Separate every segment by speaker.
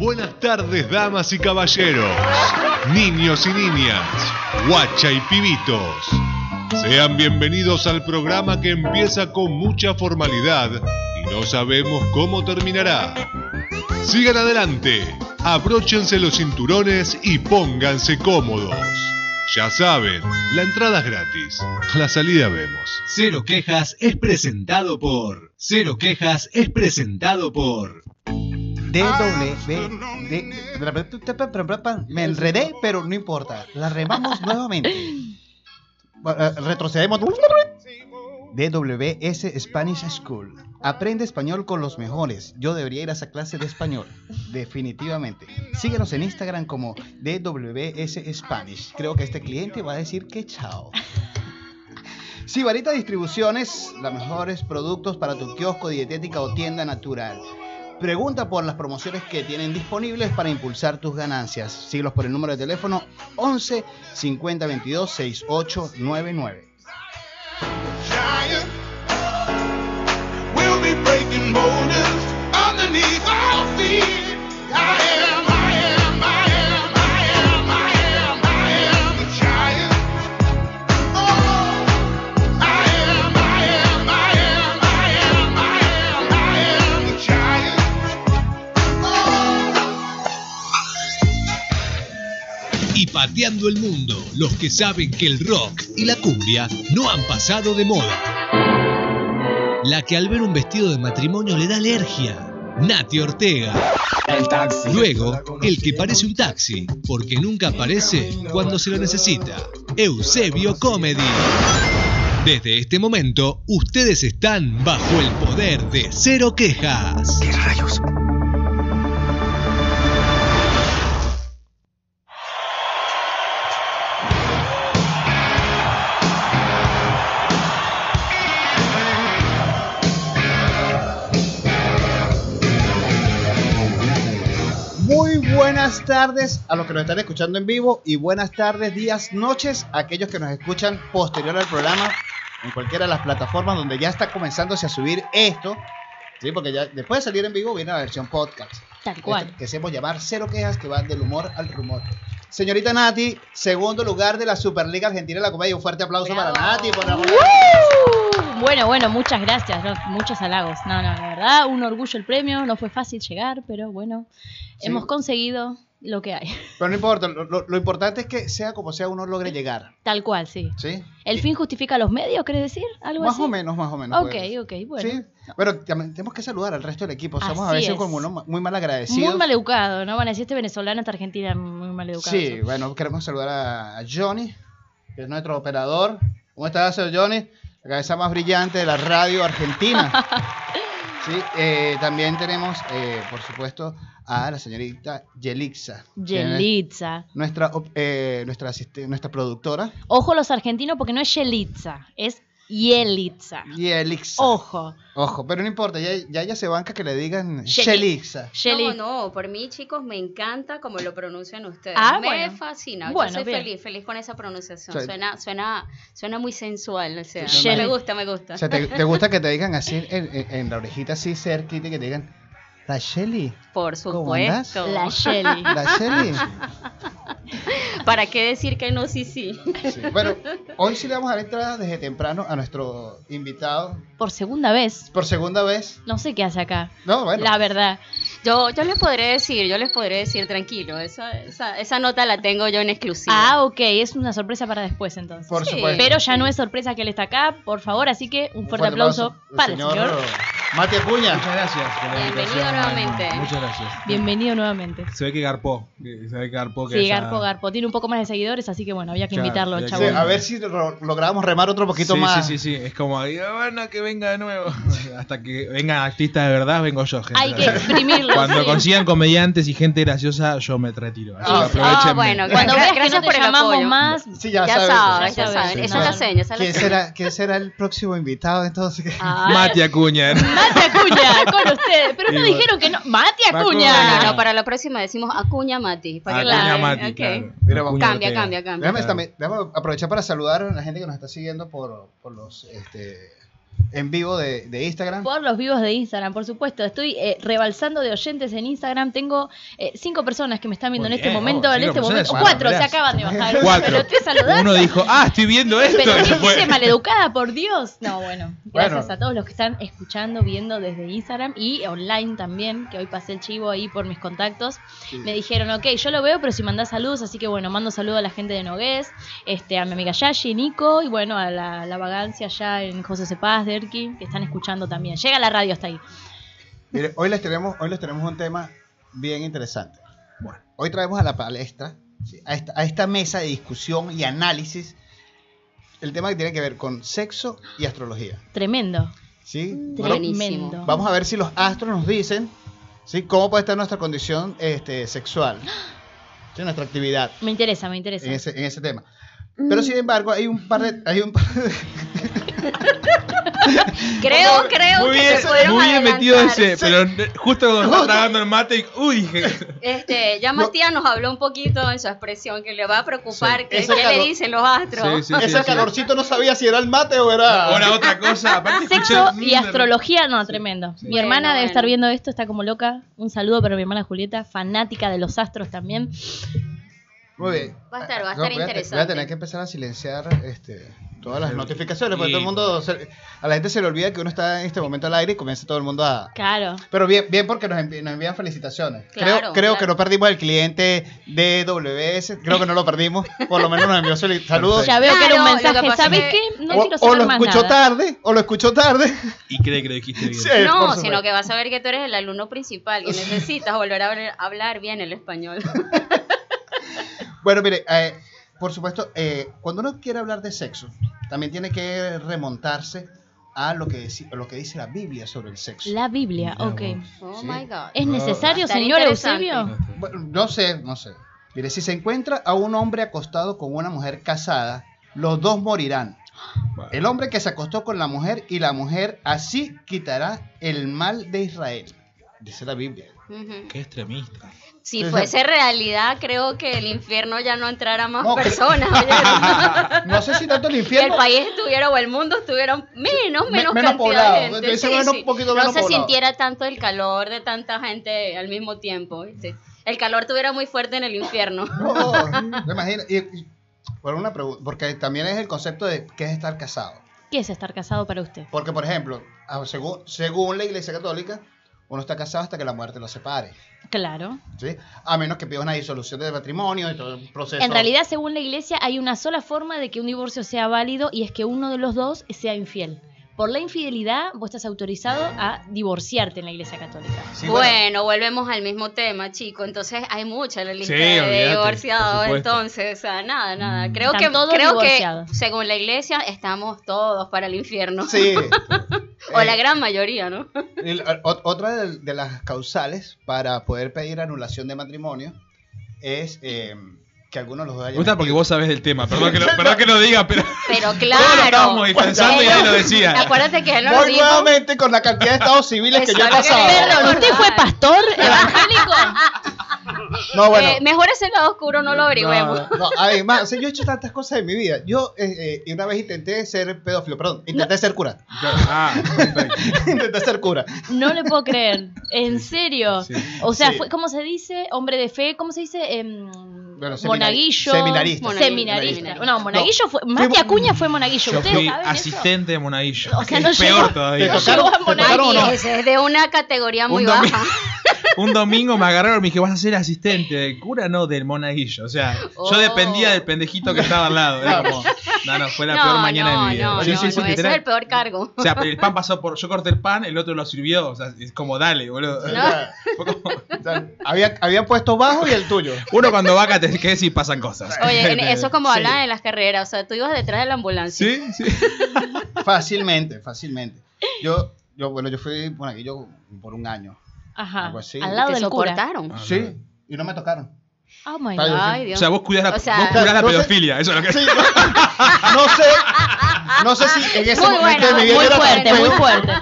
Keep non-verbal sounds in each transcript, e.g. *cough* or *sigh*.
Speaker 1: Buenas tardes, damas y caballeros, niños y niñas, guacha y pibitos. Sean bienvenidos al programa que empieza con mucha formalidad y no sabemos cómo terminará. Sigan adelante, abróchense los cinturones y pónganse cómodos. Ya saben, la entrada es gratis, la salida vemos.
Speaker 2: Cero Quejas es presentado por. Cero Quejas es presentado por.
Speaker 3: DW, de- me enredé, pero no importa. La remamos nuevamente. Bueno, eh, Retrocedemos. DWS Spanish School. Aprende español con los mejores. Yo debería ir a esa clase de español. Definitivamente. Síguenos en Instagram como DWS Spanish. Creo que este cliente va a decir que chao. Sibarita Distribuciones, los mejores productos para tu kiosco, dietética o tienda natural. Pregunta por las promociones que tienen disponibles para impulsar tus ganancias. Síguelos por el número de teléfono 11 50 22 6899.
Speaker 4: giant. We'll be breaking boulders underneath our feet. I am, I am, I am, I am, I am, I am a giant. Oh, I am, I am, I am, I am, I am, I am a giant. Oh.
Speaker 2: Y pateando el mundo, los que saben que el rock y la cumbia no han pasado de moda. La que al ver un vestido de matrimonio le da alergia. Nati Ortega.
Speaker 5: El taxi.
Speaker 2: Luego, el que parece un taxi, porque nunca aparece cuando se lo necesita. Eusebio Comedy. Desde este momento, ustedes están bajo el poder de Cero Quejas.
Speaker 3: Muy buenas tardes a los que nos están escuchando en vivo y buenas tardes, días, noches a aquellos que nos escuchan posterior al programa en cualquiera de las plataformas donde ya está comenzándose a subir esto. Sí, porque ya después de salir en vivo viene la versión podcast.
Speaker 6: Tal
Speaker 3: Esto
Speaker 6: cual.
Speaker 3: Este, Que hacemos llamar cero quejas que van del humor al rumor. Señorita Nati, segundo lugar de la Superliga Argentina de la Comedia. Un fuerte aplauso para Nati. Por la-
Speaker 6: ¡Woo! Bueno, bueno, muchas gracias, ¿no? muchos halagos. No, no, la verdad, un orgullo el premio, no fue fácil llegar, pero bueno,
Speaker 3: Sí.
Speaker 6: hemos conseguido lo que hay. *laughs*
Speaker 3: Pero no importa, lo, lo- lo importante es que sea como sea uno logre llegar.
Speaker 6: Tal cual, sí.
Speaker 3: ¿Sí?
Speaker 6: ¿El fin justifica los medios, querés decir? ¿Algo
Speaker 3: Más
Speaker 6: así?
Speaker 3: o menos, más o menos.
Speaker 6: Ok,
Speaker 3: puede ser.
Speaker 6: ok, bueno.
Speaker 3: Sí, pero también tenemos que saludar al resto del equipo. Somos a
Speaker 6: Así
Speaker 3: veces
Speaker 6: es.
Speaker 3: como unos muy mal agradecidos.
Speaker 6: Muy mal educado, ¿no? Van a decir este venezolano, esta argentina, muy mal educado.
Speaker 3: Sí, bueno, queremos saludar a a Johnny, que es nuestro operador. ¿Cómo estás, señor Johnny? La cabeza más brillante de la radio argentina. Sí, eh, también tenemos, eh, por supuesto, a la señorita Yelixa. quien es
Speaker 6: Yelitza.
Speaker 3: Nuestra, op- eh, nuestra, asiste- nuestra productora.
Speaker 6: Ojo los argentinos porque no es Yelitza, es Yelitza.
Speaker 3: Yelixa.
Speaker 6: Ojo.
Speaker 3: Ojo, pero no importa, ya, ya ella se banca que le digan
Speaker 6: Yeli-
Speaker 3: Yelixa.
Speaker 6: Yeli-
Speaker 7: No, no, por mí, chicos, me encanta como lo pronuncian ustedes.
Speaker 6: Ah,
Speaker 7: me
Speaker 6: bueno.
Speaker 7: fascina.
Speaker 6: Bueno,
Speaker 7: Yo soy
Speaker 6: bien.
Speaker 7: feliz, feliz con esa pronunciación.
Speaker 3: Sí.
Speaker 7: Suena, suena, suena muy sensual. O sea,
Speaker 6: Sí,
Speaker 7: me
Speaker 6: normal.
Speaker 7: gusta, me gusta.
Speaker 3: O sea, ¿te, te gusta que te digan así en, en- en la orejita, así cerquita, y que te digan, la Shelly?
Speaker 7: por
Speaker 3: ¿cómo andás?
Speaker 7: supuesto.
Speaker 6: La
Speaker 3: *laughs*
Speaker 6: Yeli.
Speaker 3: ¿La Shelly?
Speaker 7: ¿Para qué decir que no, sí, sí?
Speaker 3: Sí, Bueno, hoy sí le vamos a dar entrada desde temprano a nuestro invitado
Speaker 6: Por segunda vez.
Speaker 3: por segunda vez.
Speaker 6: No sé qué hace acá.
Speaker 3: No, bueno.
Speaker 6: La verdad.
Speaker 7: Yo, yo les podré decir, yo les podré decir, tranquilo. Esa, esa, esa nota la tengo yo en exclusiva.
Speaker 6: Ah, ok, es una sorpresa para después entonces.
Speaker 3: Por
Speaker 7: sí,
Speaker 3: supuesto.
Speaker 6: Pero ya no es sorpresa que él está acá, por favor, así que un fuerte, aplauso,
Speaker 3: al
Speaker 6: para el señor.
Speaker 3: Mate Puña.
Speaker 5: Muchas gracias por la
Speaker 7: Bienvenido
Speaker 5: invitación,
Speaker 7: nuevamente.
Speaker 5: Manu. Muchas gracias.
Speaker 6: Bienvenido nuevamente.
Speaker 5: Se ve que garpó. que- Se ve que garpó. Que
Speaker 6: Sí,
Speaker 5: esa-
Speaker 6: Garpo, Garpo. Tiene un poco más de seguidores, así que bueno, había que
Speaker 5: Claro,
Speaker 6: invitarlo al
Speaker 5: había que-
Speaker 3: Sí,
Speaker 6: chabón.
Speaker 3: a ver si lo- logramos remar otro poquito
Speaker 5: sí,
Speaker 3: más.
Speaker 5: Sí, sí, sí. Es como, "Ah, bueno, que venga de nuevo. *laughs* Hasta que vengan artistas de verdad, vengo yo, gente.
Speaker 6: Hay que exprimirlo.
Speaker 5: Cuando
Speaker 6: sí.
Speaker 5: consigan comediantes y gente graciosa, yo me retiro. Así
Speaker 3: Ah,
Speaker 5: que aprovechenme.
Speaker 7: ah, bueno,
Speaker 6: Cuando
Speaker 7: Gra-
Speaker 6: veas que no
Speaker 7: gracias
Speaker 6: te
Speaker 7: por el
Speaker 6: llamamos
Speaker 7: apoyo.
Speaker 6: más,
Speaker 3: Sí,
Speaker 7: ya,
Speaker 3: ya, sabes.
Speaker 7: sabes, ya
Speaker 6: ya
Speaker 7: sabes.
Speaker 6: sabes.
Speaker 7: Esa es la
Speaker 6: No.
Speaker 7: seña, esa es la
Speaker 3: ¿Quién
Speaker 7: seña.
Speaker 3: será, quién será el próximo invitado entonces?
Speaker 7: Ah,
Speaker 5: Mati Acuña.
Speaker 6: Mate Acuña con ustedes. Pero
Speaker 5: Y
Speaker 6: no
Speaker 5: bueno.
Speaker 6: dijeron que no. Mate
Speaker 5: Acuña.
Speaker 6: Acuña.
Speaker 7: no, no, para la próxima decimos Acuña Mati. Para que
Speaker 5: Acuña
Speaker 7: la-
Speaker 5: Mati,
Speaker 7: ok.
Speaker 5: claro.
Speaker 3: Mira, vamos.
Speaker 5: Acuña
Speaker 7: Cambia,
Speaker 5: Ortega.
Speaker 7: cambia, cambia.
Speaker 3: Déjame, también- déjame aprovechar para saludar a la gente que nos está siguiendo por, por los este, en vivo de, de Instagram.
Speaker 6: Por los vivos de Instagram, por supuesto. Estoy eh, rebalsando de oyentes en Instagram. Tengo eh, cinco personas que me están viendo
Speaker 2: Muy
Speaker 6: en este
Speaker 2: bien,
Speaker 6: momento.
Speaker 2: oh,
Speaker 6: en
Speaker 2: cinco
Speaker 6: este
Speaker 2: personas,
Speaker 6: momento.
Speaker 2: bueno,
Speaker 6: cuatro, se
Speaker 2: gracias.
Speaker 6: acaban de bajar.
Speaker 2: Cuatro.
Speaker 6: Pero estoy saludando.
Speaker 2: Uno dijo, ah, estoy viendo esto.
Speaker 6: Pero
Speaker 2: y se
Speaker 6: qué
Speaker 2: fue.
Speaker 6: dice maleducada, por Dios. No, bueno, gracias
Speaker 3: Bueno.
Speaker 6: a todos los que están escuchando, viendo desde Instagram y online también, que hoy pasé el chivo ahí por mis contactos. Me dijeron, ok, yo lo veo, pero si mandás saludos, así que bueno, mando saludos a la gente de Nogués, este, a mi amiga Yashi, Nico, y bueno, a la, la vagancia allá en José Cepaz, Derki, que están escuchando también. Llega la radio hasta ahí.
Speaker 3: Mire, hoy les tenemos, hoy les tenemos un tema bien interesante. Bueno, hoy traemos a la palestra, ¿sí? a, esta, a esta mesa de discusión y análisis, el tema que tiene que ver con sexo y astrología.
Speaker 6: Tremendo.
Speaker 3: ¿sí? Bueno,
Speaker 7: Buenísimo.
Speaker 6: Mm, Tremendo.
Speaker 3: vamos a ver si los astros nos dicen ¿sí? cómo puede estar nuestra condición este, sexual, ¿sí? nuestra actividad
Speaker 6: Me interesa, me interesa.
Speaker 3: en ese, en ese tema. Pero sin embargo, hay un par de... Hay un par de-
Speaker 7: Creo, creo
Speaker 2: Muy
Speaker 7: que
Speaker 2: bien,
Speaker 7: se pudieron
Speaker 2: muy bien metido
Speaker 7: adelantar.
Speaker 2: ese, pero n- justo cuando estaba tragando el mate, y- uy, dije,
Speaker 7: Este, ya Matías nos habló un poquito en su expresión que le va a preocupar
Speaker 3: Sí.
Speaker 7: que
Speaker 3: Eso
Speaker 7: qué
Speaker 3: claro.
Speaker 7: le dicen los astros.
Speaker 2: Sí, sí,
Speaker 3: ese
Speaker 2: sí.
Speaker 3: calorcito no sabía si era el mate o era...
Speaker 2: ahora otra cosa. Aparte,
Speaker 6: Sexo
Speaker 2: escuché-
Speaker 6: y astrología, no, tremendo. Mi
Speaker 7: Bueno,
Speaker 6: hermana debe
Speaker 7: bueno.
Speaker 6: estar viendo esto, está como loca. Un saludo para mi hermana Julieta, fanática de los astros también.
Speaker 3: Muy bien.
Speaker 7: Va a estar- va a estar
Speaker 3: voy te-
Speaker 7: interesante.
Speaker 3: Voy a tener que empezar a silenciar este, todas las notificaciones, porque todo el mundo, se- a la gente se le olvida que uno está en este momento al aire y comienza todo el mundo a...
Speaker 6: Claro.
Speaker 3: Pero bien, bien porque nos, envi- nos envían felicitaciones. creo
Speaker 7: Claro,
Speaker 3: creo que
Speaker 7: claro.
Speaker 3: no perdimos el cliente de WS, creo que no lo perdimos, por lo menos nos envió soli- saludos.
Speaker 6: Ya veo que era un
Speaker 7: Claro, lo
Speaker 6: mensaje.
Speaker 7: que pasa
Speaker 6: ¿Sabes
Speaker 7: es que-
Speaker 6: qué? No
Speaker 3: o,
Speaker 6: quiero
Speaker 3: o
Speaker 6: saber
Speaker 3: lo
Speaker 6: más
Speaker 3: escuchó
Speaker 6: nada.
Speaker 3: tarde, o lo escuchó tarde. *laughs*
Speaker 2: Y cree que lo dijiste bien.
Speaker 3: Sí, por
Speaker 7: No,
Speaker 3: supuesto.
Speaker 7: sino que vas a ver que tú eres el alumno principal que necesitas volver a hablar- hablar bien
Speaker 3: *laughs*
Speaker 7: el español.
Speaker 3: Bueno, mire, eh, por supuesto, eh, cuando uno quiere hablar de sexo, también tiene que remontarse a lo que, deci- lo que dice la Biblia sobre el sexo.
Speaker 6: La Biblia,
Speaker 2: Mira
Speaker 6: ok.
Speaker 2: vos.
Speaker 7: Oh
Speaker 3: Sí.
Speaker 7: my god.
Speaker 6: ¿Es necesario,
Speaker 7: Tan
Speaker 6: señor
Speaker 7: interesante.
Speaker 6: Eusebio?
Speaker 3: Bueno, no sé, no sé. Mire, si se encuentra a un hombre acostado con una mujer casada, los dos morirán. El hombre que se acostó con la mujer y la mujer así quitará el mal de Israel. Dice la Biblia.
Speaker 7: Ujú.
Speaker 2: Qué extremista.
Speaker 7: Si fuese realidad, creo que el infierno ya no entrara más
Speaker 3: No, pero-
Speaker 7: personas.
Speaker 3: *laughs*
Speaker 7: oye.
Speaker 3: No sé si tanto el
Speaker 7: Que el
Speaker 3: infierno.
Speaker 7: país estuviera o el mundo estuviera menos, menos,
Speaker 3: Me- menos
Speaker 7: cantidad de
Speaker 3: poblado,
Speaker 7: gente.
Speaker 3: debe ser menos- un poquito
Speaker 7: no
Speaker 3: menos
Speaker 7: se
Speaker 3: poblado.
Speaker 7: sintiera tanto el calor de tanta gente al mismo tiempo. ¿viste? El calor estuviera muy fuerte en el infierno.
Speaker 3: No, no imagino. Y, y- bueno, una pregunta, porque también es el concepto de qué es estar casado.
Speaker 6: ¿Qué es estar casado para usted?
Speaker 3: Porque, por ejemplo, a- según, según la Iglesia Católica, uno está casado hasta que la muerte lo separe.
Speaker 6: Claro.
Speaker 3: ¿sí? A menos que pida una disolución de matrimonio y todo el proceso.
Speaker 6: En realidad, según la iglesia, hay una sola forma de que un divorcio sea válido y es que uno de los dos sea infiel. Por la infidelidad, vos estás autorizado a divorciarte en la iglesia católica.
Speaker 7: *laughs*
Speaker 3: Sí,
Speaker 7: bueno, volvemos al mismo tema, chico. Entonces hay mucha en la lista
Speaker 2: Sí,
Speaker 7: de
Speaker 2: olvídate, por
Speaker 7: divorciados.
Speaker 2: supuesto.
Speaker 7: Entonces, o sea, nada, nada.
Speaker 2: Mm.
Speaker 7: Creo
Speaker 6: Están
Speaker 7: que
Speaker 6: todos
Speaker 7: creo que
Speaker 6: divorciados.
Speaker 7: según la iglesia estamos todos para el infierno. *laughs*
Speaker 3: Sí.
Speaker 7: O la
Speaker 3: Eh,
Speaker 7: gran mayoría,
Speaker 3: *laughs*
Speaker 7: ¿no?
Speaker 3: el- o- otra de, de las causales para poder pedir anulación de matrimonio es eh, que algunos de los dos
Speaker 2: Me
Speaker 3: hayan.
Speaker 2: gusta porque vos sabés del tema. Perdón *laughs* que lo, perdón que lo diga, pero.
Speaker 7: Pero
Speaker 2: Todos lo
Speaker 7: claro.
Speaker 2: estábamos dispensando y él lo decía.
Speaker 7: Acuérdate que él no lo
Speaker 3: Voy
Speaker 7: dijo.
Speaker 3: nuevamente con la cantidad de estados civiles que yo he
Speaker 7: Exacto.
Speaker 3: pasado.
Speaker 6: Perdón, ¿usted fue pastor
Speaker 7: *laughs*
Speaker 6: evangélico?
Speaker 3: No, bueno.
Speaker 7: Eh, mejor ese lado oscuro no lo averigüemos.
Speaker 3: No, además, o sea, yo he hecho tantas cosas en mi vida. Yo eh, eh, una vez intenté ser pedófilo, perdón, intenté ser cura.
Speaker 7: *laughs*
Speaker 2: Ah, perfecto.
Speaker 3: intenté ser cura.
Speaker 6: No le puedo creer. En serio.
Speaker 2: Sí.
Speaker 6: O sea,
Speaker 3: Sí.
Speaker 6: fue, ¿cómo se dice? Hombre de fe, ¿cómo se dice? Em,
Speaker 3: Bueno, seminari-
Speaker 6: monaguillo.
Speaker 3: seminarista.
Speaker 6: Seminarista.
Speaker 7: Seminarista.
Speaker 6: No, monaguillo fue. Mati
Speaker 3: Fuimos-
Speaker 6: Acuña fue monaguillo.
Speaker 2: Yo
Speaker 6: ¿Ustedes
Speaker 2: fui
Speaker 6: saben
Speaker 2: asistente de Monaguillo. *laughs*
Speaker 6: O sea,
Speaker 2: que
Speaker 6: no
Speaker 2: es peor
Speaker 6: llegó-
Speaker 2: todavía.
Speaker 6: eso? Yo a
Speaker 3: ¿Te tocaron o no?
Speaker 7: Ay, Ese es de una categoría muy
Speaker 2: Un domi-
Speaker 7: baja.
Speaker 2: Un domingo me agarraron y me dije, vas a ser asistente del cura, no, del monaguillo. O sea,
Speaker 7: Oh.
Speaker 2: yo dependía del pendejito que estaba al lado. Era como, no, no, fue la peor mañana
Speaker 7: no,
Speaker 2: de mi vida.
Speaker 7: No,
Speaker 2: Sí,
Speaker 7: no,
Speaker 2: sí, sí,
Speaker 7: no, ese es
Speaker 2: literal.
Speaker 7: el peor cargo.
Speaker 2: O sea, pero el pan pasó por. Yo corté el pan, el otro lo sirvió. O sea, es como dale, boludo. *laughs*
Speaker 3: O sea, o sea, había, había puesto bajo y el tuyo.
Speaker 2: Uno cuando vaca te quedes y pasan cosas. *laughs*
Speaker 7: Oye, en- eso es como
Speaker 2: Sí.
Speaker 7: hablan en las carreras. O sea, tú ibas detrás de la ambulancia.
Speaker 2: Sí, sí. *laughs*
Speaker 3: Fácilmente, fácilmente. Yo, yo bueno, yo fui monaguillo por un año.
Speaker 6: Ajá.
Speaker 3: Algo así.
Speaker 6: Al
Speaker 7: Te
Speaker 6: lado del cura.
Speaker 7: soportaron.
Speaker 2: Ah,
Speaker 3: Sí, y no me *laughs* tocaron.
Speaker 6: Oh my
Speaker 3: Está
Speaker 6: god.
Speaker 3: bien.
Speaker 7: Ay,
Speaker 2: O
Speaker 7: Dios.
Speaker 2: sea, vos cuidás la,
Speaker 7: O sea,
Speaker 2: vos curás la
Speaker 3: no sé-
Speaker 2: pedofilia, eso es lo que
Speaker 3: Sí, no, no sé, No sé si en ese
Speaker 7: ah, Muy
Speaker 3: momento
Speaker 7: bueno,
Speaker 3: de mi vida
Speaker 7: muy
Speaker 3: yo era
Speaker 7: fuerte,
Speaker 3: tan feo.
Speaker 7: muy fuerte.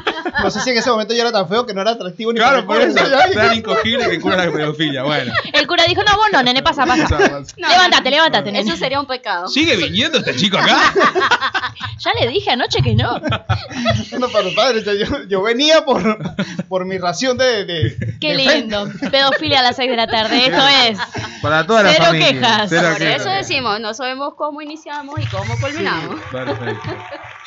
Speaker 3: No sé si en ese momento yo era tan feo que no era atractivo ni
Speaker 8: Claro, por
Speaker 3: para el
Speaker 8: eso.
Speaker 3: cuerpo. Ay,
Speaker 8: Tan incogible que cura la pedofilia. Bueno.
Speaker 6: El cura dijo, no, vos no, nene, pasa, pasa. *laughs*
Speaker 7: No,
Speaker 6: levántate,
Speaker 7: no,
Speaker 6: levántate,
Speaker 7: no.
Speaker 6: nene.
Speaker 7: Eso sería un pecado.
Speaker 8: ¿Sigue viniendo este chico acá?
Speaker 6: Ya le dije anoche que no.
Speaker 3: No, pero padre, o sea, yo, yo venía por, por mi ración de. de
Speaker 6: Qué
Speaker 3: de
Speaker 6: lindo. Pedofilia a las 6 de la tarde. Esto es.
Speaker 8: Para toda la
Speaker 6: Cero
Speaker 8: familia.
Speaker 6: quejas.
Speaker 8: Cero
Speaker 7: Por eso
Speaker 8: quejas.
Speaker 7: decimos, no sabemos cómo iniciamos y cómo culminamos.
Speaker 8: Perfecto.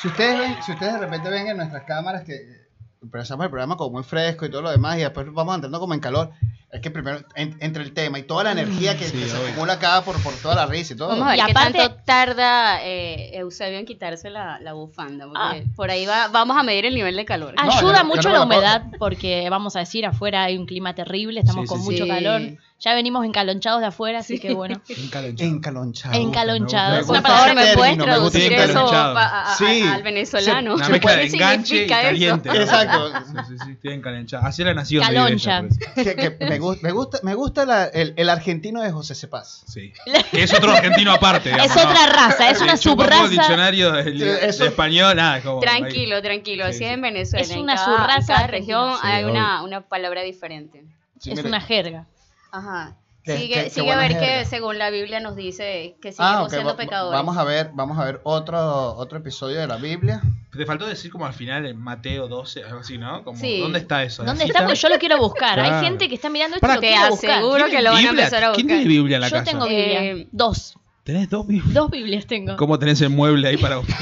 Speaker 3: Si ustedes, ven, si ustedes de repente ven en nuestras cámaras que empezamos el programa como muy fresco y todo lo demás y después vamos entrando como en calor, es que primero en- entre el tema y toda la energía que, que se acumula acá por, por toda la risa y todo.
Speaker 7: Vamos a ver
Speaker 6: Y
Speaker 7: qué
Speaker 6: aparte-
Speaker 7: tanto tarda eh, Eusebio en quitarse la, la bufanda. Porque por ahí va, vamos a medir el nivel de calor.
Speaker 3: Ah, yo
Speaker 6: Ayuda
Speaker 3: no- yo no
Speaker 6: mucho la
Speaker 3: la puedo.
Speaker 6: humedad porque vamos a decir, afuera hay un clima terrible, estamos
Speaker 8: Sí, sí,
Speaker 6: con
Speaker 8: sí.
Speaker 6: mucho
Speaker 7: Sí.
Speaker 6: calor. Ya venimos encalonchados de afuera, así que
Speaker 8: *laughs*
Speaker 6: bueno.
Speaker 3: Encalonchado.
Speaker 8: me
Speaker 6: Encalonchados. Es
Speaker 8: gusta.
Speaker 6: una
Speaker 7: Por
Speaker 6: palabra
Speaker 7: favor,
Speaker 6: que
Speaker 7: ¿me
Speaker 3: término, me
Speaker 7: puedes
Speaker 8: gusta
Speaker 7: traducir
Speaker 8: el
Speaker 7: eso
Speaker 8: encaluchado.
Speaker 7: pa- a- a-
Speaker 3: Sí.
Speaker 7: al venezolano?
Speaker 8: Una mezcla de
Speaker 7: ¿Qué
Speaker 8: enganche y
Speaker 7: significa eso?
Speaker 8: caliente.
Speaker 3: Exacto.
Speaker 8: Sí, sí, sí, estoy encalenchado. Así la nación.
Speaker 6: Caloncha.
Speaker 8: de pues. Ibiza,
Speaker 3: Que- que me, gu- me gusta, me gusta la- el, el argentino de José Cepaz.
Speaker 7: *laughs*
Speaker 8: pues. Sí. Que es otro argentino aparte.
Speaker 6: Es
Speaker 8: digamos,
Speaker 6: otra
Speaker 8: ¿no?
Speaker 6: raza, es una
Speaker 8: Sí, chupamos el
Speaker 6: subraza.
Speaker 8: diccionario de, de
Speaker 3: Eso-
Speaker 8: español, nada, es como.
Speaker 7: Tranquilo, tranquilo.
Speaker 8: Sí,
Speaker 7: Así
Speaker 8: sí.
Speaker 7: es en Venezuela.
Speaker 6: Es
Speaker 7: en
Speaker 6: una
Speaker 7: cada- en
Speaker 6: subraza
Speaker 7: cada
Speaker 6: argentina.
Speaker 7: región
Speaker 8: Sí,
Speaker 7: hay una, una palabra diferente.
Speaker 3: Sí,
Speaker 6: es
Speaker 3: mire,
Speaker 6: una jerga.
Speaker 7: Ajá.
Speaker 3: Qué-
Speaker 7: sigue
Speaker 3: qué- qué
Speaker 7: sigue a
Speaker 3: buena
Speaker 7: ver
Speaker 3: jerga.
Speaker 7: que según la Biblia nos dice que seguimos
Speaker 3: Ah, ok,
Speaker 7: siendo
Speaker 3: va-
Speaker 7: pecadores.
Speaker 3: Vamos a ver, vamos a ver otro, otro episodio de la Biblia.
Speaker 8: Te faltó decir como al final en Mateo 12, algo así, ¿no? Como,
Speaker 7: Sí. Pues
Speaker 8: ¿Dónde está eso?
Speaker 6: ¿Dónde está? Porque yo lo quiero buscar.
Speaker 8: Claro.
Speaker 6: Hay gente que está mirando esto y
Speaker 8: Para
Speaker 6: lo
Speaker 7: Te
Speaker 6: quiero buscar.
Speaker 7: aseguro que lo van a empezar a buscar.
Speaker 8: ¿Quién tiene Biblia en la
Speaker 6: Yo
Speaker 8: casa?
Speaker 6: tengo Biblia.
Speaker 7: Eh,
Speaker 6: Dos.
Speaker 8: ¿Tenés dos Biblias?
Speaker 6: Dos Biblias tengo.
Speaker 8: ¿Cómo tenés el mueble ahí para buscar?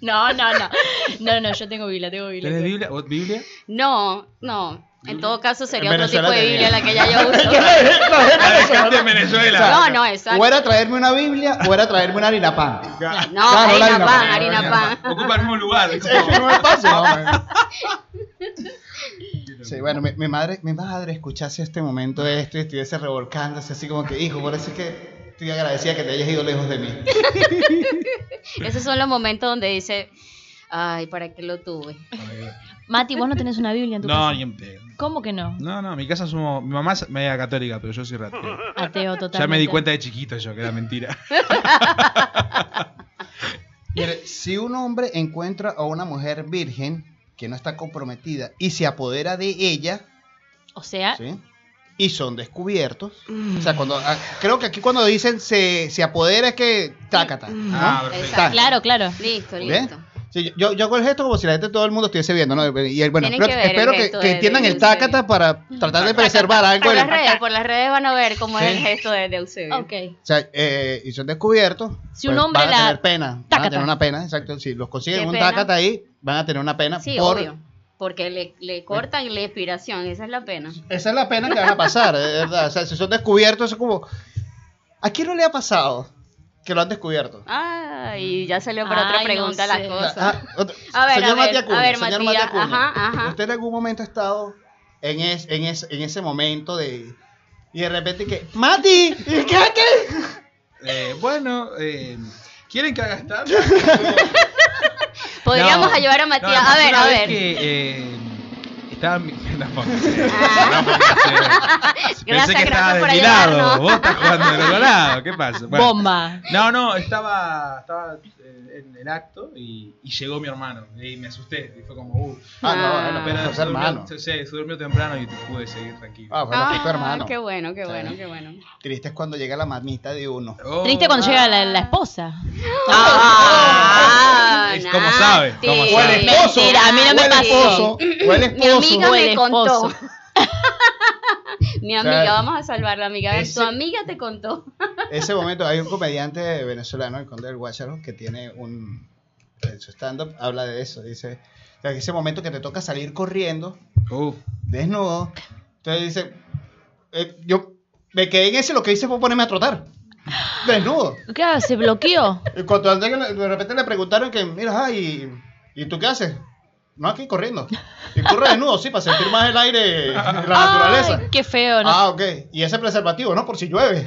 Speaker 6: No, no, no. No, no, yo tengo Biblia, tengo Biblia.
Speaker 8: ¿Tenés Biblia? ¿Vos
Speaker 3: *laughs*
Speaker 8: Biblia?
Speaker 7: No, no. En todo caso sería
Speaker 3: En
Speaker 7: otro tipo
Speaker 3: Venezuela
Speaker 7: de Biblia la
Speaker 3: tenía.
Speaker 7: que ya yo uso.
Speaker 8: La dejaste en Venezuela.
Speaker 7: No, no, exacto.
Speaker 3: O era traerme una Biblia o era traerme una harina pan.
Speaker 7: No,
Speaker 3: Claro, la
Speaker 7: harina
Speaker 3: harina
Speaker 7: pan,
Speaker 3: pan,
Speaker 7: harina pan.
Speaker 8: Ocupa el mismo lugar. es como-
Speaker 3: no me pasa. *laughs* Sí, bueno, mi, mi madre, mi madre escuchase este momento esto y estuviese revolcándose así como que, hijo, por eso es que estoy agradecida que te hayas ido lejos de mí.
Speaker 7: Esos son los momentos donde dice, ay, ¿para qué lo tuve?
Speaker 6: Mati, vos no tenés una Biblia en tu
Speaker 8: No,
Speaker 6: casa.
Speaker 8: ni en pedo.
Speaker 6: ¿Cómo que no?
Speaker 8: No, no, en mi casa somos. Mi mamá es media católica, pero yo soy ratero.
Speaker 6: Ateo totalmente.
Speaker 8: Ya me di cuenta de chiquito yo que era mentira.
Speaker 3: Mire, si un hombre encuentra a una mujer virgen que no está comprometida y se apodera de ella,
Speaker 6: O
Speaker 7: Ah.
Speaker 6: sea,
Speaker 3: ¿sí? Y son descubiertos.
Speaker 7: Mm.
Speaker 3: O sea, cuando ah, creo que aquí cuando dicen se, se apodera es que tácata.
Speaker 7: Mm.
Speaker 3: ¿no?
Speaker 8: Ah,
Speaker 7: Exacto.
Speaker 8: perfecto.
Speaker 6: claro, claro.
Speaker 7: Listo,
Speaker 3: ¿Ve?
Speaker 7: listo.
Speaker 3: Sí, yo, yo hago el gesto como si la gente, todo el mundo estuviese viendo, ¿no? Y el- bueno,
Speaker 7: Tienen
Speaker 3: espero,
Speaker 7: que ver el
Speaker 3: espero que,
Speaker 7: gesto
Speaker 3: que
Speaker 7: de-
Speaker 3: entiendan
Speaker 7: de
Speaker 3: el
Speaker 7: Eusebio.
Speaker 3: tácata para tratar de preservar algo.
Speaker 7: Por
Speaker 3: en-
Speaker 7: las redes, por las redes van a ver cómo es
Speaker 3: Sí.
Speaker 7: el gesto de, de Eusebio.
Speaker 6: Ok.
Speaker 3: O sea, eh, y son descubiertos. pues,
Speaker 6: Si un hombre
Speaker 3: van a
Speaker 6: la-
Speaker 3: tener pena. Van a
Speaker 6: Tácata.
Speaker 3: tener una pena, exacto. Si los
Speaker 7: Qué
Speaker 3: consiguen un
Speaker 7: pena.
Speaker 3: tácata ahí, van a tener una pena.
Speaker 7: Sí,
Speaker 3: por-
Speaker 7: obvio. Porque le, le cortan la inspiración, esa es la pena.
Speaker 3: Esa es la pena que van a pasar, de verdad. O sea, si son descubiertos, es como. ¿A quién no le ha pasado que lo han descubierto?
Speaker 7: Ah, y ya salió por otra
Speaker 6: Ay, no
Speaker 7: pregunta
Speaker 6: sé.
Speaker 7: las cosas.
Speaker 3: Ah, otro-
Speaker 7: A ver,
Speaker 3: señor
Speaker 7: a ver,
Speaker 3: Matías Acuña,
Speaker 7: a ver,
Speaker 3: señor
Speaker 7: Matías,
Speaker 3: Matías Acuña,
Speaker 7: ajá, ajá.
Speaker 3: ¿Usted en algún momento ha estado en, es- en, es- en ese momento de. Y de repente que. ¡Mati! ¿y ¿Qué? ¿Qué?
Speaker 8: Eh, bueno, eh, ¿quieren que haga stand?
Speaker 7: Podríamos
Speaker 8: No.
Speaker 7: ayudar a Matías.
Speaker 8: No,
Speaker 7: a ver,
Speaker 8: una
Speaker 7: a
Speaker 8: vez
Speaker 7: ver.
Speaker 8: Que, eh, estaba mi- tampoco.
Speaker 7: Ah.
Speaker 8: Tampoco, sí.
Speaker 7: Gracias,
Speaker 8: Pensé que estabas
Speaker 7: gracias
Speaker 8: de
Speaker 7: por
Speaker 8: mi
Speaker 7: ayudarnos.
Speaker 8: lado. Vos estás jugando del otro lado. ¿Qué pasa? Bueno,
Speaker 6: Bomba.
Speaker 8: No, no, estaba, estaba eh, en el acto y, y llegó mi hermano. Y me asusté. Y fue como, uh.
Speaker 3: Ah, no,
Speaker 7: Ah.
Speaker 3: bueno,
Speaker 8: Pero
Speaker 3: pero es
Speaker 8: se durmió-
Speaker 3: hermano.
Speaker 8: se- se durmió temprano y pude seguir tranquilo.
Speaker 3: Ah, bueno, fue tu
Speaker 7: Ah,
Speaker 3: hermano.
Speaker 7: Qué bueno, qué
Speaker 3: Sí.
Speaker 7: bueno, qué bueno.
Speaker 3: Triste es cuando llega la mamita de uno.
Speaker 8: Oh.
Speaker 6: Triste cuando llega la, la esposa.
Speaker 7: Ah,
Speaker 8: Es como sabe, como
Speaker 7: nasty.
Speaker 8: sabe.
Speaker 3: Huele esposo.
Speaker 6: Mentira, a mí no me
Speaker 3: Huele
Speaker 6: pasó.
Speaker 3: esposo. Huele
Speaker 7: Mi
Speaker 3: esposo.
Speaker 7: amiga
Speaker 6: Huele
Speaker 7: me contó.
Speaker 6: esposo.
Speaker 7: Mi
Speaker 3: Claro.
Speaker 7: amiga, vamos a salvarla, amiga. A ver,
Speaker 3: Ese-
Speaker 7: tu amiga te contó. *laughs*
Speaker 3: ese momento hay un comediante venezolano, el conde del Guácharo, que tiene un en su stand-up habla de eso, dice, o sea, que ese momento que te toca salir corriendo,
Speaker 8: Uf.
Speaker 3: desnudo, entonces dice, eh, yo me quedé en ese, lo que hice fue ponerme a trotar, desnudo.
Speaker 6: Claro, se bloqueó.
Speaker 3: Y cuando antes que le- de repente le preguntaron que, mira, ay, ¿y tú qué haces? No, aquí corriendo. Y corre desnudo, sí, para sentir más el aire, la naturaleza.
Speaker 6: Ay, qué feo. No,
Speaker 3: Ah, ok. Y ese preservativo, ¿no? Por si llueve.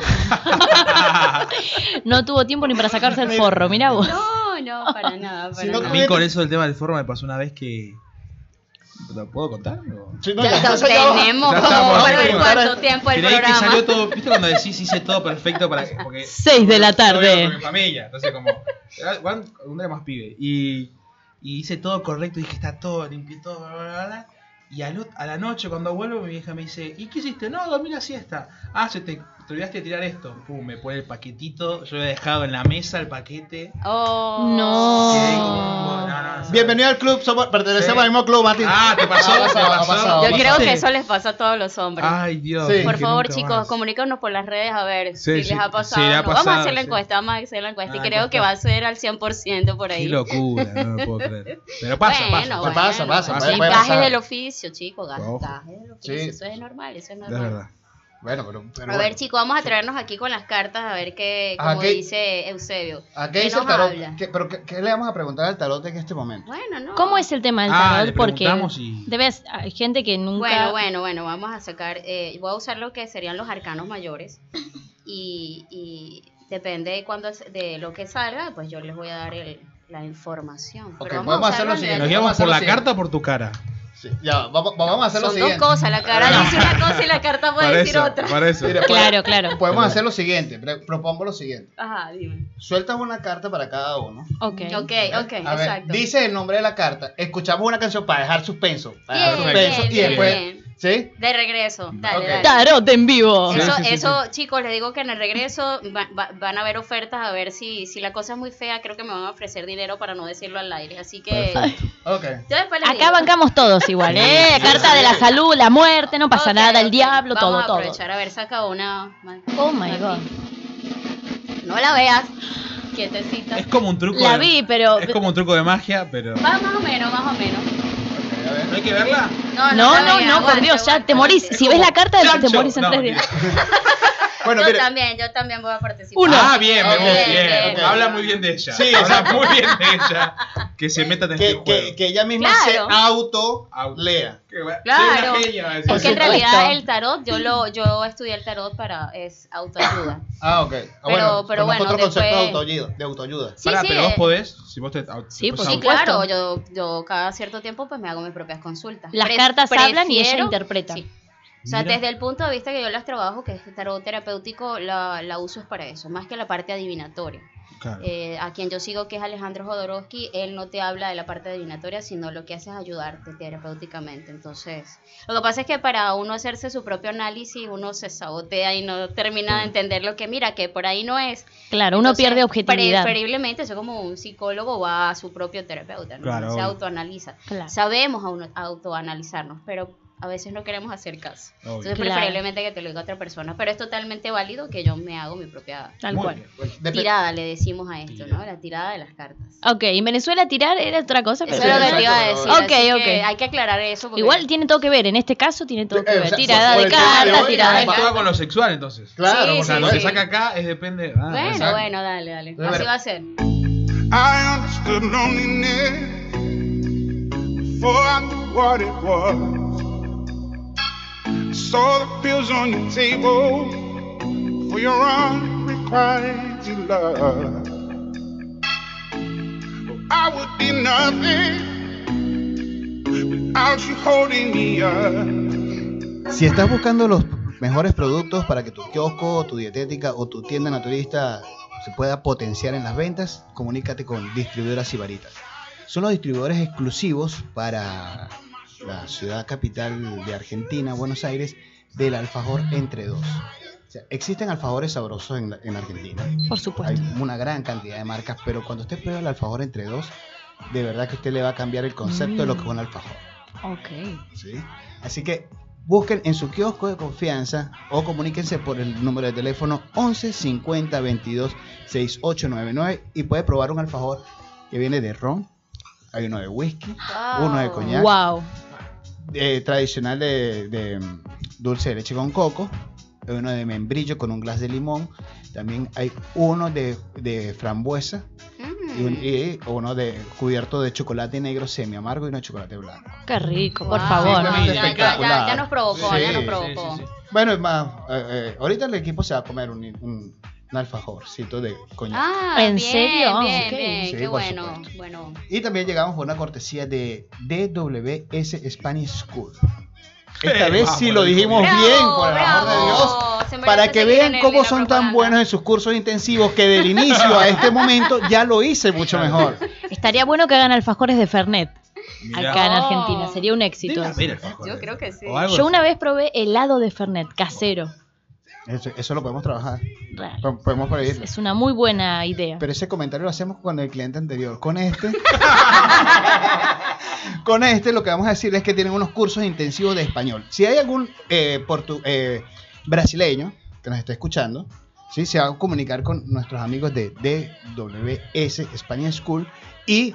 Speaker 6: no tuvo tiempo ni para sacarse el forro. Mirá vos.
Speaker 7: No, no, para nada, para
Speaker 3: Si no
Speaker 8: A
Speaker 7: nada.
Speaker 8: mí con eso del tema del forro me pasó una vez que ¿Lo puedo contar? o?
Speaker 3: Sí, no,
Speaker 7: Ya lo
Speaker 3: entonces ya va.
Speaker 7: tenemos
Speaker 8: Ya
Speaker 7: como
Speaker 8: estamos,
Speaker 7: para el
Speaker 8: sí.
Speaker 7: cuarto tiempo del
Speaker 8: Pero ahí que
Speaker 7: programa.
Speaker 8: salió todo, ¿viste cuando decís hice todo perfecto para que- porque
Speaker 6: 6 de la
Speaker 8: yo vivo con
Speaker 6: tarde.
Speaker 8: mi familia, entonces como era- bueno, un día más pibe y, y hice todo correcto, dije está todo limpio, todo bla, bla, bla, bla. y a, a la noche cuando vuelvo mi vieja me dice, "¿Y qué hiciste? No, dormí la siesta." Ah, se te, te olvidaste de tirar esto. Pum, me pone el paquetito, yo he dejado en la mesa el paquete.
Speaker 7: Oh.
Speaker 6: No.
Speaker 8: Quedé como, no, no, no,
Speaker 3: Bienvenido al club, somos- pertenecemos
Speaker 8: Sí.
Speaker 3: al mismo club, Mati.
Speaker 8: Ah, te pasó,
Speaker 3: Ha pasado,
Speaker 8: te
Speaker 3: ha
Speaker 8: pasó.
Speaker 3: pasado, ha
Speaker 7: Yo creo
Speaker 8: Ah, Sí.
Speaker 7: que eso les pasa a todos los hombres.
Speaker 8: Ay, Dios.
Speaker 3: Sí.
Speaker 8: dije,
Speaker 7: por favor,
Speaker 8: nunca
Speaker 7: chicos,
Speaker 8: más.
Speaker 7: comuníquenos por las redes a ver
Speaker 8: Sí,
Speaker 7: si
Speaker 8: sí,
Speaker 7: les ha pasado.
Speaker 8: sí, le ha
Speaker 7: o no. vamos a
Speaker 8: pasado,
Speaker 7: hacer la
Speaker 8: sí.
Speaker 7: encuesta, vamos a hacer la encuesta.
Speaker 8: Ah,
Speaker 7: y creo que
Speaker 8: encuesta.
Speaker 7: va a ser al 100% por ahí.
Speaker 8: Qué locura, no lo puedo creer. Pero pasa, pasa.
Speaker 3: Pues pasa, pasa,
Speaker 8: puede-
Speaker 7: Sí,
Speaker 3: puede
Speaker 7: gajes
Speaker 3: pasar.
Speaker 7: del oficio, chicos, ga-
Speaker 8: Ojo.
Speaker 7: gajes del oficio.
Speaker 3: Sí.
Speaker 7: Eso es normal, eso es
Speaker 8: Es
Speaker 7: normal.
Speaker 8: verdad.
Speaker 3: Bueno, pero. pero
Speaker 7: a ver,
Speaker 3: bueno.
Speaker 7: chicos, vamos a traernos aquí con las cartas a ver qué,
Speaker 3: Ajá,
Speaker 7: como
Speaker 3: ¿qué-
Speaker 7: dice Eusebio.
Speaker 3: ¿A
Speaker 7: ¿Qué
Speaker 3: qué dice el
Speaker 7: nos
Speaker 3: tarot?
Speaker 7: habla?
Speaker 3: ¿Qué- pero qué, qué le vamos a preguntar al tarot en este momento?
Speaker 7: Bueno, no.
Speaker 6: ¿Cómo es el tema del
Speaker 8: Ah,
Speaker 6: tarot?
Speaker 8: le
Speaker 6: Porque
Speaker 8: preguntamos y-
Speaker 6: debes, hay gente que nunca.
Speaker 7: Bueno, bueno, bueno, vamos a sacar, eh, voy a usar lo que serían los arcanos mayores y, y depende de, cuando, de lo que salga, pues yo les voy a dar el- la información.
Speaker 3: Ok,
Speaker 7: Pero
Speaker 3: vamos a hacer
Speaker 7: usarlo
Speaker 3: lo
Speaker 7: en
Speaker 3: siguiente.
Speaker 8: ¿Nos
Speaker 7: orden.
Speaker 3: Vamos a
Speaker 8: llevamos
Speaker 3: hacer
Speaker 8: por
Speaker 3: lo
Speaker 8: la
Speaker 3: siguiente.
Speaker 8: carta o por tu cara?
Speaker 3: Sí, ya, va- va- vamos a hacer lo
Speaker 7: Son dos
Speaker 3: siguiente.
Speaker 7: cosas, la cara dice una cosa y la carta puede decir otra.
Speaker 8: para eso.
Speaker 3: Mira, pues,
Speaker 6: Claro, claro.
Speaker 3: Podemos hacer lo siguiente, pre- propongo lo siguiente.
Speaker 7: Ajá, dime.
Speaker 3: Sueltas una carta para cada uno.
Speaker 6: Ok.
Speaker 7: Ok, ok,
Speaker 3: A ver,
Speaker 7: exacto.
Speaker 3: dice el nombre de la carta, escuchamos una canción para dejar suspenso. Para dejar
Speaker 7: Bien,
Speaker 3: suspenso
Speaker 7: bien,
Speaker 3: y después.
Speaker 7: bien, bien.
Speaker 3: ¿Sí?
Speaker 7: De regreso, dale,
Speaker 3: Ok.
Speaker 7: dale.
Speaker 6: Tarot en vivo.
Speaker 7: Eso,
Speaker 8: Sí, sí, sí,
Speaker 7: eso chicos, les digo que en el regreso va- va- van a haber ofertas a ver si, si la cosa es muy fea, creo que me van a ofrecer dinero para no decirlo al aire. Así que
Speaker 3: Ok.
Speaker 7: yo después les
Speaker 6: Acá
Speaker 7: digo.
Speaker 6: bancamos todos igual, ¿eh? Carta de la salud, la muerte, no pasa
Speaker 7: Ok,
Speaker 6: nada, el
Speaker 7: ok.
Speaker 6: diablo,
Speaker 7: Vamos
Speaker 6: todo,
Speaker 7: a
Speaker 6: todo.
Speaker 7: aprovechar. A ver, saca una.
Speaker 6: Oh my god.
Speaker 7: No la veas. Quietecita.
Speaker 8: Es como un truco.
Speaker 6: La
Speaker 8: de-
Speaker 6: vi, pero.
Speaker 8: Es como un truco de magia, pero.
Speaker 7: Va más o menos, más o menos.
Speaker 3: ok, a ver.
Speaker 8: ¿No hay que verla?
Speaker 7: No,
Speaker 6: No,
Speaker 7: la
Speaker 6: no,
Speaker 7: veas,
Speaker 6: no, por
Speaker 7: aguanta,
Speaker 6: Dios, ya
Speaker 7: aguanta,
Speaker 6: te morís.
Speaker 7: aguanta.
Speaker 6: Si ves la carta, te
Speaker 8: Chancho.
Speaker 6: morís en
Speaker 8: No,
Speaker 6: tres
Speaker 8: mentira.
Speaker 6: días.
Speaker 3: Bueno,
Speaker 7: yo
Speaker 3: mire,
Speaker 7: también, yo también voy a participar.
Speaker 6: Uno.
Speaker 8: Ah, bien, me
Speaker 7: Bien,
Speaker 8: gusta, bien.
Speaker 7: bien, bien.
Speaker 8: Habla muy bien de ella.
Speaker 3: Sí,
Speaker 8: Habla muy bien de ella. Que se meta en este
Speaker 3: que,
Speaker 8: juego.
Speaker 3: que, que ella misma
Speaker 7: Claro.
Speaker 3: se auto
Speaker 8: Auto.
Speaker 3: lea.
Speaker 8: Que va-
Speaker 7: Claro.
Speaker 8: soy una genia, va a decir.
Speaker 7: Porque en
Speaker 3: supuesto.
Speaker 7: realidad el tarot, yo lo, yo estudié el tarot para es autoayuda.
Speaker 3: Ah, ok. Ah, bueno,
Speaker 7: pero bueno,
Speaker 3: conozco otro concepto de
Speaker 7: después-
Speaker 3: autoayuda. De autoayuda.
Speaker 7: Sí,
Speaker 8: Pará,
Speaker 7: sí.
Speaker 8: pero vos
Speaker 7: eh,
Speaker 8: podés. Si vos te, au-
Speaker 6: Sí,
Speaker 8: te
Speaker 6: por
Speaker 7: Sí,
Speaker 8: puedes auto-
Speaker 6: supuesto.
Speaker 7: claro, yo, yo cada cierto tiempo pues me hago mis propias consultas.
Speaker 6: Las
Speaker 7: Pre-
Speaker 6: cartas hablan y ella
Speaker 7: prefiero-
Speaker 6: interpreta.
Speaker 7: sí. O sea,
Speaker 8: Mira.
Speaker 7: desde el punto de vista que yo las trabajo, que es tarot terapéutico, la, la uso es para eso, más que la parte adivinatoria.
Speaker 8: Claro.
Speaker 7: Eh, a quien yo sigo, que es Alejandro Jodorowsky, él no te habla de la parte adivinatoria, sino lo que hace es ayudarte terapéuticamente. Entonces, lo que pasa es que para uno hacerse su propio análisis, uno se sabotea y no termina de entender lo que mira, que por ahí no es.
Speaker 6: Claro, uno
Speaker 7: Entonces,
Speaker 6: pierde objetividad.
Speaker 7: Preferiblemente, eso como un psicólogo va a su propio terapeuta, ¿no?
Speaker 8: Claro,
Speaker 7: se
Speaker 8: obvio.
Speaker 7: autoanaliza.
Speaker 6: Claro.
Speaker 7: Sabemos auno- autoanalizarnos, pero a veces no queremos hacer caso.
Speaker 8: Obvio.
Speaker 7: Entonces,
Speaker 6: Claro.
Speaker 7: preferiblemente que te lo diga otra persona, pero es totalmente válido que yo me hago mi propia
Speaker 6: Tal
Speaker 8: Muy
Speaker 6: cual.
Speaker 8: bien.
Speaker 3: Dep-
Speaker 7: tirada, le decimos a esto, ¿no? La tirada de las cartas.
Speaker 6: Ok, en Venezuela tirar era otra cosa,
Speaker 7: Eso
Speaker 6: Ah, pero.
Speaker 7: es lo que
Speaker 3: exacto,
Speaker 7: te iba a
Speaker 3: pero-
Speaker 7: decir.
Speaker 6: Ok,
Speaker 7: así
Speaker 6: ok.
Speaker 7: que hay que aclarar eso. porque-
Speaker 6: Igual tiene todo que ver, en este caso tiene todo que
Speaker 3: Eh,
Speaker 6: ver.
Speaker 3: o sea,
Speaker 6: Tirada
Speaker 3: por
Speaker 6: de
Speaker 3: el tema de
Speaker 6: carta,
Speaker 3: hoy,
Speaker 6: tirada de
Speaker 3: va-
Speaker 8: Esto va
Speaker 6: carta.
Speaker 8: con lo sexual entonces.
Speaker 3: Claro,
Speaker 7: Sí,
Speaker 8: O sea,
Speaker 7: sí,
Speaker 8: lo que
Speaker 7: sí.
Speaker 8: saca acá es depende. Ah,
Speaker 7: Bueno,
Speaker 8: exacto.
Speaker 7: bueno, dale, dale.
Speaker 3: Bueno.
Speaker 7: Así va a ser.
Speaker 4: I understood loneliness before I knew what it was. Saw the pills on your table for your unrequited love. I would be nothing without you holding me up.
Speaker 3: Si estás buscando los mejores productos para que tu kiosco, tu dietética o tu tienda naturista se pueda potenciar en las ventas, comunícate con Distribuidora Sibarita. Son los distribuidores exclusivos para la ciudad capital de Argentina, Buenos Aires, del alfajor entre dos. O sea, existen alfajores sabrosos en, la- en Argentina.
Speaker 6: Por
Speaker 3: Hay
Speaker 6: supuesto.
Speaker 3: una gran cantidad de marcas, pero cuando usted prueba el alfajor entre dos, de verdad que usted le va a cambiar el concepto de lo que es un alfajor.
Speaker 6: Ok.
Speaker 3: ¿sí? Así que busquen en su kiosco de confianza o comuníquense por el número de teléfono 11 50 22 6899 y puede probar un alfajor que viene de ron, hay uno de whisky,
Speaker 7: Wow.
Speaker 3: uno de coñac,
Speaker 6: Wow.
Speaker 3: eh, tradicional de, de, mm, dulce de leche con coco, hay uno de membrillo con un glass de limón, también hay uno de, de frambuesa y, un-
Speaker 7: Mm.
Speaker 3: y uno de cubierto de chocolate negro semi amargo y uno de chocolate blanco.
Speaker 6: Qué rico, por
Speaker 8: Ah,
Speaker 7: Wow,
Speaker 6: favor.
Speaker 3: Sí,
Speaker 7: ya-
Speaker 3: familia,
Speaker 7: ya, ya,
Speaker 3: espectacular.
Speaker 7: ya nos provocó, ya
Speaker 3: Sí,
Speaker 7: nos
Speaker 3: sí,
Speaker 7: provocó.
Speaker 3: Bueno, es más, eh, eh, ahorita el equipo se va a comer un, un- Un alfajorcito de coñac.
Speaker 7: Ah,
Speaker 6: ¿En
Speaker 7: bien,
Speaker 6: serio?
Speaker 7: Bien,
Speaker 6: Ok.
Speaker 7: bien,
Speaker 3: Sí,
Speaker 7: qué
Speaker 3: por
Speaker 7: bueno.
Speaker 3: supuesto.
Speaker 7: Bueno,
Speaker 3: Y también llegamos por una cortesía de DWS Spanish School. Esta
Speaker 8: Eh,
Speaker 3: vez
Speaker 8: vamos,
Speaker 3: sí lo
Speaker 8: dijo
Speaker 3: dijimos
Speaker 8: bien.
Speaker 3: bien, por el amor de Dios. Para que vean cómo son tan buenos en sus cursos intensivos que del inicio a este momento ya lo hice mucho mejor.
Speaker 6: Estaría bueno que hagan alfajores de Fernet
Speaker 8: Mirá.
Speaker 6: acá en
Speaker 7: Oh.
Speaker 6: Argentina. Sería un éxito.
Speaker 8: Debe
Speaker 6: eso.
Speaker 8: haber alfajores.
Speaker 7: Yo creo que sí.
Speaker 8: O algo
Speaker 6: Yo
Speaker 8: así.
Speaker 6: una vez probé helado de Fernet casero.
Speaker 3: Eso, eso lo podemos trabajar.
Speaker 6: Raro.
Speaker 3: po- Podemos prohibirlo.
Speaker 6: Es una muy buena idea.
Speaker 3: Pero ese comentario lo hacemos con el cliente anterior. Con este. con este lo que vamos a decir es que tienen unos cursos intensivos de español. Si hay algún eh, portu- eh, brasileño que nos está escuchando, ¿sí? se va a comunicar con nuestros amigos de DWS España School y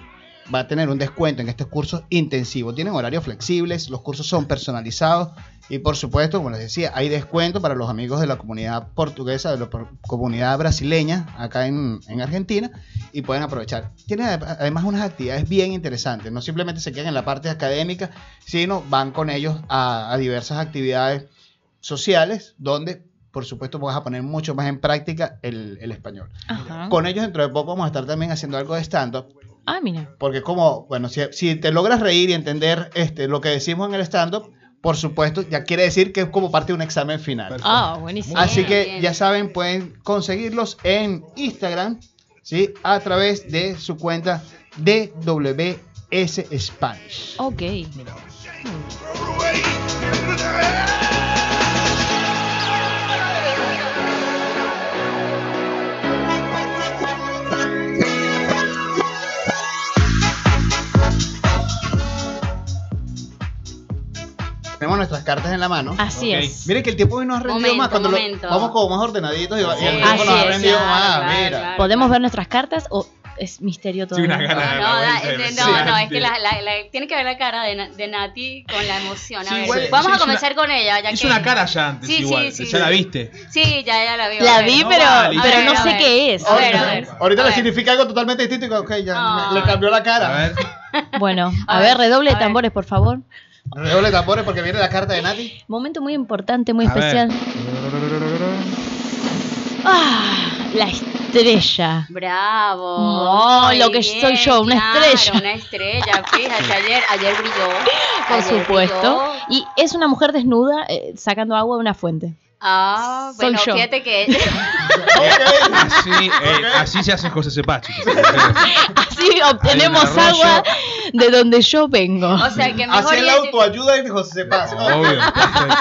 Speaker 3: va a tener un descuento en estos cursos intensivos. Tienen horarios flexibles, los cursos son personalizados y por supuesto, como les decía, hay descuento para los amigos de la comunidad portuguesa, de la por- comunidad brasileña acá en, en Argentina y pueden aprovechar. Tienen ad- además unas actividades bien interesantes, no simplemente se quedan en la parte académica, sino van con ellos a, a diversas actividades sociales donde... Por supuesto, vas a poner mucho más en práctica el, el español.
Speaker 6: Ajá.
Speaker 3: Con ellos, dentro de poco, vamos a estar también haciendo algo de stand-up.
Speaker 6: Ah, mira.
Speaker 3: Porque es como, bueno, si, si te logras reír y entender este, lo que decimos en el stand-up, por supuesto, ya quiere decir que es como parte de un examen final.
Speaker 6: Ah, buenísimo.
Speaker 3: Así
Speaker 7: bien,
Speaker 3: que
Speaker 7: bien.
Speaker 3: ya saben, pueden conseguirlos en Instagram, ¿sí? A través de su cuenta DWS Spanish.
Speaker 7: Oh.
Speaker 6: Ok.
Speaker 3: Tenemos nuestras cartas en la mano.
Speaker 6: Así
Speaker 8: Ok.
Speaker 6: es.
Speaker 3: Miren que el tiempo hoy nos ha rendido
Speaker 7: Momento,
Speaker 3: más cuando lo-
Speaker 7: momento.
Speaker 3: vamos como más ordenaditos y, va- y el tiempo
Speaker 6: Así
Speaker 3: nos ha
Speaker 6: es,
Speaker 3: rendido
Speaker 7: claro,
Speaker 8: "Ah,
Speaker 3: más.
Speaker 7: claro,
Speaker 3: mira.
Speaker 7: claro.
Speaker 6: ¿Podemos ver nuestras cartas o es misterio
Speaker 8: Sí, una
Speaker 6: todavía?
Speaker 7: No,
Speaker 8: gana.
Speaker 7: no, da-
Speaker 8: de-
Speaker 7: de-
Speaker 8: de-
Speaker 7: no, no, es
Speaker 8: de-
Speaker 7: que la, la- la- tiene que ver la cara de, Na- de Nati con la emoción. A
Speaker 8: Sí,
Speaker 7: ver, vamos
Speaker 8: igual- sí,
Speaker 7: a
Speaker 8: hizo una-
Speaker 7: comenzar con ella. Ya
Speaker 8: Hizo
Speaker 7: que-
Speaker 8: una cara ya antes,
Speaker 7: Sí, sí,
Speaker 8: igual.
Speaker 7: sí.
Speaker 8: ya la viste.
Speaker 7: *laughs* Sí, ya, ya la vi.
Speaker 6: La
Speaker 7: ok.
Speaker 6: vi,
Speaker 8: No
Speaker 6: pero,
Speaker 8: vale.
Speaker 6: pero
Speaker 7: A ver,
Speaker 6: no
Speaker 7: a
Speaker 6: sé
Speaker 7: ver.
Speaker 6: qué es.
Speaker 7: A ver, a ver.
Speaker 3: Ahorita
Speaker 7: A
Speaker 3: le
Speaker 7: ver.
Speaker 3: significa algo totalmente distinto. y Ok, ya
Speaker 7: Ah.
Speaker 3: me- le cambió la cara.
Speaker 8: A ver.
Speaker 6: *laughs* Bueno, a,
Speaker 7: A
Speaker 6: ver,
Speaker 7: ver,
Speaker 6: redoble de
Speaker 7: a ver.
Speaker 6: tambores, por favor.
Speaker 3: Redoble de tambores porque viene la carta de Nati.
Speaker 6: Momento muy importante, muy
Speaker 8: A ver.
Speaker 6: especial. Ah, la estrella.
Speaker 7: Bravo.
Speaker 6: No,
Speaker 7: Muy
Speaker 6: lo que
Speaker 7: bien,
Speaker 6: soy yo, una
Speaker 7: claro,
Speaker 6: estrella.
Speaker 7: Una estrella, fíjate, ayer, ayer brilló.
Speaker 6: Por
Speaker 7: ayer
Speaker 6: supuesto.
Speaker 7: brilló.
Speaker 6: Y es una mujer desnuda eh, sacando agua de una fuente.
Speaker 7: Ah,
Speaker 6: Soy
Speaker 7: bueno,
Speaker 6: yo.
Speaker 7: fíjate que *laughs*
Speaker 8: Así, eh, así se hacen cosas de paz, chicos.
Speaker 6: *laughs* Así obtenemos
Speaker 8: arroyo.
Speaker 6: agua de donde yo *laughs* vengo.
Speaker 7: o sea, que Eh, mejor
Speaker 3: Hacía la
Speaker 7: ya-
Speaker 3: autoayuda y dijo, se pasa.
Speaker 8: Obvio, perfecto.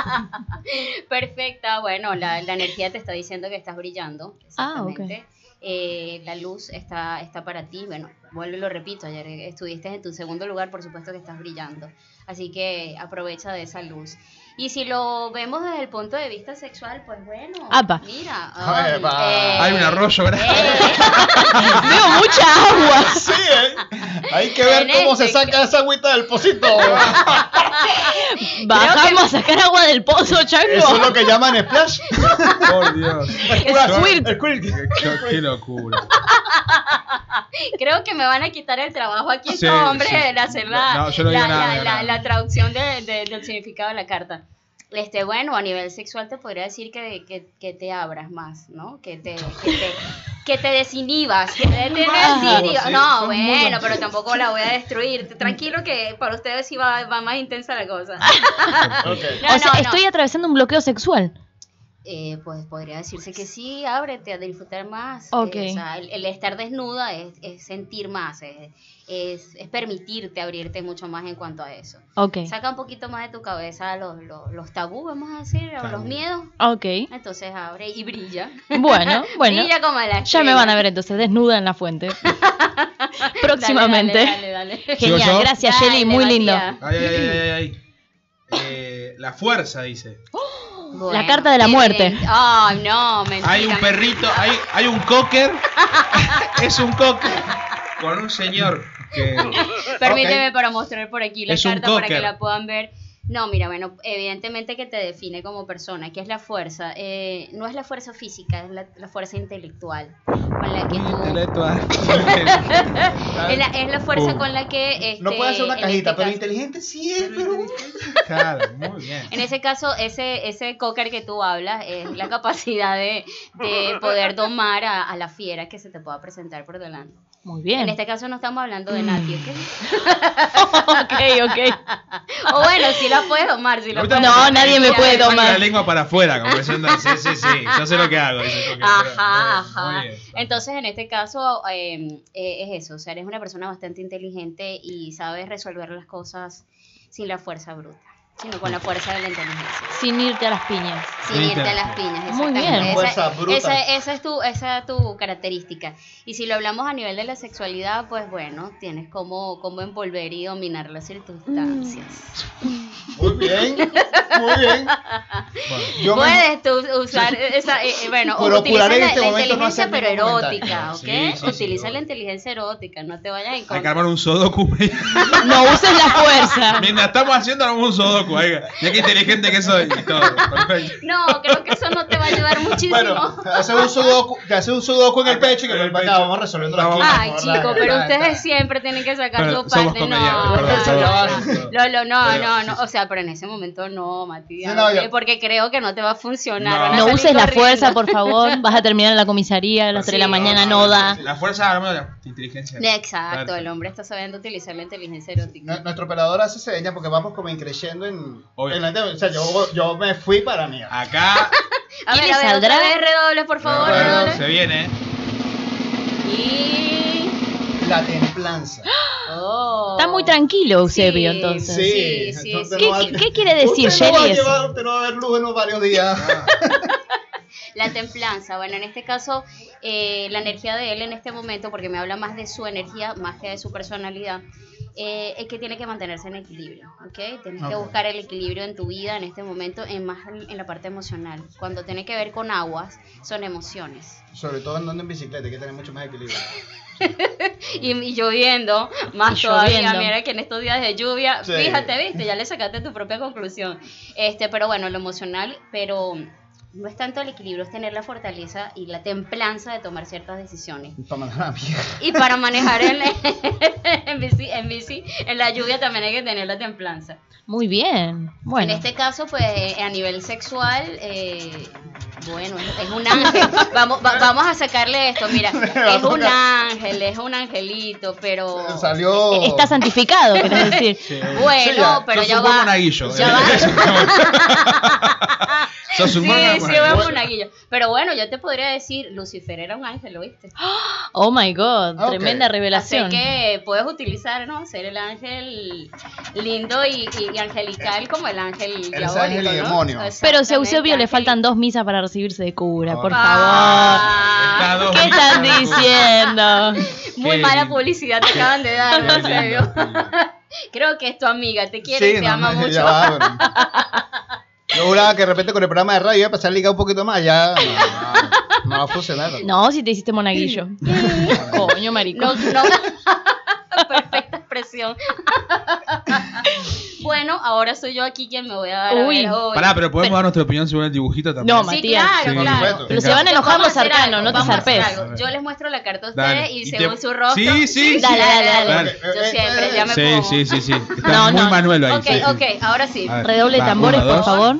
Speaker 7: Perfecta, bueno, la, la energía te está diciendo que estás brillando.
Speaker 6: Ah, ok.
Speaker 7: exactamente. Eh, la luz está, está para ti. Bueno, vuelvo y lo repito, ayer estuviste en tu segundo lugar, por supuesto que estás brillando. Así que aprovecha de esa luz. Y si lo vemos desde el punto de vista sexual, pues bueno,
Speaker 6: Apa.
Speaker 7: mira.
Speaker 3: Ay,
Speaker 7: ay,
Speaker 3: va.
Speaker 7: eh,
Speaker 8: Hay un arroyo grande.
Speaker 6: Veo mucha agua.
Speaker 3: *laughs* Sí, ¿eh? Hay que ver
Speaker 7: En
Speaker 3: cómo se
Speaker 7: este-
Speaker 3: saca esa agüita del
Speaker 8: *laughs*
Speaker 3: pocito.
Speaker 6: *laughs* Bajamos a sacar agua del pozo,
Speaker 3: Eso es
Speaker 6: chango.
Speaker 3: lo que llaman splash.
Speaker 8: Por Dios.
Speaker 6: Squirt.
Speaker 8: Qué, qué locura.
Speaker 7: Creo que me van a quitar el trabajo aquí
Speaker 8: Sí,
Speaker 7: estos hombres
Speaker 8: sí.
Speaker 7: de hacer la,
Speaker 8: No, yo no digo
Speaker 7: la,
Speaker 8: nada,
Speaker 7: la-
Speaker 8: digo
Speaker 7: la-
Speaker 8: nada.
Speaker 7: la traducción de- de- del significado de la carta. Este, bueno, a nivel sexual te podría decir que, que, que te abras más, ¿no? Que te, que te, que te desinhibas.
Speaker 8: *laughs*
Speaker 7: Que te, te desinhibas.
Speaker 8: sí,
Speaker 7: no,
Speaker 8: son muy
Speaker 7: bueno,
Speaker 8: buenos.
Speaker 7: pero tampoco la voy a destruir. Tranquilo que para ustedes sí va, va más intensa la cosa.
Speaker 3: Ok.
Speaker 7: No,
Speaker 6: o sea,
Speaker 7: no, no.
Speaker 6: estoy atravesando un bloqueo sexual.
Speaker 7: Eh, pues podría decirse que sí, ábrete a disfrutar más.
Speaker 6: Ok.
Speaker 7: Eh, o sea, el, el estar desnuda es, es sentir más, es, es- es permitirte abrirte mucho más en cuanto a eso.
Speaker 6: Ok.
Speaker 7: Saca un poquito más de tu cabeza los, los, los tabú, vamos a decir, o los
Speaker 8: Tabú.
Speaker 7: miedos.
Speaker 6: Ok.
Speaker 7: Entonces abre
Speaker 6: *laughs*
Speaker 7: y brilla.
Speaker 6: Bueno, bueno.
Speaker 7: brilla como la
Speaker 6: Ya me van
Speaker 7: *laughs*
Speaker 6: a ver entonces desnuda en la fuente. Próximamente.
Speaker 7: Dale, dale, dale, dale.
Speaker 8: ¿Sigo
Speaker 6: Genial,
Speaker 8: yo?
Speaker 6: gracias,
Speaker 7: Dale,
Speaker 6: Jelly, muy lindo.
Speaker 7: Matías.
Speaker 8: Ay, ay, ay, ay, ay. Eh, la fuerza, dice.
Speaker 7: Bueno,
Speaker 6: carta de la
Speaker 7: qué
Speaker 6: muerte.
Speaker 7: bien. Ay, no, mentira.
Speaker 8: Hay un perrito, hay, hay un cocker. *laughs* es un cocker. Con un señor que.
Speaker 7: Permíteme
Speaker 8: Ok.
Speaker 7: para mostrar por aquí la
Speaker 8: Es un
Speaker 7: carta para que
Speaker 8: cocker.
Speaker 7: la puedan ver. No, mira, bueno, evidentemente que te define como persona, que es la fuerza. Eh, no es la fuerza física, es la, la fuerza intelectual. Con la que tú,
Speaker 8: Intelectual.
Speaker 7: es, la, es la fuerza con la que.
Speaker 3: No
Speaker 7: este,
Speaker 3: puede hacer una
Speaker 7: en
Speaker 3: cajita,
Speaker 7: este
Speaker 3: pero
Speaker 7: caso-
Speaker 3: inteligente sí es, pero.
Speaker 8: Claro, muy bien.
Speaker 7: En ese caso, ese, ese cocker que tú hablas es la capacidad de, de poder domar a, a la fiera que se te pueda presentar por delante.
Speaker 6: Muy bien. Mm.
Speaker 7: En este caso no estamos hablando de nadie, ¿ok?
Speaker 6: ok,
Speaker 7: *laughs*
Speaker 6: ok.
Speaker 7: O bueno, si la puedes domar, si la
Speaker 8: Ahorita
Speaker 7: puedes
Speaker 8: vamos a-
Speaker 6: No, nadie me puede
Speaker 8: Saca La
Speaker 6: tomar.
Speaker 8: lengua para afuera, como diciendo, sí, sí, sí, yo sé lo que hago. dice el cocker.
Speaker 7: Ajá,
Speaker 8: Muy
Speaker 7: ajá.
Speaker 8: bien.
Speaker 7: Entonces, en este caso, eh, eh, es eso. O sea, eres una persona bastante inteligente y sabes resolver las cosas sin la fuerza bruta, sino con la fuerza de la inteligencia.
Speaker 6: Sin irte a las piñas.
Speaker 7: Sin irte a las piñas.
Speaker 6: Muy bien.
Speaker 7: exactamente.
Speaker 3: Fuerza
Speaker 7: Esa,
Speaker 3: bruta.
Speaker 7: esa- esa es tu, esa es tu característica. Y si lo hablamos a nivel de la sexualidad, pues bueno, tienes cómo, cómo envolver y dominar las
Speaker 6: Mm.
Speaker 7: circunstancias.
Speaker 3: Muy bien, muy bien. Yo me-
Speaker 7: Puedes tú usar esa, eh, eh, bueno,
Speaker 3: Procuraré
Speaker 7: utiliza
Speaker 3: en
Speaker 7: la,
Speaker 3: este
Speaker 7: la
Speaker 3: momento no
Speaker 7: inteligencia
Speaker 3: hacer
Speaker 7: pero
Speaker 3: ningún
Speaker 7: erótica, ¿ok?
Speaker 8: comentario. Sí, sí, sí,
Speaker 7: utiliza
Speaker 8: obvio.
Speaker 7: la inteligencia erótica, no te vayas en
Speaker 8: Hay que
Speaker 7: contra.
Speaker 8: armar un sudoku.
Speaker 6: No uses la
Speaker 7: *laughs*
Speaker 6: fuerza.
Speaker 8: Mientras estamos haciendo, armamos un sudoku. oiga. Mira qué inteligente que soy. y todo, perfecto.
Speaker 7: No, creo que eso no te va a
Speaker 8: *laughs*
Speaker 7: ayudar muchísimo.
Speaker 3: Bueno, hace un sudocu, te hace un sudoku en el pecho y que
Speaker 8: En el
Speaker 3: lo
Speaker 8: pecho.
Speaker 3: vamos resolviendo la
Speaker 8: Vamos.
Speaker 7: Ay,
Speaker 8: Vamos,
Speaker 7: chico,
Speaker 8: dale,
Speaker 7: pero
Speaker 8: dale,
Speaker 7: ustedes
Speaker 8: dale.
Speaker 7: siempre tienen que sacar
Speaker 8: Pero
Speaker 7: su
Speaker 8: somos
Speaker 7: parte. No,
Speaker 8: comediantes, perdón,
Speaker 7: no,
Speaker 8: somos
Speaker 7: no,
Speaker 8: comediantes,
Speaker 7: no,
Speaker 8: perdón.
Speaker 7: Lolo, no,
Speaker 8: Pero-
Speaker 7: no, no. O sea, pero en ese momento no, Matías.
Speaker 3: Sí, no, yo-
Speaker 7: ¿ok? Porque creo que no te va a funcionar.
Speaker 8: No.
Speaker 7: van a
Speaker 6: No
Speaker 7: salir
Speaker 6: uses la
Speaker 7: corriendo.
Speaker 6: fuerza, por favor. Vas a terminar en la comisaría a las 3 de la
Speaker 7: Sí.
Speaker 6: mañana, no da.
Speaker 8: La fuerza arma la inteligencia.
Speaker 7: Exacto, el
Speaker 8: Perfecto.
Speaker 7: hombre está sabiendo utilizar la inteligencia erótica.
Speaker 3: Nue- Nuestro operador hace señas porque vamos como increciendo en,
Speaker 8: Obvio. Ah.
Speaker 3: en la O sea, yo, yo me fui para mí.
Speaker 8: Acá
Speaker 7: A ver,
Speaker 6: ¿Quién
Speaker 7: a ver,
Speaker 6: saldrá?
Speaker 7: otra vez redobles, por favor.
Speaker 8: Bueno,
Speaker 7: redobles.
Speaker 8: se viene.
Speaker 7: Y...
Speaker 3: La templanza.
Speaker 7: Oh.
Speaker 6: Está muy tranquilo Eusebio,
Speaker 7: Sí,
Speaker 6: entonces.
Speaker 7: Sí, sí,
Speaker 3: entonces no
Speaker 7: sí.
Speaker 6: ¿Qué-
Speaker 3: va-
Speaker 6: qué- qué quiere decir,
Speaker 3: usted no va a
Speaker 6: Jerry, eso?
Speaker 3: llevar- Usted no va a ver luz en los varios días.
Speaker 7: La templanza, bueno, en este caso, eh, la energía de él en este momento, porque me habla más de su energía, más que de su personalidad, eh, es que tiene que mantenerse en equilibrio, ¿ok? Tienes que
Speaker 3: Ok.
Speaker 7: buscar el equilibrio en tu vida en este momento, en más en la parte emocional. Cuando tiene que ver con aguas, son emociones.
Speaker 3: *laughs* Sobre todo andando en bicicleta, hay que tener mucho más equilibrio.
Speaker 7: *laughs* Y, y lloviendo, más
Speaker 6: Y
Speaker 7: todavía,
Speaker 6: lloviendo.
Speaker 7: mira que en estos días de lluvia,
Speaker 3: Sí.
Speaker 7: fíjate, viste, ya le sacaste tu propia conclusión. Este, pero bueno, lo emocional, pero... No es tanto el equilibrio, es tener la fortaleza y la templanza de tomar ciertas decisiones.
Speaker 3: Para mandar a la mierda.
Speaker 7: Y para manejar en, *laughs* en bici, en bici, en la lluvia también hay que tener la templanza.
Speaker 6: Muy bien. Bueno.
Speaker 7: En este caso, pues eh, a nivel sexual, eh, bueno, es, es
Speaker 6: *laughs*
Speaker 7: un ángel. Vamos, va- vamos a sacarle esto, mira, es un ángel, es un angelito, pero... E-,
Speaker 3: Salió.
Speaker 6: Está santificado, quiero
Speaker 7: *laughs*
Speaker 6: decir.
Speaker 8: Sí,
Speaker 7: Bueno, pero
Speaker 8: sos
Speaker 7: ya
Speaker 8: un buen
Speaker 7: va.
Speaker 8: monaguillo.
Speaker 7: Ya va.
Speaker 8: Sos un
Speaker 7: Sí,
Speaker 8: buen
Speaker 7: sí, es un
Speaker 8: monaguillo.
Speaker 7: monaguillo. Pero bueno, yo te podría decir, Lucifer era un ángel, ¿lo viste?
Speaker 6: Oh my god,
Speaker 3: Ok.
Speaker 6: tremenda revelación.
Speaker 7: Así que puedes utilizar, ¿no? Ser el ángel lindo y, y- y angelical como el ángel diabólico,
Speaker 3: ángel y
Speaker 7: ¿no?
Speaker 3: demonio.
Speaker 6: Pero si a
Speaker 7: Exactamente,
Speaker 6: Eusebio le
Speaker 7: ángel.
Speaker 6: faltan dos misas para recibirse de cura, por favor.
Speaker 7: Ah,
Speaker 8: favor.
Speaker 6: ¿Qué
Speaker 8: *laughs*
Speaker 6: están diciendo?
Speaker 7: Muy
Speaker 8: Qué
Speaker 7: mala
Speaker 8: lindo.
Speaker 7: publicidad te acaban de dar,
Speaker 8: Qué
Speaker 7: *laughs* Eusebio.
Speaker 8: lindo.
Speaker 7: Creo que es tu amiga, te quiere y te ama
Speaker 3: no,
Speaker 7: mucho.
Speaker 3: ya va,
Speaker 7: *laughs*
Speaker 3: bueno. Yo juraba que de repente con el programa de radio iba a pasar a ligar un poquito más. Ya. No, no va a
Speaker 7: *laughs*
Speaker 3: funcionar.
Speaker 6: No, si te hiciste monaguillo. Coño,
Speaker 7: No,
Speaker 6: maricón.
Speaker 7: no. *laughs* Perfecta expresión. *laughs* bueno, ahora soy yo aquí quien me voy a dar a
Speaker 6: Uy.
Speaker 7: ver hoy.
Speaker 8: Pará, pero podemos dar nuestra opinión sobre el dibujito también.
Speaker 6: No,
Speaker 7: Sí,
Speaker 6: Matías.
Speaker 7: claro,
Speaker 8: Sí,
Speaker 7: claro.
Speaker 8: supuesto.
Speaker 6: Pero se van a enojar
Speaker 7: Vamos a
Speaker 6: los
Speaker 7: hacer
Speaker 6: arcanos,
Speaker 7: algo,
Speaker 6: no te
Speaker 7: vamos a hacer
Speaker 6: zarpes.
Speaker 7: algo. Yo les muestro la carta a ustedes
Speaker 8: Dale.
Speaker 7: y
Speaker 8: Y
Speaker 7: según
Speaker 8: te-
Speaker 7: su rostro.
Speaker 8: Sí, sí, sí.
Speaker 7: Dale, dale, dale.
Speaker 8: Dale. Eh,
Speaker 7: Yo siempre, ya me
Speaker 8: Sí,
Speaker 7: pongo.
Speaker 8: sí, sí, sí. Está
Speaker 6: No,
Speaker 8: muy
Speaker 6: no.
Speaker 8: Manuel ahí.
Speaker 7: Ok,
Speaker 8: sí, sí.
Speaker 7: ok, ahora sí.
Speaker 8: A ver,
Speaker 6: Redoble de
Speaker 8: va,
Speaker 6: tambores,
Speaker 8: uno,
Speaker 6: por
Speaker 8: dos.
Speaker 6: favor.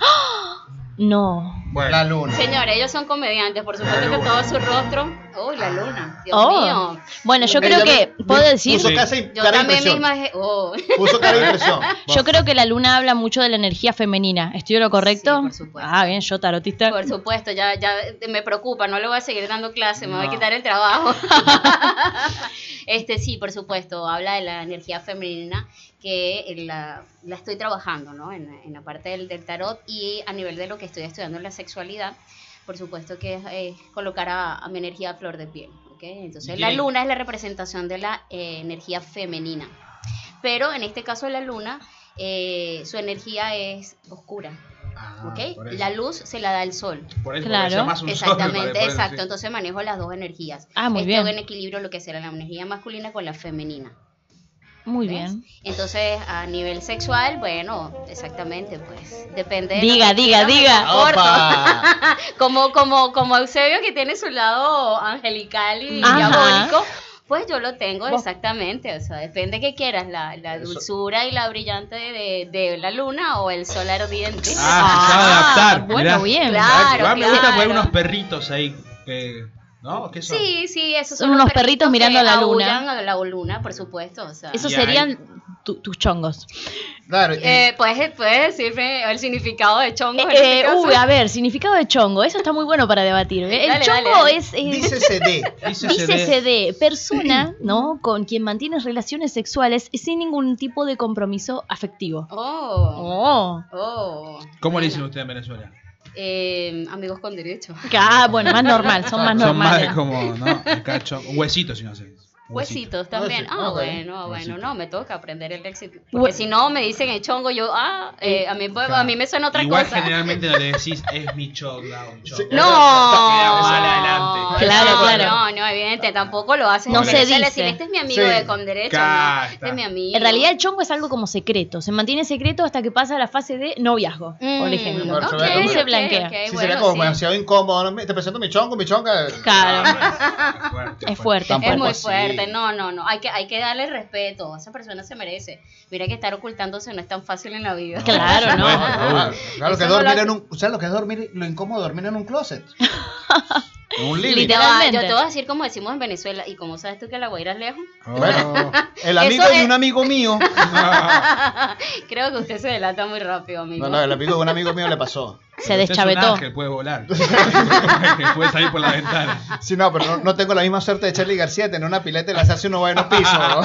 Speaker 6: ¡Ah! No.
Speaker 8: Bueno.
Speaker 3: La luna.
Speaker 7: Señores, ellos son comediantes, por supuesto que todo su rostro. Uy, la luna, Dios
Speaker 6: Oh.
Speaker 7: mío.
Speaker 6: Bueno,
Speaker 8: Eh,
Speaker 6: yo
Speaker 3: Ella
Speaker 6: creo
Speaker 3: me-
Speaker 6: que puedo decir,
Speaker 3: Puso
Speaker 8: Sí.
Speaker 3: casi
Speaker 7: Yo
Speaker 3: cara de
Speaker 7: también
Speaker 3: impresión.
Speaker 7: misma. je- Oh.
Speaker 3: Puso cara de impresión.
Speaker 6: yo creo que la luna habla mucho de la energía femenina. ¿Estoy en lo correcto?
Speaker 7: Sí, por supuesto.
Speaker 6: Ah, bien, yo tarotista.
Speaker 7: Por supuesto, ya, ya me preocupa, no le voy a seguir dando clase, me voy a quitar el trabajo. este sí, por supuesto, habla de la energía femenina que eh, la, la estoy trabajando, ¿no? En, en la parte del, del tarot y a nivel de lo que estoy estudiando en la sexualidad, por supuesto que es, eh, colocar a, a mi energía a flor de piel, ¿ok? Entonces la
Speaker 8: Bien.
Speaker 7: luna es la representación de la eh, energía femenina, pero en este caso la luna, eh, su energía es oscura,
Speaker 8: Ah,
Speaker 7: ¿ok?
Speaker 8: por eso.
Speaker 7: La luz se la da el
Speaker 8: *laughs*
Speaker 7: sol.
Speaker 8: Por eso,
Speaker 6: Claro.
Speaker 8: porque se llama un sol,
Speaker 7: Exactamente,
Speaker 8: por eso,
Speaker 7: exacto.
Speaker 8: sí.
Speaker 7: Entonces manejo las dos energías.
Speaker 6: Ah, muy
Speaker 7: Estoy
Speaker 6: bien.
Speaker 7: en equilibrio lo que será la energía masculina con la femenina.
Speaker 6: Muy
Speaker 7: ¿ves?
Speaker 6: bien.
Speaker 7: Entonces, a nivel sexual, bueno, exactamente, pues depende. de
Speaker 6: Diga,
Speaker 7: lo que
Speaker 6: diga,
Speaker 7: quieras, me
Speaker 6: diga.
Speaker 7: importa.
Speaker 3: Opa.
Speaker 7: como, como, como Eusebio que tiene su lado angelical y
Speaker 6: Ajá.
Speaker 7: diabólico. Pues yo lo tengo
Speaker 6: Vos-
Speaker 7: exactamente, o sea, depende que quieras, la, la
Speaker 3: Eso-
Speaker 7: dulzura y la brillante de, de la luna o el sol ardiente.
Speaker 8: Ah, se acaba de adaptar,
Speaker 6: bueno,
Speaker 8: mirá.
Speaker 6: bien.
Speaker 7: Claro.
Speaker 8: Ah, me gusta poner
Speaker 7: claro.
Speaker 8: unos perritos ahí. que- ¿No? ¿Qué son?
Speaker 7: Sí, sí, esos
Speaker 6: Son unos perritos
Speaker 7: que
Speaker 6: mirando a la luna.
Speaker 7: aullan a la luna, por supuesto, o sea.
Speaker 6: Esos
Speaker 8: Y ahí-
Speaker 6: serían tu- tus chongos.
Speaker 3: Claro, y-
Speaker 7: *laughs* Eh, ¿puedes, puedes decirme el significado de chongo en
Speaker 6: Eh,
Speaker 7: este
Speaker 6: eh,
Speaker 7: caso?
Speaker 6: uy, a ver, significado de chongo. Eso está muy bueno para debatir. El
Speaker 7: Dale,
Speaker 6: chongo
Speaker 7: dale, dale.
Speaker 6: es. eh,
Speaker 3: dícese de.
Speaker 8: Dice
Speaker 6: Dícese de persona, ¿no? Con quien mantienes relaciones sexuales sin ningún tipo de compromiso afectivo.
Speaker 7: Oh,
Speaker 6: Oh.
Speaker 7: oh.
Speaker 8: ¿Cómo le dicen ustedes en Venezuela?
Speaker 7: Eh, amigos con derecho.
Speaker 6: Ah, bueno, más normal, son más
Speaker 8: Son más
Speaker 6: normales.
Speaker 8: de como, ¿no? Acá chon- huesitos, si no sé. Huesitos.
Speaker 7: Huesitos también.
Speaker 3: Huesito.
Speaker 7: Ah,
Speaker 3: Ok.
Speaker 7: bueno,
Speaker 8: Huesito.
Speaker 7: bueno, no, me toca aprender el léxico.
Speaker 6: Hue-
Speaker 7: Porque si no, me dicen el chongo, yo, ah, eh, a, mí, a mí me suena otra
Speaker 8: Igual
Speaker 7: cosa.
Speaker 8: generalmente no le decís es mi chonga o mi chonga.
Speaker 7: No,
Speaker 8: Queda mal adelante.
Speaker 6: Claro,
Speaker 7: no,
Speaker 6: claro.
Speaker 7: No, no, evidente, tampoco lo hacen.
Speaker 6: No
Speaker 7: en
Speaker 6: se
Speaker 7: Venezuela,
Speaker 6: dice.
Speaker 7: decir, Este es mi amigo
Speaker 3: Sí.
Speaker 7: de con derecho.
Speaker 8: Cá,
Speaker 7: ¿no?
Speaker 8: está.
Speaker 7: Este es mi amigo.
Speaker 6: En realidad el chongo es algo como secreto, se mantiene secreto hasta que pasa la fase de noviazgo, por
Speaker 7: Mm,
Speaker 6: ejemplo.
Speaker 3: ok,
Speaker 6: Ahí se
Speaker 7: ok,
Speaker 6: blanquea.
Speaker 7: ok,
Speaker 3: Sí,
Speaker 7: bueno,
Speaker 3: sería como
Speaker 7: sí.
Speaker 3: demasiado incómodo. ¿no? Te presento mi chongo, mi chonga.
Speaker 7: *laughs*
Speaker 6: Claro,
Speaker 8: Ah, fuerte,
Speaker 6: es fuerte.
Speaker 3: Tampoco
Speaker 7: Es muy
Speaker 3: así.
Speaker 7: fuerte, no, no, no, hay que, hay que darle respeto, esa persona se merece. Mira que estar ocultándose no es tan fácil en la vida.
Speaker 6: Claro,
Speaker 8: No,
Speaker 6: ¿no?
Speaker 8: no, no.
Speaker 3: Claro, Ah, claro que
Speaker 7: Eso no
Speaker 3: dormir
Speaker 7: lo-
Speaker 3: en un. ¿Sabes lo que es dormir? Lo incómodo de dormir en un closet. En un living.
Speaker 7: Te
Speaker 6: Literal.
Speaker 7: voy a-
Speaker 6: Literalmente.
Speaker 7: yo te voy a decir como decimos en Venezuela, y como sabes tú que la Guaira es lejos,
Speaker 8: Oh.
Speaker 7: *laughs*
Speaker 3: Bueno, el amigo
Speaker 7: Eso
Speaker 3: de
Speaker 7: es-
Speaker 3: un amigo mío.
Speaker 7: creo que usted se delata muy rápido, amigo.
Speaker 3: No, no, el amigo de un amigo mío le pasó.
Speaker 6: se
Speaker 8: Usted es un
Speaker 6: deschavetó.
Speaker 8: ángel, puede volar. que puede salir por la ventana.
Speaker 3: Sí, no, pero no, no tengo la misma suerte de Charlie García. Tener una pileta y las hace unos buenos pisos.
Speaker 7: *laughs*
Speaker 3: ¿no?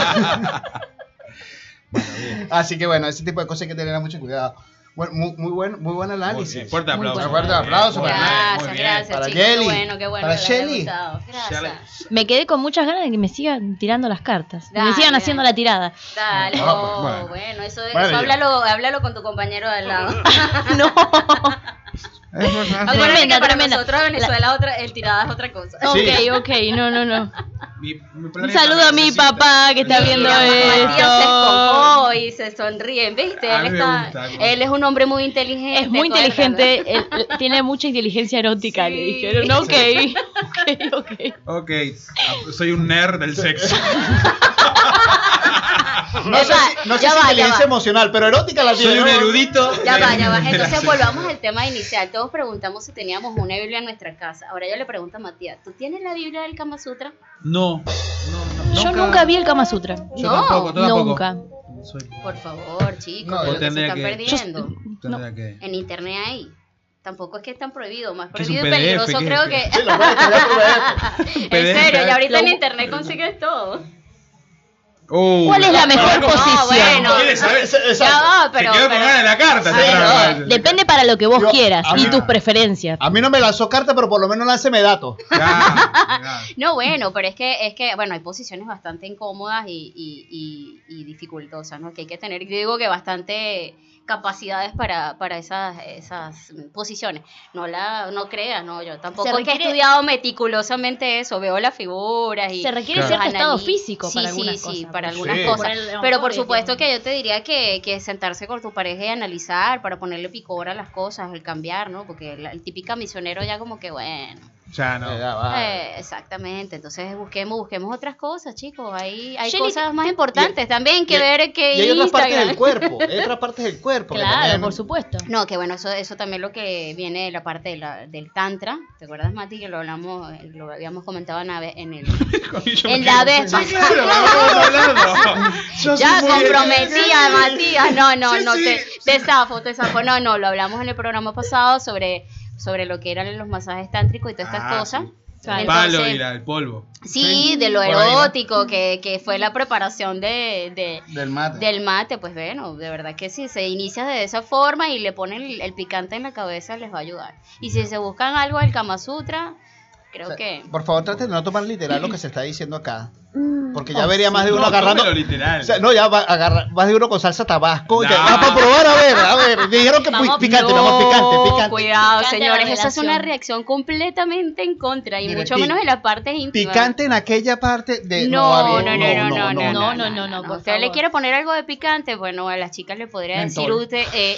Speaker 3: Así que bueno, ese tipo de cosas hay que tener mucho cuidado. Bueno, muy, muy, buen, muy buen análisis.
Speaker 8: Muy bien, Fuerte aplauso.
Speaker 3: bueno. Fuerte aplauso
Speaker 8: Muy bien,
Speaker 7: Gracias,
Speaker 8: muy bien.
Speaker 7: gracias,
Speaker 3: Para
Speaker 7: chicos,
Speaker 3: Yeli.
Speaker 7: qué bueno, qué bueno.
Speaker 3: Para
Speaker 7: que les haya
Speaker 3: Yeli.
Speaker 7: gustado. Gracias.
Speaker 8: Yali.
Speaker 6: Me quedé con muchas ganas de que me sigan tirando las cartas, que me
Speaker 7: Dale,
Speaker 6: sigan
Speaker 7: dale.
Speaker 6: haciendo la tirada.
Speaker 7: Dale,
Speaker 3: Ah,
Speaker 7: oh,
Speaker 3: pues, bueno.
Speaker 7: bueno. eso, eso
Speaker 3: Bueno, ya.
Speaker 7: háblalo, háblalo con tu compañero de al lado.
Speaker 3: *laughs*
Speaker 7: *laughs*
Speaker 6: No,
Speaker 7: Acuérdate que para
Speaker 6: tremenda.
Speaker 7: nosotros Venezuela otra, el tirada es otra cosa.
Speaker 3: Sí.
Speaker 6: ok, ok, no, no,
Speaker 7: *laughs*
Speaker 6: no.
Speaker 8: Mi- mi
Speaker 6: Un
Speaker 8: planeta
Speaker 6: saludo a mi
Speaker 8: necesita-
Speaker 6: papá que está viendo
Speaker 7: Mira, Matías se
Speaker 6: esto.
Speaker 7: escojó y se sonríen, ¿viste?
Speaker 8: A mí
Speaker 7: Él,
Speaker 8: me
Speaker 7: está-
Speaker 8: gusta, me gusta.
Speaker 7: él es un hombre muy inteligente.
Speaker 6: Es muy
Speaker 7: acuérdalo.
Speaker 6: inteligente, él- él tiene mucha inteligencia erótica, le
Speaker 7: Sí.
Speaker 6: dijeron. Ok,
Speaker 7: *laughs*
Speaker 6: ok, ok.
Speaker 8: Ok, soy un nerd del sexo.
Speaker 3: No sé, si- no sé
Speaker 7: Ya
Speaker 3: si
Speaker 7: va, ya
Speaker 3: inteligencia
Speaker 7: va.
Speaker 3: emocional, pero erótica la tiene.
Speaker 8: Soy un
Speaker 3: ¿no?
Speaker 8: erudito.
Speaker 7: Ya
Speaker 8: de-
Speaker 7: va,
Speaker 8: *laughs*
Speaker 7: ya va.
Speaker 8: de la
Speaker 7: Entonces
Speaker 8: sexo.
Speaker 7: volvamos al tema inicial. Todos preguntamos si teníamos una Biblia en nuestra casa. Ahora yo le pregunto a Matías, ¿tú tienes la Biblia del Kama Sutra?
Speaker 8: No, no, no.
Speaker 6: Yo nunca vi el Kama Sutra.
Speaker 8: Yo
Speaker 7: No,
Speaker 8: tampoco, yo tampoco.
Speaker 6: Nunca.
Speaker 8: Soy-
Speaker 7: Por favor, chicos,
Speaker 3: No,
Speaker 7: de
Speaker 3: yo
Speaker 7: lo que se
Speaker 8: tendría
Speaker 7: están
Speaker 8: que-
Speaker 7: perdiendo.
Speaker 8: tendría que-
Speaker 7: En internet ahí. Tampoco es que es tan prohibido, más
Speaker 8: ¿Qué es un
Speaker 7: prohibido y
Speaker 8: PDF?
Speaker 7: peligroso
Speaker 8: ¿Qué-
Speaker 7: creo
Speaker 8: qué-
Speaker 3: Sí,
Speaker 7: que... *laughs*
Speaker 3: lo puedes tener por ahí.
Speaker 7: en
Speaker 8: PDF?
Speaker 7: serio, y ahorita en
Speaker 6: Lo-
Speaker 7: internet consigues todo.
Speaker 8: Uh,
Speaker 6: ¿Cuál es la mejor
Speaker 7: no,
Speaker 6: posición?
Speaker 7: bueno.
Speaker 8: ¿Quiere saber?
Speaker 3: Esa- esa-
Speaker 7: Ya va, pero...
Speaker 8: Se quedó con
Speaker 7: pero-
Speaker 8: ganas de la carta.
Speaker 7: Ay,
Speaker 8: se
Speaker 7: no,
Speaker 8: traba.
Speaker 7: *laughs*
Speaker 6: Depende para lo que vos
Speaker 3: Yo-
Speaker 6: quieras
Speaker 3: a
Speaker 6: y
Speaker 3: mí-
Speaker 6: tus preferencias.
Speaker 3: A mí no me lanzó carta, pero por lo menos lánceme datos.
Speaker 8: Ya, ya.
Speaker 7: No, bueno, pero es que, es que, bueno, hay posiciones bastante incómodas y, y, y, y dificultosas, ¿no? Que hay que tener, yo digo que bastante capacidades para, para esas, esas mm, posiciones. No la, no creas, no, yo
Speaker 6: Se
Speaker 7: tampoco es que
Speaker 6: requiere-
Speaker 7: he estudiado meticulosamente eso, veo las figuras y...
Speaker 6: Se requiere
Speaker 7: los
Speaker 6: cierto estado
Speaker 7: analiz-
Speaker 6: físico para
Speaker 7: sí,
Speaker 6: algunas
Speaker 7: sí,
Speaker 6: cosas. pues.
Speaker 7: Sí, para algunas
Speaker 3: Sí.
Speaker 7: cosas.
Speaker 6: Por el-
Speaker 7: Pero por supuesto que yo te diría que, que sentarse con tu pareja y analizar para ponerle picor a las cosas, el cambiar, ¿no? Porque la- el, típica misionero ya como que, bueno...
Speaker 8: Ya no.
Speaker 3: Ya va.
Speaker 7: Eh, exactamente, entonces busquemos, busquemos otras cosas, chicos. Hay, hay
Speaker 6: Shelly,
Speaker 7: cosas más importantes también que
Speaker 3: y-
Speaker 7: ver que
Speaker 3: Y hay otras partes
Speaker 7: Instagram.
Speaker 3: del cuerpo. Hay otras partes del cuerpo. que
Speaker 6: Claro,
Speaker 3: también-
Speaker 6: por supuesto.
Speaker 7: No, que bueno, eso, eso también lo que viene de la parte de la- del tantra. ¿Te acuerdas, Mati, que lo hablamos, eh, lo habíamos comentado en, la ve-
Speaker 3: *laughs*
Speaker 7: en el en la vez pasada? *laughs* Ya comprometida, Matías. No, no, no, te, te zafo, te zafo. No, no, lo hablamos en el programa pasado sobre, sobre lo que eran los masajes tántricos y todas estas
Speaker 8: Ah,
Speaker 7: cosas.
Speaker 8: sí.
Speaker 7: Entonces-
Speaker 8: El palo y la- el polvo.
Speaker 7: Sí, de lo
Speaker 3: Por ahí va.
Speaker 7: erótico, que, que fue la preparación de, de-
Speaker 3: Del mate.
Speaker 7: del mate, pues bueno, de verdad que si se inicia de esa forma y le ponen el, el picante en la cabeza, les va a ayudar. Y si se buscan algo del Kama Sutra,
Speaker 3: O
Speaker 7: Creo
Speaker 3: sea,
Speaker 7: que.
Speaker 3: Por favor, traten de no tomar literal lo que se está diciendo acá.
Speaker 7: Mm,
Speaker 3: Porque ya vería más de uno
Speaker 8: Oh, No,
Speaker 3: agarrando.
Speaker 8: tómelo literal.
Speaker 3: o sea, no, ya va a agarrar más de uno con salsa tabasco. Ya,
Speaker 8: Nah.
Speaker 3: ah, para probar, a ver, a ver. Dijeron que pi-
Speaker 6: Vamos,
Speaker 3: picante,
Speaker 7: no,
Speaker 3: vamos, picante, picante.
Speaker 7: Cuidado,
Speaker 6: Picante
Speaker 7: señores.
Speaker 6: la
Speaker 7: Esa es una
Speaker 6: relación.
Speaker 7: reacción completamente en contra. Y
Speaker 3: Mire,
Speaker 7: mucho
Speaker 3: pi-
Speaker 7: menos en la parte íntima.
Speaker 3: Picante eh, en aquella parte de.
Speaker 7: No, no,
Speaker 3: había-
Speaker 7: no, no, no, no,
Speaker 6: no,
Speaker 7: no,
Speaker 6: no, no, por
Speaker 7: Usted le
Speaker 6: favor.
Speaker 7: quiere poner algo de picante, bueno, a las chicas le podría decir
Speaker 3: Mentol.
Speaker 7: usted, eh,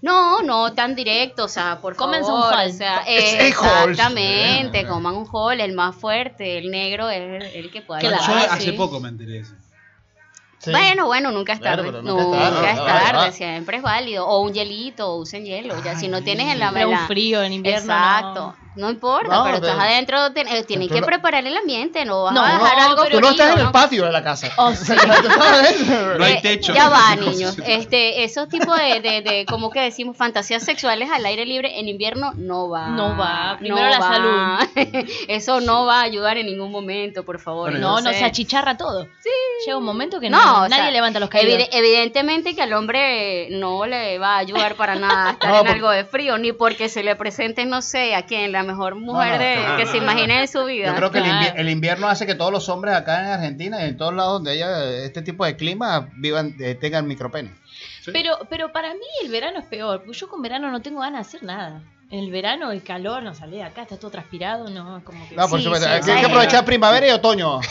Speaker 7: no, no tan directo, o sea, por
Speaker 6: Cómense un
Speaker 7: favor,
Speaker 6: Hall.
Speaker 7: o sea,
Speaker 3: Ex- ex- Halls.
Speaker 7: exactamente, coman un hall, el más fuerte, el negro es el que pueda.
Speaker 8: Yo
Speaker 6: Claro,
Speaker 2: Ah,
Speaker 7: ayudar,
Speaker 8: hace
Speaker 7: sí.
Speaker 8: poco me enteré de eso.
Speaker 3: Sí.
Speaker 7: Bueno, bueno, nunca es
Speaker 3: Claro,
Speaker 7: tarde.
Speaker 3: pero nunca es
Speaker 7: nunca,
Speaker 3: tarde,
Speaker 7: es
Speaker 3: claro,
Speaker 7: tarde,
Speaker 3: claro.
Speaker 7: siempre es válido. O un hielito, usen hielo. Ya si no tienes en la
Speaker 6: Pero un
Speaker 7: mela-
Speaker 6: frío en invierno.
Speaker 7: Exacto. No, importa,
Speaker 3: No,
Speaker 7: pero estás
Speaker 3: pero-
Speaker 7: adentro, ten- eh, tienen
Speaker 3: Tú
Speaker 7: que
Speaker 3: no-
Speaker 7: preparar el ambiente, no vas
Speaker 6: No,
Speaker 7: a dejar
Speaker 6: no,
Speaker 7: algo
Speaker 6: pero
Speaker 3: Tú no estás
Speaker 7: frío,
Speaker 3: en el
Speaker 7: ¿no?
Speaker 3: patio de la casa. *laughs*
Speaker 6: Oh, sí.
Speaker 3: ¿Tú sabes?
Speaker 7: *laughs*
Speaker 8: No hay
Speaker 7: Eh,
Speaker 8: techo.
Speaker 6: *laughs*
Speaker 7: Ya va, niños. Este, esos tipos de, de, de, como que decimos, fantasías sexuales al aire libre en invierno no va.
Speaker 6: No va. Primero la salud.
Speaker 7: *laughs* Eso no va a ayudar en ningún momento, por favor.
Speaker 8: Bueno,
Speaker 6: No, no,
Speaker 7: Entonces-
Speaker 6: se achicharra todo. Llega un momento que
Speaker 7: No,
Speaker 6: no,
Speaker 7: o sea,
Speaker 6: nadie levanta los caídos.
Speaker 7: evide- evidentemente que al hombre no le va a ayudar
Speaker 6: *laughs*
Speaker 7: para nada estar
Speaker 3: No,
Speaker 7: en
Speaker 3: porque-
Speaker 7: algo de frío, ni porque se le presente, no sé, a quién, la mejor mujer
Speaker 3: no,
Speaker 7: de-
Speaker 3: claro,
Speaker 7: que
Speaker 8: no,
Speaker 7: se
Speaker 8: no,
Speaker 7: imagine en su vida.
Speaker 3: Yo creo que el, invi-
Speaker 6: Claro.
Speaker 3: el invierno hace que todos los hombres acá en Argentina y en todos lados donde haya este tipo de clima vivan, eh, tengan micropene.
Speaker 6: Pero, pero para mí el verano es peor, porque yo con verano no tengo ganas de hacer nada. En el verano el calor, no salí de acá, está todo transpirado, no, como que...
Speaker 3: No, por
Speaker 7: Sí,
Speaker 3: supuesto.
Speaker 7: sí,
Speaker 3: hay
Speaker 7: sí.
Speaker 3: que aprovechar primavera y
Speaker 7: *laughs*
Speaker 3: otoño.
Speaker 6: *laughs*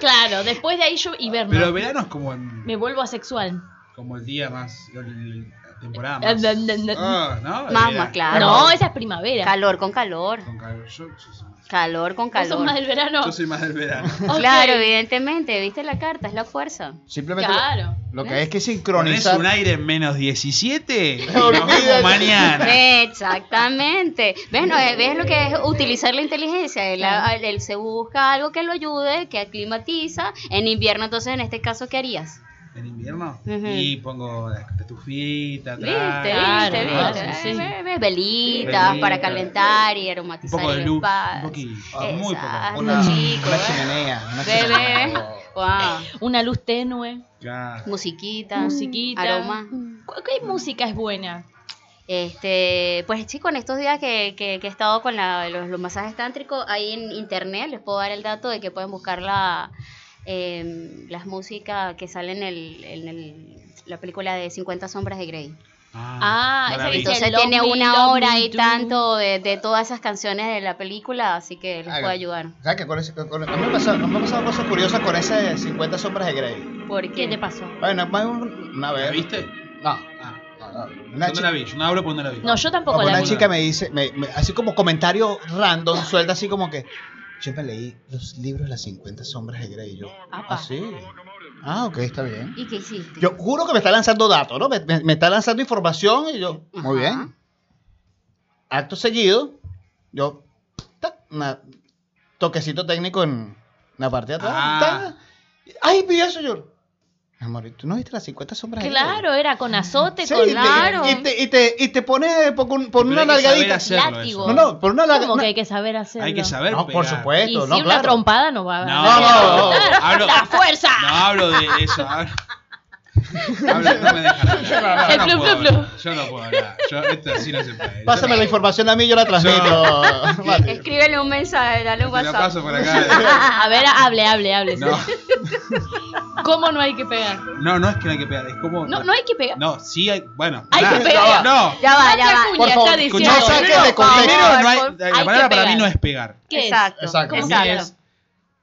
Speaker 6: Claro, después de ahí yo hiberno.
Speaker 8: Pero verano es como, en-
Speaker 6: Me vuelvo asexual.
Speaker 8: como el día más, el- la temporada
Speaker 6: Eh,
Speaker 8: más.
Speaker 6: eh, eh, eh.
Speaker 8: Ah, ¿no?
Speaker 7: Más,
Speaker 8: Era-
Speaker 7: más, claro.
Speaker 6: No, esa es primavera.
Speaker 7: Calor con calor,
Speaker 8: Con calor. Yo, yo soy más-
Speaker 7: calor con
Speaker 6: ¿Vos sos
Speaker 7: calor.
Speaker 6: más del verano?
Speaker 8: yo soy más del verano.
Speaker 6: Ok.
Speaker 7: Claro, evidentemente, viste la carta, es la fuerza.
Speaker 3: Simplemente lo-
Speaker 6: Claro.
Speaker 3: lo, que hay es que
Speaker 8: ¿Ponés un
Speaker 3: sincronizar.
Speaker 8: aire en menos 17?
Speaker 3: No,
Speaker 8: Nos vemos
Speaker 3: olvídate.
Speaker 8: mañana.
Speaker 7: Exactamente. ¿Ves, no, eh, ves lo que es utilizar la inteligencia? Él, a- él se busca algo que lo ayude, que aclimatiza. En invierno, entonces, en este caso, ¿qué harías?
Speaker 8: ¿En invierno?
Speaker 7: Ujú.
Speaker 8: Y pongo la estufita
Speaker 7: Viste,
Speaker 8: atrás.
Speaker 6: Claro,
Speaker 7: viste,
Speaker 6: claro,
Speaker 7: viste.
Speaker 6: sí,
Speaker 7: Eh,
Speaker 6: sí.
Speaker 7: ve- ve- Velitas
Speaker 8: Velitas.
Speaker 7: para calentar y
Speaker 8: Un
Speaker 7: aromatizar
Speaker 8: poco de
Speaker 7: el
Speaker 8: luz. Un
Speaker 7: espacio.
Speaker 8: poquito. Muy
Speaker 7: Exacto.
Speaker 8: poco.
Speaker 3: Ah, Una,
Speaker 7: chico,
Speaker 3: una
Speaker 7: ¿eh?
Speaker 3: chimenea. Una
Speaker 7: Ve,
Speaker 3: chimenea.
Speaker 7: ve. Wow.
Speaker 6: Una luz tenue,
Speaker 8: Claro.
Speaker 7: Musiquita,
Speaker 6: musiquita.
Speaker 7: Ah, aroma.
Speaker 6: ¿Cu- ¿Qué música es buena?
Speaker 7: Este, pues chico, en estos días que, que- que he estado con la- los, los masajes tántricos, ahí en internet les puedo dar el dato de que pueden buscar la, em, las músicas que salen en, el- en el- la película de 50 sombras de Grey.
Speaker 6: Ah,
Speaker 8: no la
Speaker 6: esa
Speaker 8: vi.
Speaker 6: que dice-
Speaker 7: Entonces
Speaker 6: Love
Speaker 7: tiene
Speaker 6: Me,
Speaker 7: una
Speaker 6: Love
Speaker 7: hora
Speaker 6: Me
Speaker 7: y
Speaker 6: Do.
Speaker 7: tanto de, de todas esas canciones de la película, así que les puedo
Speaker 3: Haga.
Speaker 7: ayudar.
Speaker 3: ¿Sabes qué? Con ese- con- con- a mí me pasó- a mí me han pasado cosas curiosas con ese de 50 sombras de Grey.
Speaker 7: Porque
Speaker 6: ¿Qué te pasó?
Speaker 3: Bueno, más un- una
Speaker 8: ¿La
Speaker 3: vez.
Speaker 8: viste?
Speaker 3: No.
Speaker 8: Ah,
Speaker 3: no, no. Una
Speaker 8: yo no
Speaker 3: chi-
Speaker 8: la vi. Yo no hablo porque no la vi.
Speaker 6: No, yo tampoco
Speaker 3: Como
Speaker 6: la
Speaker 3: una
Speaker 6: vi.
Speaker 3: Ah, chica me dice, me- me- así como comentario random, suelta así como que yo me leí los libros de las 50 sombras de Grey y yo.
Speaker 6: Apa.
Speaker 3: Ah, sí. Ah, ok, está bien.
Speaker 7: ¿Y qué hiciste?
Speaker 3: Yo juro que me está lanzando datos, ¿no? Me, me- me está lanzando información y yo,
Speaker 7: Ajá.
Speaker 3: muy bien. Acto seguido, yo, ta, una- toquecito técnico en la parte de atrás.
Speaker 8: Ah.
Speaker 3: ta. ¡Ay, vi eso, yo! Amor, ¿y ¿tú no viste las 50 sombras de Grey?
Speaker 6: Claro, era con azote,
Speaker 3: Sí,
Speaker 6: con
Speaker 3: y te-
Speaker 7: claro.
Speaker 3: y, te, y, te, y te pones eh, por, un- por
Speaker 8: Pero
Speaker 3: una
Speaker 8: hay que saber
Speaker 3: nalgadita.
Speaker 8: hacerlo eso.
Speaker 6: Látigo.
Speaker 3: No, no, por una larga.
Speaker 6: Como
Speaker 3: no-
Speaker 6: que hay que saber hacerlo.
Speaker 8: Hay que saber.
Speaker 3: No, por
Speaker 8: pegar.
Speaker 6: Y
Speaker 3: supuesto,
Speaker 6: si
Speaker 3: no,
Speaker 6: una
Speaker 3: claro.
Speaker 6: trompada no va a
Speaker 8: No,
Speaker 3: no, no,
Speaker 6: *laughs*
Speaker 3: no.
Speaker 8: Hablo,
Speaker 6: ¡La fuerza!
Speaker 8: no hablo de eso. Hablo, hablo- no me dejan hablar. Yo
Speaker 6: El
Speaker 8: no
Speaker 6: flu,
Speaker 8: puedo
Speaker 6: flu, flu.
Speaker 8: hablar, Yo no puedo hablar. Yo, esto así no se puede. Yo-
Speaker 3: Pásame la información a mí, yo la *laughs* transmito. Mati.
Speaker 7: Escríbele un mensaje, dale
Speaker 8: eh, Te
Speaker 7: un
Speaker 8: la
Speaker 7: WhatsApp.
Speaker 8: paso por acá.
Speaker 6: Ah, A ver, hable, hable, hable. *laughs*
Speaker 8: No,
Speaker 6: ¿Cómo no hay que pegar?
Speaker 8: no, no es que no hay que pegar. Es como.
Speaker 6: No, no hay que pegar.
Speaker 8: No, sí hay. Bueno.
Speaker 6: Hay que
Speaker 8: pará.
Speaker 6: pegar. Ah,
Speaker 8: No.
Speaker 7: Ya va, ya
Speaker 6: Saca
Speaker 7: va.
Speaker 6: cuña,
Speaker 3: Por favor,
Speaker 6: está
Speaker 3: escuchá,
Speaker 6: diciendo.
Speaker 3: no saques de
Speaker 7: por favor.
Speaker 3: contexto.
Speaker 8: Primero, no hay,
Speaker 7: por-
Speaker 8: la
Speaker 6: hay que
Speaker 8: palabra para mí
Speaker 6: pegar.
Speaker 8: no es pegar.
Speaker 6: ¿Qué es?
Speaker 7: Exacto.
Speaker 3: Exacto.
Speaker 6: ¿Cómo
Speaker 8: Para mí
Speaker 7: Exacto.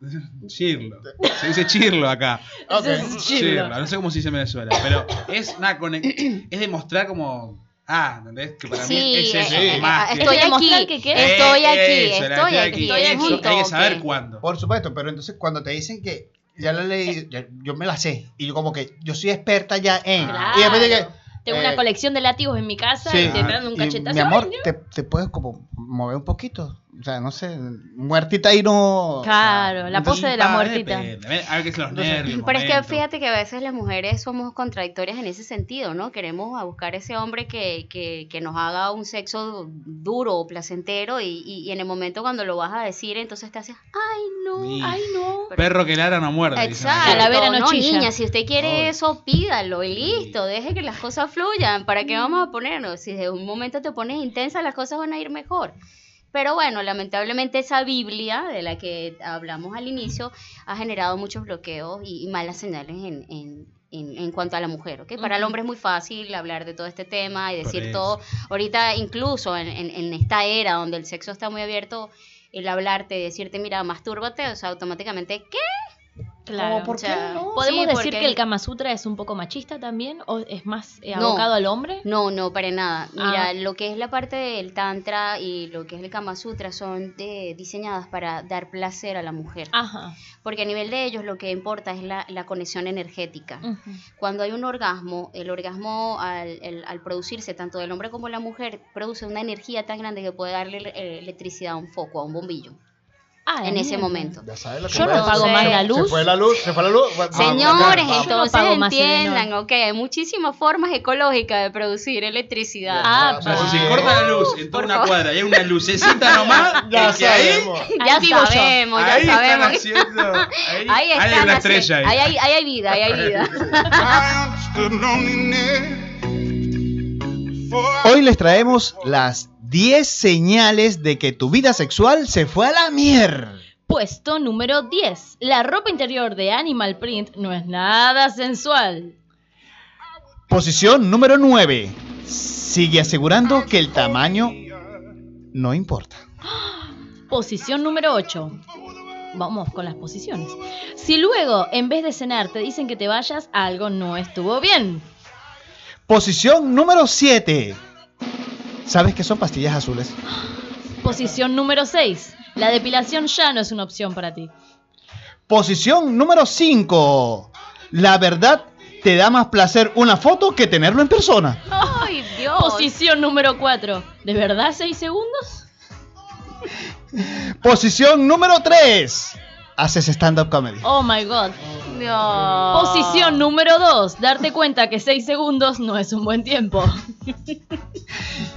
Speaker 8: es. Chirlo. Se dice chirlo acá.
Speaker 3: Ok.
Speaker 6: Es
Speaker 8: Chirlo.
Speaker 6: chirlo.
Speaker 8: No sé cómo se dice en Venezuela, pero es una conexión. Es demostrar como. Ah, ¿entendés? Que para mí
Speaker 7: Sí,
Speaker 8: es
Speaker 7: eh,
Speaker 8: eso.
Speaker 7: eh, eh,
Speaker 8: más que-
Speaker 7: estoy
Speaker 6: ¿Es demostrar
Speaker 7: aquí,
Speaker 6: que qué?
Speaker 7: estoy aquí,
Speaker 8: Eso, eh, la
Speaker 7: estoy aquí,
Speaker 8: Estoy
Speaker 7: es un
Speaker 8: Eso, hay que saber
Speaker 7: toque.
Speaker 8: cuándo.
Speaker 3: Por supuesto, pero entonces cuando te dicen que ya la leí, ya- yo me la sé. Y yo, como que yo soy experta ya en.
Speaker 6: Claro.
Speaker 3: Y después llegué.
Speaker 6: Tengo
Speaker 3: eh,
Speaker 6: una colección de látigos en mi casa
Speaker 3: sí.
Speaker 6: y te dan un
Speaker 3: Y,
Speaker 6: cachetazo.
Speaker 3: Mi amor,
Speaker 6: Ay, no.
Speaker 3: te, te puedes como mover un poquito. O sea, no sé, muertita y no.
Speaker 6: Claro, la pose de la
Speaker 8: Ah,
Speaker 6: muertita.
Speaker 8: depende. A ver- A ver qué son los nervios. el
Speaker 7: Pero es que
Speaker 8: momento.
Speaker 7: fíjate que a veces las mujeres somos contradictorias en ese sentido, ¿no? Queremos a buscar ese hombre que, que, que nos haga un sexo duro o placentero y, y, y en el momento cuando lo vas a decir, entonces te haces, "Ah, ay, no,
Speaker 8: Sí.
Speaker 7: ay, no.
Speaker 8: Perro que ladra no muerde. dicen acá.
Speaker 7: Exacto,
Speaker 6: Calavera no
Speaker 7: no,
Speaker 6: chilla.
Speaker 7: niña, si usted quiere
Speaker 8: Ay.
Speaker 7: eso, pídalo y
Speaker 8: Sí.
Speaker 7: listo, deje que las cosas fluyan, ¿para qué vamos a ponernos? Si de un momento te pones intensa, las cosas van a ir mejor. Pero bueno, lamentablemente esa Biblia de la que hablamos al inicio ha generado muchos bloqueos y, y malas señales en, en, en, en cuanto a la mujer. ¿ok? Para el
Speaker 6: Ujú.
Speaker 7: hombre es muy fácil hablar de todo este tema y decir
Speaker 9: Correcto.
Speaker 7: todo. Ahorita incluso en, en- en esta era donde el sexo está muy abierto, el hablarte, decirte, mira, mastúrbate, o sea, automáticamente, ¿qué?
Speaker 6: Claro.
Speaker 7: O sea,
Speaker 6: ¿Podemos
Speaker 7: sí,
Speaker 6: decir
Speaker 7: porque-
Speaker 6: que el Kama Sutra es un poco machista también? ¿O es más eh,
Speaker 7: No.
Speaker 6: abocado al hombre?
Speaker 7: No, no, para nada. Mira,
Speaker 6: Ah.
Speaker 7: lo que es la parte del Tantra y lo que es el Kama Sutra son eh, diseñadas para dar placer a la mujer.
Speaker 6: Ajá.
Speaker 7: Porque a nivel de ellos lo que importa es la, la conexión energética.
Speaker 6: Ujú.
Speaker 7: Cuando hay un orgasmo, el orgasmo al, el- al producirse tanto del hombre como la mujer produce una energía tan grande que puede darle eh, electricidad a un foco, a un bombillo,
Speaker 6: Ah,
Speaker 7: en
Speaker 6: la
Speaker 7: ese
Speaker 6: mierda.
Speaker 7: momento.
Speaker 10: Ya sabes lo que
Speaker 6: Yo no
Speaker 10: pasa.
Speaker 6: pago
Speaker 7: sé.
Speaker 6: más la
Speaker 10: Se
Speaker 6: luz.
Speaker 10: fue la luz, se fue la luz.
Speaker 3: Ah,
Speaker 10: Va-
Speaker 7: Señores,
Speaker 10: va- va-
Speaker 6: yo no
Speaker 7: entonces
Speaker 6: pago más
Speaker 7: entiendan,
Speaker 6: Telenor.
Speaker 7: ok, hay muchísimas formas ecológicas de producir electricidad.
Speaker 6: Ah,
Speaker 10: O sea,
Speaker 8: sea, si
Speaker 10: sí.
Speaker 8: se corta la luz en
Speaker 7: Por
Speaker 8: toda una
Speaker 7: favor.
Speaker 8: cuadra y hay una lucecita *laughs* nomás,
Speaker 10: Ya
Speaker 8: es que ahí-
Speaker 10: sabemos.
Speaker 7: ya
Speaker 6: Ahí vivo yo.
Speaker 7: sabemos, ya
Speaker 8: ahí están
Speaker 7: sabemos.
Speaker 8: haciendo. Ahí,
Speaker 7: Ahí
Speaker 8: ahí
Speaker 7: están
Speaker 8: hay una
Speaker 7: haciendo-
Speaker 8: estrella ahí.
Speaker 7: ahí hay, ahí hay vida, ahí hay vida.
Speaker 8: *laughs*
Speaker 7: *laughs*
Speaker 4: I understood loneliness. before I
Speaker 3: Hoy les traemos las 10 señales de que tu vida sexual se fue a la mierda.
Speaker 6: Puesto número 10. La ropa interior de Animal Print no es nada sensual.
Speaker 3: Posición número 9. Sigue asegurando que el tamaño no importa.
Speaker 6: Posición número 8. Vamos con las posiciones. Si luego, en vez de cenar, te dicen que te vayas, algo no estuvo bien.
Speaker 3: Posición número 7. ¿Sabes qué son pastillas azules?
Speaker 6: Posición número 6. La depilación ya no es una opción para ti.
Speaker 3: Posición número 5. La verdad te da más placer una foto que tenerlo en persona.
Speaker 7: Ay, Dios.
Speaker 6: Posición número 4. ¿De verdad 6 segundos?
Speaker 3: Posición número 3. Haces stand-up comedy.
Speaker 6: Oh my god.
Speaker 7: Dios.
Speaker 6: Posición número 2. Darte cuenta que 6 segundos no es un buen tiempo.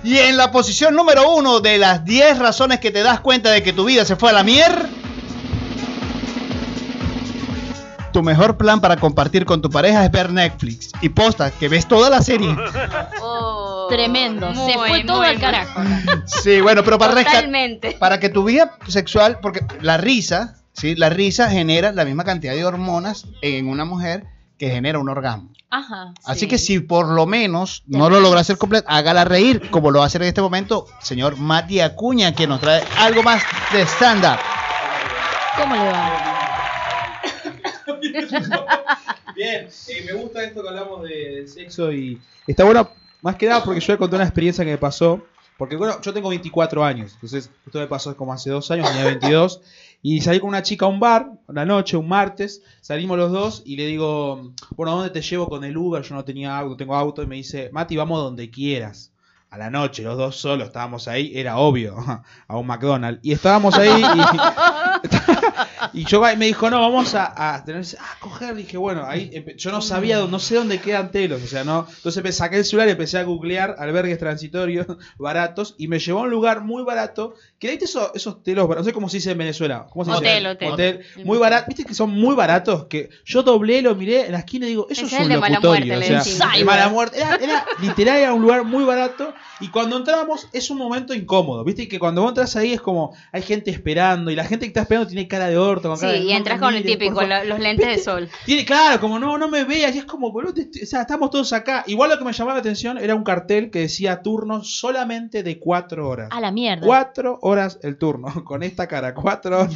Speaker 3: Y en la posición número 1 de las 10 razones que te das cuenta de que tu vida se fue a la mierda. Tu mejor plan para compartir con tu pareja es ver Netflix. Y posta, que ves toda la serie.
Speaker 7: Oh.
Speaker 6: Tremendo, se fue todo
Speaker 7: muy
Speaker 6: al
Speaker 7: mal.
Speaker 6: carajo.
Speaker 3: Sí, bueno, pero para rescatar.
Speaker 7: Totalmente.
Speaker 3: para que tu vida sexual, porque la risa, ¿sí? La risa genera la misma cantidad de hormonas en una mujer que genera un orgasmo.
Speaker 6: Ajá.
Speaker 3: Así
Speaker 7: Sí.
Speaker 3: que si por lo menos no lo logra hacer completo, hágala reír, como lo hace en este momento señor Mati Acuña, que nos trae algo más de stand-up.
Speaker 6: ¿Cómo le va?
Speaker 8: Bien, eh, me gusta esto que hablamos de, del sexo y... Está bueno, más que nada porque yo le conté una experiencia que me pasó. Porque bueno, yo tengo 24 años, entonces esto me pasó como hace dos años, tenía 22. Y salí con una chica a un bar, una noche, un martes, salimos los dos y le digo, bueno, ¿a dónde te llevo con el Uber? Yo no tenía auto, no tengo auto. Y me dice, Mati, vamos donde quieras. A la noche, los dos solos, estábamos ahí, era obvio, *laughs* a un McDonald's. Y estábamos ahí y... Y *laughs* yo va- y me dijo, no, vamos a, a tener, a coger. Dije, bueno, ahí empe- yo no sabía, dó- no sé dónde quedan telos. O sea, no. Entonces me saqué el celular y empecé a googlear albergues transitorios *laughs* baratos. Y me llevó a un lugar muy barato. Que ahí te eso- esos telos baratos. No sé cómo se dice en Venezuela. ¿Cómo se dice?
Speaker 7: Hotel, hotel.
Speaker 8: Muy barato. Viste que son muy baratos. Que yo doblé, lo miré en la esquina y digo, eso
Speaker 7: Ese
Speaker 8: es
Speaker 7: es el
Speaker 8: un
Speaker 7: de mala
Speaker 8: locutorio.
Speaker 7: muerte,
Speaker 8: o
Speaker 7: le
Speaker 8: sea,
Speaker 7: decimos.
Speaker 8: el mala muerte. Era, era- literal, era un lugar muy barato. Y cuando entrábamos es un momento incómodo. Viste que cuando vos entras ahí es como hay gente esperando. Y la gente que está esperando tiene cara de orto. Con
Speaker 7: Sí,
Speaker 8: cara de,
Speaker 7: y
Speaker 8: "No
Speaker 7: entras
Speaker 8: me
Speaker 7: con el
Speaker 8: mires, por
Speaker 7: típico,
Speaker 8: favor".
Speaker 7: lo- los lentes de sol.
Speaker 8: Tiene, claro, como no, no me veas. Y es como, boludo, te- te- o sea, estamos todos acá. Igual lo que me llamaba la atención era un cartel que decía turnos solamente de cuatro horas.
Speaker 6: A la mierda.
Speaker 8: Cuatro horas el turno, *laughs* con esta cara, cuatro horas.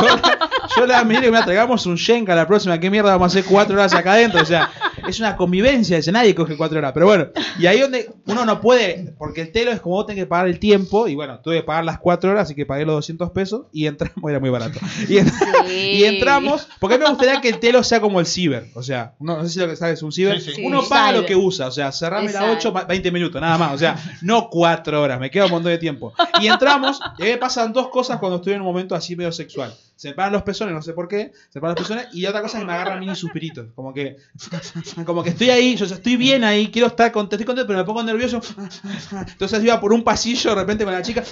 Speaker 8: Yo, la- yo la miré y me entregamos un Shenka la próxima, ¿qué mierda vamos a hacer cuatro horas acá adentro? O sea, es una convivencia, dice, nadie coge cuatro horas. Pero bueno, y ahí donde uno no puede, porque el telo es como vos tenés que pagar el tiempo, y bueno, tuve que pagar las cuatro horas, así que pagué los 200 pesos y entramos, era muy barato. *laughs* Y, en- y entramos, porque a mí me gustaría que el telo sea como el ciber, o sea, no, no sé si lo que sabes, un ciber,
Speaker 10: Sí, sí.
Speaker 8: uno
Speaker 6: Sí.
Speaker 8: paga lo
Speaker 6: Cyber.
Speaker 8: que usa, o sea, cerrame la
Speaker 7: Exacto.
Speaker 8: 8, 20 minutos, nada más, o sea, no 4 horas, me queda un montón de tiempo. Y entramos, y a mí me pasan dos cosas cuando estoy en un momento así medio sexual. Se me paran los pezones, no sé por qué. Se me paran los pezones. Y otra cosa es que me agarran mini suspiritos. Como que. Como que estoy ahí, yo o sea, estoy bien ahí, quiero estar contento, estoy contento, pero me pongo nervioso. Entonces iba por un pasillo de repente con la chica.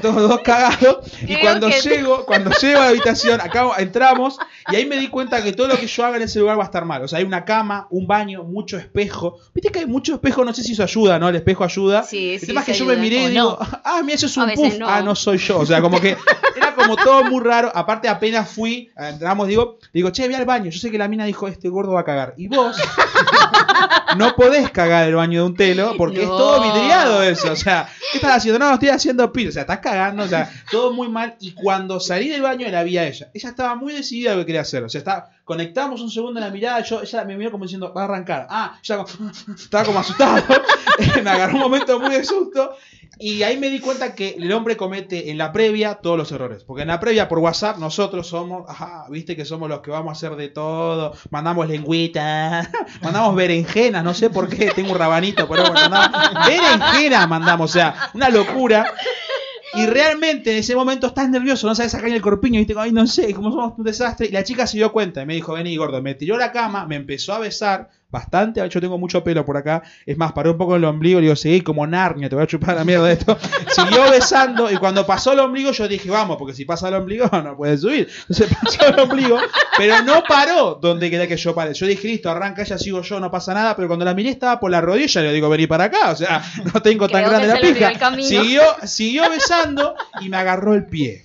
Speaker 8: Todos dos cagados. Y
Speaker 6: Creo
Speaker 8: cuando
Speaker 6: que-
Speaker 8: llego, cuando llego a la habitación, acá entramos. Y ahí me di cuenta que todo lo que yo haga en ese lugar va a estar mal. O sea, hay una cama, un baño, mucho espejo. Viste que hay mucho espejo, no sé si eso ayuda, ¿no? El espejo ayuda.
Speaker 7: Sí,
Speaker 8: El
Speaker 7: sí,
Speaker 8: tema es que
Speaker 7: sí
Speaker 8: yo me
Speaker 7: ayuda.
Speaker 8: miré y
Speaker 6: O
Speaker 8: digo,
Speaker 6: no.
Speaker 8: *laughs* ah, mira, eso es
Speaker 7: A
Speaker 8: un
Speaker 7: veces
Speaker 8: puff.
Speaker 7: no.
Speaker 8: Ah, no soy yo. O sea, como que era como todo muy raro. Aparte, apenas fui, entramos, digo, digo, che, voy al baño. Yo sé que la mina dijo, este gordo va a cagar. Y vos *laughs* no podés cagar el baño de un telo porque es
Speaker 7: No.
Speaker 8: todo vidriado eso. O sea, ¿qué estás haciendo? No, estoy haciendo pis. O sea, estás cagando. O sea, todo muy mal. Y cuando salí del baño la vi a ella. Ella estaba muy decidida de lo que quería hacer. O sea, estaba, conectamos un segundo en la mirada. Yo, ella me miró como diciendo, va a arrancar. Ah, ya estaba como *laughs* asustado. *laughs* me agarró un momento muy de susto. Y ahí me di cuenta que el hombre comete en la previa todos los errores. Porque en la previa, por WhatsApp, nosotros somos, ajá, viste que somos los que vamos a hacer de todo. Mandamos lengüita, *laughs* mandamos berenjenas, no sé por qué, tengo un rabanito, pero bueno, mandamos, berenjenas mandamos, o sea, una locura. Y realmente en ese momento estás nervioso, no sabes sacar el corpiño, viste, ay, no sé, como somos un desastre. Y la chica se dio cuenta y me dijo, vení, gordo, me tiró a la cama, me empezó a besar bastante, yo tengo mucho pelo por acá, es más, paré un poco en el ombligo, le digo, seguí como Narnia, te voy a chupar la mierda
Speaker 7: *laughs*
Speaker 8: de esto. Siguió besando y cuando pasó el ombligo yo dije, vamos, porque si pasa el ombligo *laughs* no puede subir. Entonces pasó el ombligo, pero no paró donde quería que yo pare. Yo dije, listo, arranca, ya sigo yo, no pasa nada, pero cuando la miré estaba por la rodilla, le digo, vení para acá, o sea, no tengo tan
Speaker 7: Creo
Speaker 8: grande
Speaker 7: que
Speaker 8: la
Speaker 7: se le olvidó
Speaker 8: pija.
Speaker 7: el camino.
Speaker 8: Siguió, siguió besando y me agarró el pie.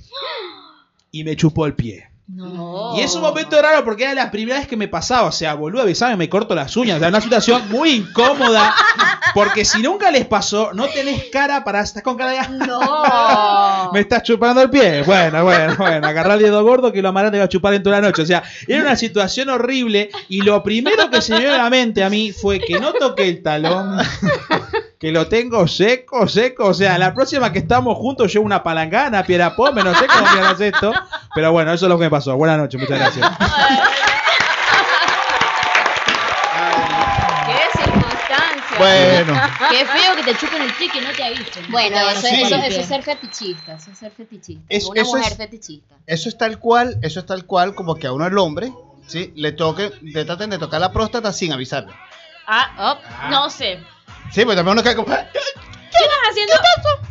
Speaker 8: Y me chupó el pie.
Speaker 7: No.
Speaker 8: Y es un momento raro porque era la primera vez que me pasaba. O sea, boludo, avisame, me corto las uñas. O sea, una situación muy incómoda. Porque si nunca les pasó, no tenés cara para. Estás con cara de.
Speaker 7: No.
Speaker 8: *laughs* Me
Speaker 3: Oh.
Speaker 8: estás chupando el pie. Bueno, bueno, bueno. Agarrar el dedo gordo que lo amarás te va a chupar en toda la noche. O sea, era una situación horrible. Y lo primero que se me dio a la mente a mí fue que no toqué el talón. Que lo tengo seco, seco. O sea, la próxima que estamos juntos, llevo una palangana, piedra pome, no sé cómo mierda es esto. Pero bueno, eso es lo que me pasó. Buenas noches, muchas gracias.
Speaker 7: Qué circunstancia.
Speaker 3: Bueno,
Speaker 6: Qué feo que te chupen el pie y que no te avisen.
Speaker 7: Bueno,
Speaker 6: Te
Speaker 7: eso,
Speaker 6: chupan el
Speaker 7: eso,
Speaker 6: pie.
Speaker 7: eso es ser fetichista, eso es ser fetichista.
Speaker 3: Es-
Speaker 7: una
Speaker 3: eso
Speaker 7: mujer
Speaker 3: es-
Speaker 7: fetichista.
Speaker 3: eso es tal cual, eso es tal cual como que a uno el hombre, ¿sí? Le toque, le traten de tocar la próstata sin avisarle.
Speaker 6: Ah, oh, no sé.
Speaker 3: Sí, pero también uno cae como... "Ah,
Speaker 6: ¿Qué estás haciendo?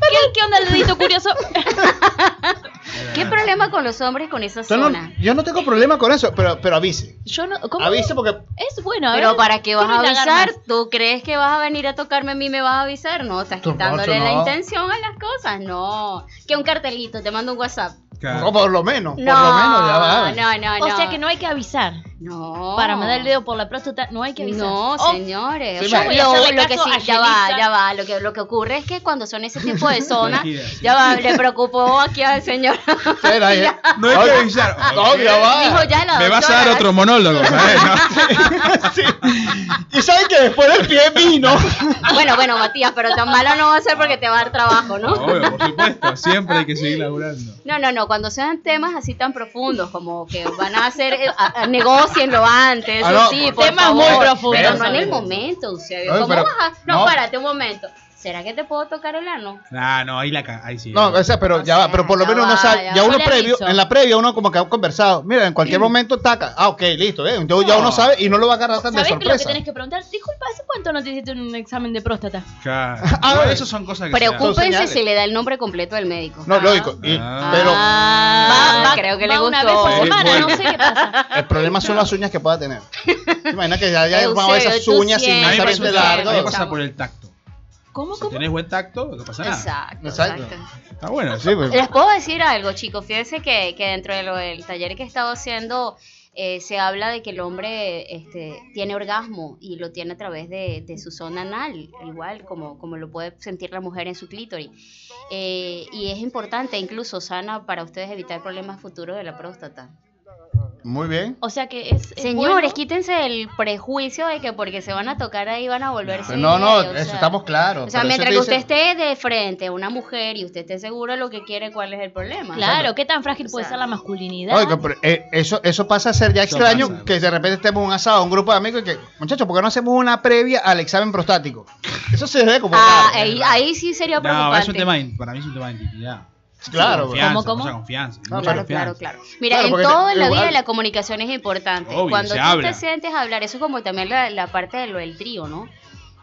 Speaker 6: ¿Qué, qué onda el dedito curioso?
Speaker 7: ¿Qué problema con los hombres con esa
Speaker 3: Yo no,
Speaker 7: zona?
Speaker 3: yo no tengo problema con eso, pero, pero avise.
Speaker 6: Yo no. ¿Cómo?
Speaker 3: Avise porque
Speaker 6: Es bueno, a
Speaker 7: Pero
Speaker 6: ver,
Speaker 7: para qué vas
Speaker 6: quiero
Speaker 7: a
Speaker 6: indagar
Speaker 7: avisar,
Speaker 6: más.
Speaker 7: ¿tú crees que vas a venir a tocarme a mí y me vas a avisar? No, estás
Speaker 3: Tú,
Speaker 7: quitándole
Speaker 3: macho,
Speaker 7: la
Speaker 3: no.
Speaker 7: intención a las cosas, no. Que un cartelito, te mando un WhatsApp.
Speaker 3: O por lo menos,
Speaker 7: No,
Speaker 3: por lo menos ya va.
Speaker 7: no, no, no.
Speaker 6: O sea que no hay que avisar.
Speaker 7: No.
Speaker 6: Para mandar el dedo por la próstata, no hay que avisar.
Speaker 7: No,
Speaker 6: Oh,
Speaker 7: señores.
Speaker 3: Sí,
Speaker 7: o sea,
Speaker 3: yo
Speaker 6: voy a hacerle
Speaker 7: lo, lo que
Speaker 6: caso
Speaker 7: sí,
Speaker 6: a
Speaker 7: ya va,
Speaker 6: Yelitza.
Speaker 7: ya va. Lo que, lo que ocurre es que cuando son ese
Speaker 3: *laughs*
Speaker 7: tipo de zonas, ya va, le preocupó aquí al *laughs* señor.
Speaker 3: Espera, eh.
Speaker 2: No hay que avisar.
Speaker 3: No, ya va.
Speaker 7: Dijo ya la
Speaker 2: Me vas a dar
Speaker 7: doctora. *laughs*
Speaker 2: otro monólogo. ¿sabes?
Speaker 3: Y saben que después del pie vino.
Speaker 7: Bueno, bueno, Matías, pero tan malo no va a ser porque te va a dar trabajo,
Speaker 2: No,
Speaker 7: ¿no?
Speaker 2: obvio, por supuesto. Siempre hay que seguir laburando.
Speaker 7: No, no, no, cuando sean temas así tan profundos como que van a hacer, eh, a- a- negocienlo antes,
Speaker 3: Ah, no,
Speaker 7: sí,
Speaker 3: por-
Speaker 7: por
Speaker 6: temas
Speaker 7: favor.
Speaker 6: muy profundos,
Speaker 7: Pero no en
Speaker 6: ¿no?
Speaker 7: el momento, Eusebio.
Speaker 3: Ay,
Speaker 7: ¿Cómo
Speaker 3: pero-
Speaker 7: vas a...? No,
Speaker 3: no.
Speaker 7: párate un momento. ¿Será que te puedo tocar el ano?
Speaker 8: Ah, no, ahí la ca- ahí sí.
Speaker 3: No, o sea, pero ya va, pero por lo
Speaker 7: Ya
Speaker 3: menos uno
Speaker 7: va,
Speaker 3: sabe,
Speaker 7: ya
Speaker 3: ya
Speaker 7: va.
Speaker 3: uno
Speaker 6: Yo le
Speaker 3: previo,
Speaker 6: aviso.
Speaker 3: en la previa uno como que ha conversado, mira, en cualquier momento taca, ah, ok, listo, eh, entonces ya uno sabe y no lo va a agarrar tan de
Speaker 6: Oh, ¿Sabés que lo que
Speaker 3: sorpresa.
Speaker 6: tenés que preguntar? Disculpa, ¿hace cuánto no te hiciste un examen de próstata?
Speaker 2: Claro.
Speaker 3: Ah,
Speaker 2: Bueno,
Speaker 3: eh.
Speaker 2: esas son cosas que se dan.
Speaker 7: Preocúpense
Speaker 3: señales.
Speaker 7: si le da el nombre completo del médico.
Speaker 3: No, lógico, y-
Speaker 2: Ah.
Speaker 3: pero
Speaker 7: Ah,
Speaker 6: Va- va-
Speaker 7: creo que le
Speaker 6: va
Speaker 7: gustó.
Speaker 6: una vez por
Speaker 2: Sí,
Speaker 6: semana,
Speaker 2: bueno.
Speaker 6: no sé qué pasa.
Speaker 3: el problema son las uñas que pueda
Speaker 7: *laughs*
Speaker 3: tener. ¿Te imaginas que ya haya
Speaker 7: Eusebio,
Speaker 3: armado esas
Speaker 7: tú
Speaker 3: uñas
Speaker 7: siempre.
Speaker 2: A mí me pasa
Speaker 3: inmensamente
Speaker 2: un tema, a mí me
Speaker 3: largas?
Speaker 2: pasa por el tacto.
Speaker 6: ¿Cómo,
Speaker 2: Si
Speaker 6: cómo?
Speaker 2: tenés buen tacto, no pasa nada.
Speaker 7: Exacto,
Speaker 3: Exacto.
Speaker 7: exacto.
Speaker 2: Está bueno.
Speaker 3: Sí, pues.
Speaker 7: Les puedo decir algo, chicos. Fíjense que, que dentro de lo del taller que he estado haciendo eh, se habla de que el hombre este, tiene orgasmo y lo tiene a través de, de su zona anal, igual como, como lo puede sentir la mujer en su clítoris. Eh, y es importante, incluso sana, para ustedes evitar problemas futuros de la próstata.
Speaker 3: Muy bien.
Speaker 6: O sea que es. es
Speaker 7: Señores,
Speaker 6: bueno.
Speaker 7: quítense el prejuicio de que porque se van a tocar ahí van a volverse.
Speaker 3: No, no,
Speaker 7: gay, o
Speaker 3: eso
Speaker 7: sea.
Speaker 3: estamos claros.
Speaker 7: O sea,
Speaker 3: pero eso
Speaker 7: mientras
Speaker 3: te
Speaker 7: que
Speaker 3: dice-
Speaker 7: usted esté de frente a una mujer y usted esté seguro de lo que quiere, ¿cuál es el problema?
Speaker 6: Claro, ¿qué tan frágil puede
Speaker 7: O sea,
Speaker 6: ser la masculinidad?
Speaker 3: Oiga, pero, eh, eso, eso pasa a ser ya
Speaker 2: Eso
Speaker 3: extraño
Speaker 2: pasa.
Speaker 3: que de repente estemos en un asado, un grupo de amigos y que, muchachos, ¿por qué no hacemos una previa al examen prostático? Eso se ve como
Speaker 7: Ah,
Speaker 3: raro.
Speaker 7: ahí, ahí sí sería
Speaker 2: No,
Speaker 7: preocupante.
Speaker 2: es un tema, in- para mí es un tema de intimidad.
Speaker 3: Claro, bro.
Speaker 2: Confianza,
Speaker 6: ¿Cómo, cómo?
Speaker 2: mucha confianza.
Speaker 3: No,
Speaker 2: mucha
Speaker 7: Claro, claro,
Speaker 2: confianza.
Speaker 7: claro. Mira,
Speaker 3: Claro,
Speaker 7: en
Speaker 3: porque
Speaker 7: todo
Speaker 3: te-
Speaker 7: en la vida
Speaker 3: igual-
Speaker 7: la comunicación es importante.
Speaker 2: Obvio,
Speaker 7: Cuando
Speaker 2: se
Speaker 7: tú
Speaker 2: habla.
Speaker 7: te sientes a hablar, eso es como también la, la parte de lo del trío, ¿no?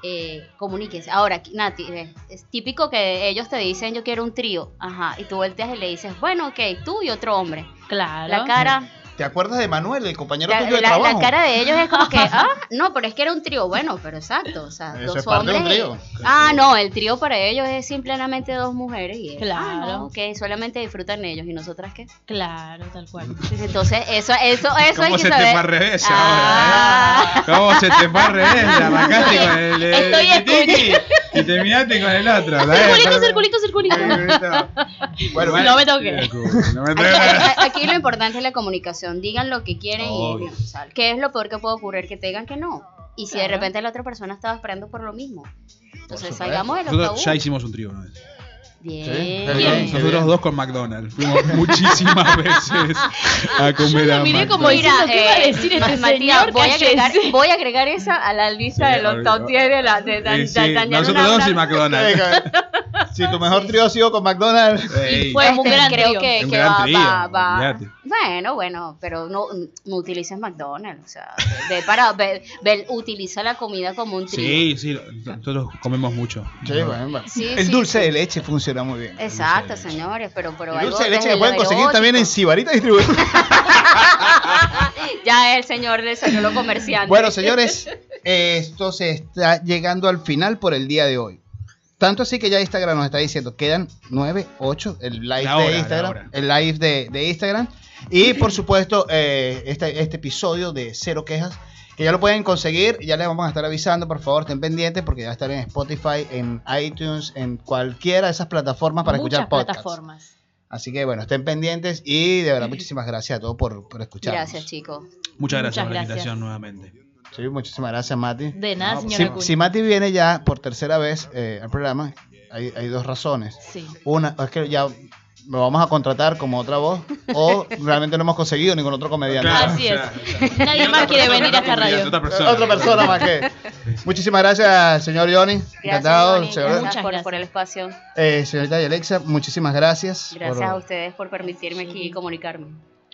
Speaker 7: Eh, comuníquese. Ahora, Nati, eh, es típico que ellos te dicen yo quiero un trío, ajá, y tú volteas y le dices, bueno, ok, tú y otro hombre.
Speaker 6: Claro.
Speaker 7: La cara,
Speaker 3: ¿Te acuerdas de Manuel, el compañero
Speaker 7: la,
Speaker 3: tuyo de
Speaker 7: la- la
Speaker 3: trabajo?
Speaker 7: cara de ellos es como que, ah, no, pero es que era un trío, bueno, pero exacto, o sea,
Speaker 3: Eso
Speaker 7: dos
Speaker 3: es parte de
Speaker 7: hombres.
Speaker 3: un trío.
Speaker 7: y- Ah, no, el trío para ellos es simplemente dos mujeres y es, ah,
Speaker 6: Claro.
Speaker 7: no, ok, solamente disfrutan ellos y nosotras qué.
Speaker 6: Claro, tal cual.
Speaker 7: Entonces, eso, eso, eso hay
Speaker 2: ¿Cómo
Speaker 7: que
Speaker 2: se te
Speaker 7: saber.
Speaker 2: fue al revés
Speaker 7: Ah.
Speaker 2: ahora? eh? ¿Cómo se te fue al revés?
Speaker 7: *laughs*
Speaker 2: Arrancaste con el, el,
Speaker 7: Estoy
Speaker 2: el tiki y terminaste con el otro.
Speaker 6: Circulito, circulito,
Speaker 2: Eh,
Speaker 6: circulito.
Speaker 3: *laughs*
Speaker 2: Bueno, eh,
Speaker 6: No me toques.
Speaker 2: No me
Speaker 7: Aquí,
Speaker 2: toques.
Speaker 7: aquí- aquí lo importante es la comunicación. Digan lo que quieren
Speaker 2: Obvio.
Speaker 7: y o sea, qué es lo peor que puede ocurrir que te digan que no. Y si de repente la otra persona estaba esperando por lo mismo. Entonces salgamos de los
Speaker 2: Nosotros
Speaker 7: tabúes.
Speaker 2: ya hicimos un trío, ¿no?
Speaker 7: Bien.
Speaker 3: Sí, bien.
Speaker 2: Nosotros dos con McDonald's. Fuimos muchísimas veces a
Speaker 6: Yo
Speaker 2: comer
Speaker 6: lo
Speaker 2: a
Speaker 6: miré
Speaker 2: McDonald's.
Speaker 6: como diciendo, ¿qué va a
Speaker 7: eh,
Speaker 6: decir este
Speaker 7: Matías,
Speaker 6: señor?
Speaker 7: voy a, agregar,
Speaker 6: Cállese.
Speaker 7: voy a agregar esa a la lista
Speaker 2: Sí,
Speaker 7: de los top
Speaker 2: obvio.
Speaker 7: 10 de la de
Speaker 2: Sí,
Speaker 7: Dan-
Speaker 2: sí,
Speaker 7: Dan- Dan-
Speaker 2: Nosotros
Speaker 7: Dan-
Speaker 2: dos y
Speaker 7: Dan-
Speaker 2: McDonald's.
Speaker 3: Venga. Si tu mejor trío ha sido con McDonald's.
Speaker 2: Ey,
Speaker 6: fue-
Speaker 7: Este,
Speaker 6: un gran
Speaker 7: creo
Speaker 6: trío.
Speaker 7: que,
Speaker 2: Un
Speaker 7: que
Speaker 2: gran
Speaker 7: va,
Speaker 2: trío,
Speaker 7: va, va.
Speaker 2: olvídate.
Speaker 7: Bueno, bueno, pero no, no utilices McDonald's, o sea, ve para, ve- ve- utiliza la comida como un trío.
Speaker 2: Sí, sí, lo- nosotros comemos mucho.
Speaker 3: Sí, bueno, bueno.
Speaker 7: Sí,
Speaker 3: El
Speaker 7: sí.
Speaker 3: dulce de leche funciona muy bien.
Speaker 7: Exacto, señores, pero, pero
Speaker 3: El
Speaker 7: algo
Speaker 3: dulce de leche
Speaker 7: desde
Speaker 3: que
Speaker 7: lo
Speaker 3: pueden conseguir
Speaker 7: erótico.
Speaker 3: también en Sibarita Distribuidora.
Speaker 7: *laughs* Ya el señor desayuno comerciante.
Speaker 3: Bueno, señores, esto se está llegando al final por el día de hoy. Tanto así que ya Instagram nos está diciendo, quedan 9, 8, el live
Speaker 2: La hora,
Speaker 3: de
Speaker 2: la
Speaker 3: Instagram.
Speaker 2: hora.
Speaker 3: El live de, de Instagram. Y por supuesto, eh, este, este episodio de Cero Quejas, que ya lo pueden conseguir, ya les vamos a estar avisando, por favor, estén pendientes porque ya va a estar en Spotify, en iTunes, en cualquiera de esas plataformas para
Speaker 6: Muchas
Speaker 3: escuchar podcasts.
Speaker 6: plataformas.
Speaker 3: Así que bueno, estén pendientes y de verdad muchísimas gracias a todos por, por escucharnos.
Speaker 7: Gracias, chicos.
Speaker 2: Muchas gracias
Speaker 6: Muchas
Speaker 2: por la
Speaker 6: gracias.
Speaker 2: invitación nuevamente.
Speaker 3: Sí, muchísimas gracias, Mati.
Speaker 6: De nada,
Speaker 2: No, pues,
Speaker 6: señora
Speaker 3: Si-
Speaker 6: Kun.
Speaker 3: Si Mati viene ya por tercera vez eh, al programa, hay, hay dos razones.
Speaker 6: Sí.
Speaker 3: Una es que ya lo vamos a contratar como otra voz o realmente no hemos conseguido ningún otro comediante.
Speaker 2: Claro,
Speaker 6: Así es.
Speaker 2: claro,
Speaker 6: Nadie más quiere venir a esta radio.
Speaker 2: Otra persona.
Speaker 3: Otra persona más que. Muchísimas gracias, señor Johnny. Encantado.
Speaker 7: Gracias,
Speaker 3: señor-
Speaker 7: Johnny,
Speaker 6: Muchas
Speaker 7: gracias por,
Speaker 6: gracias.
Speaker 7: por el espacio.
Speaker 3: eh, señorita y Alexa, muchísimas gracias.
Speaker 7: Gracias
Speaker 3: por-
Speaker 7: a ustedes por permitirme aquí y comunicarme.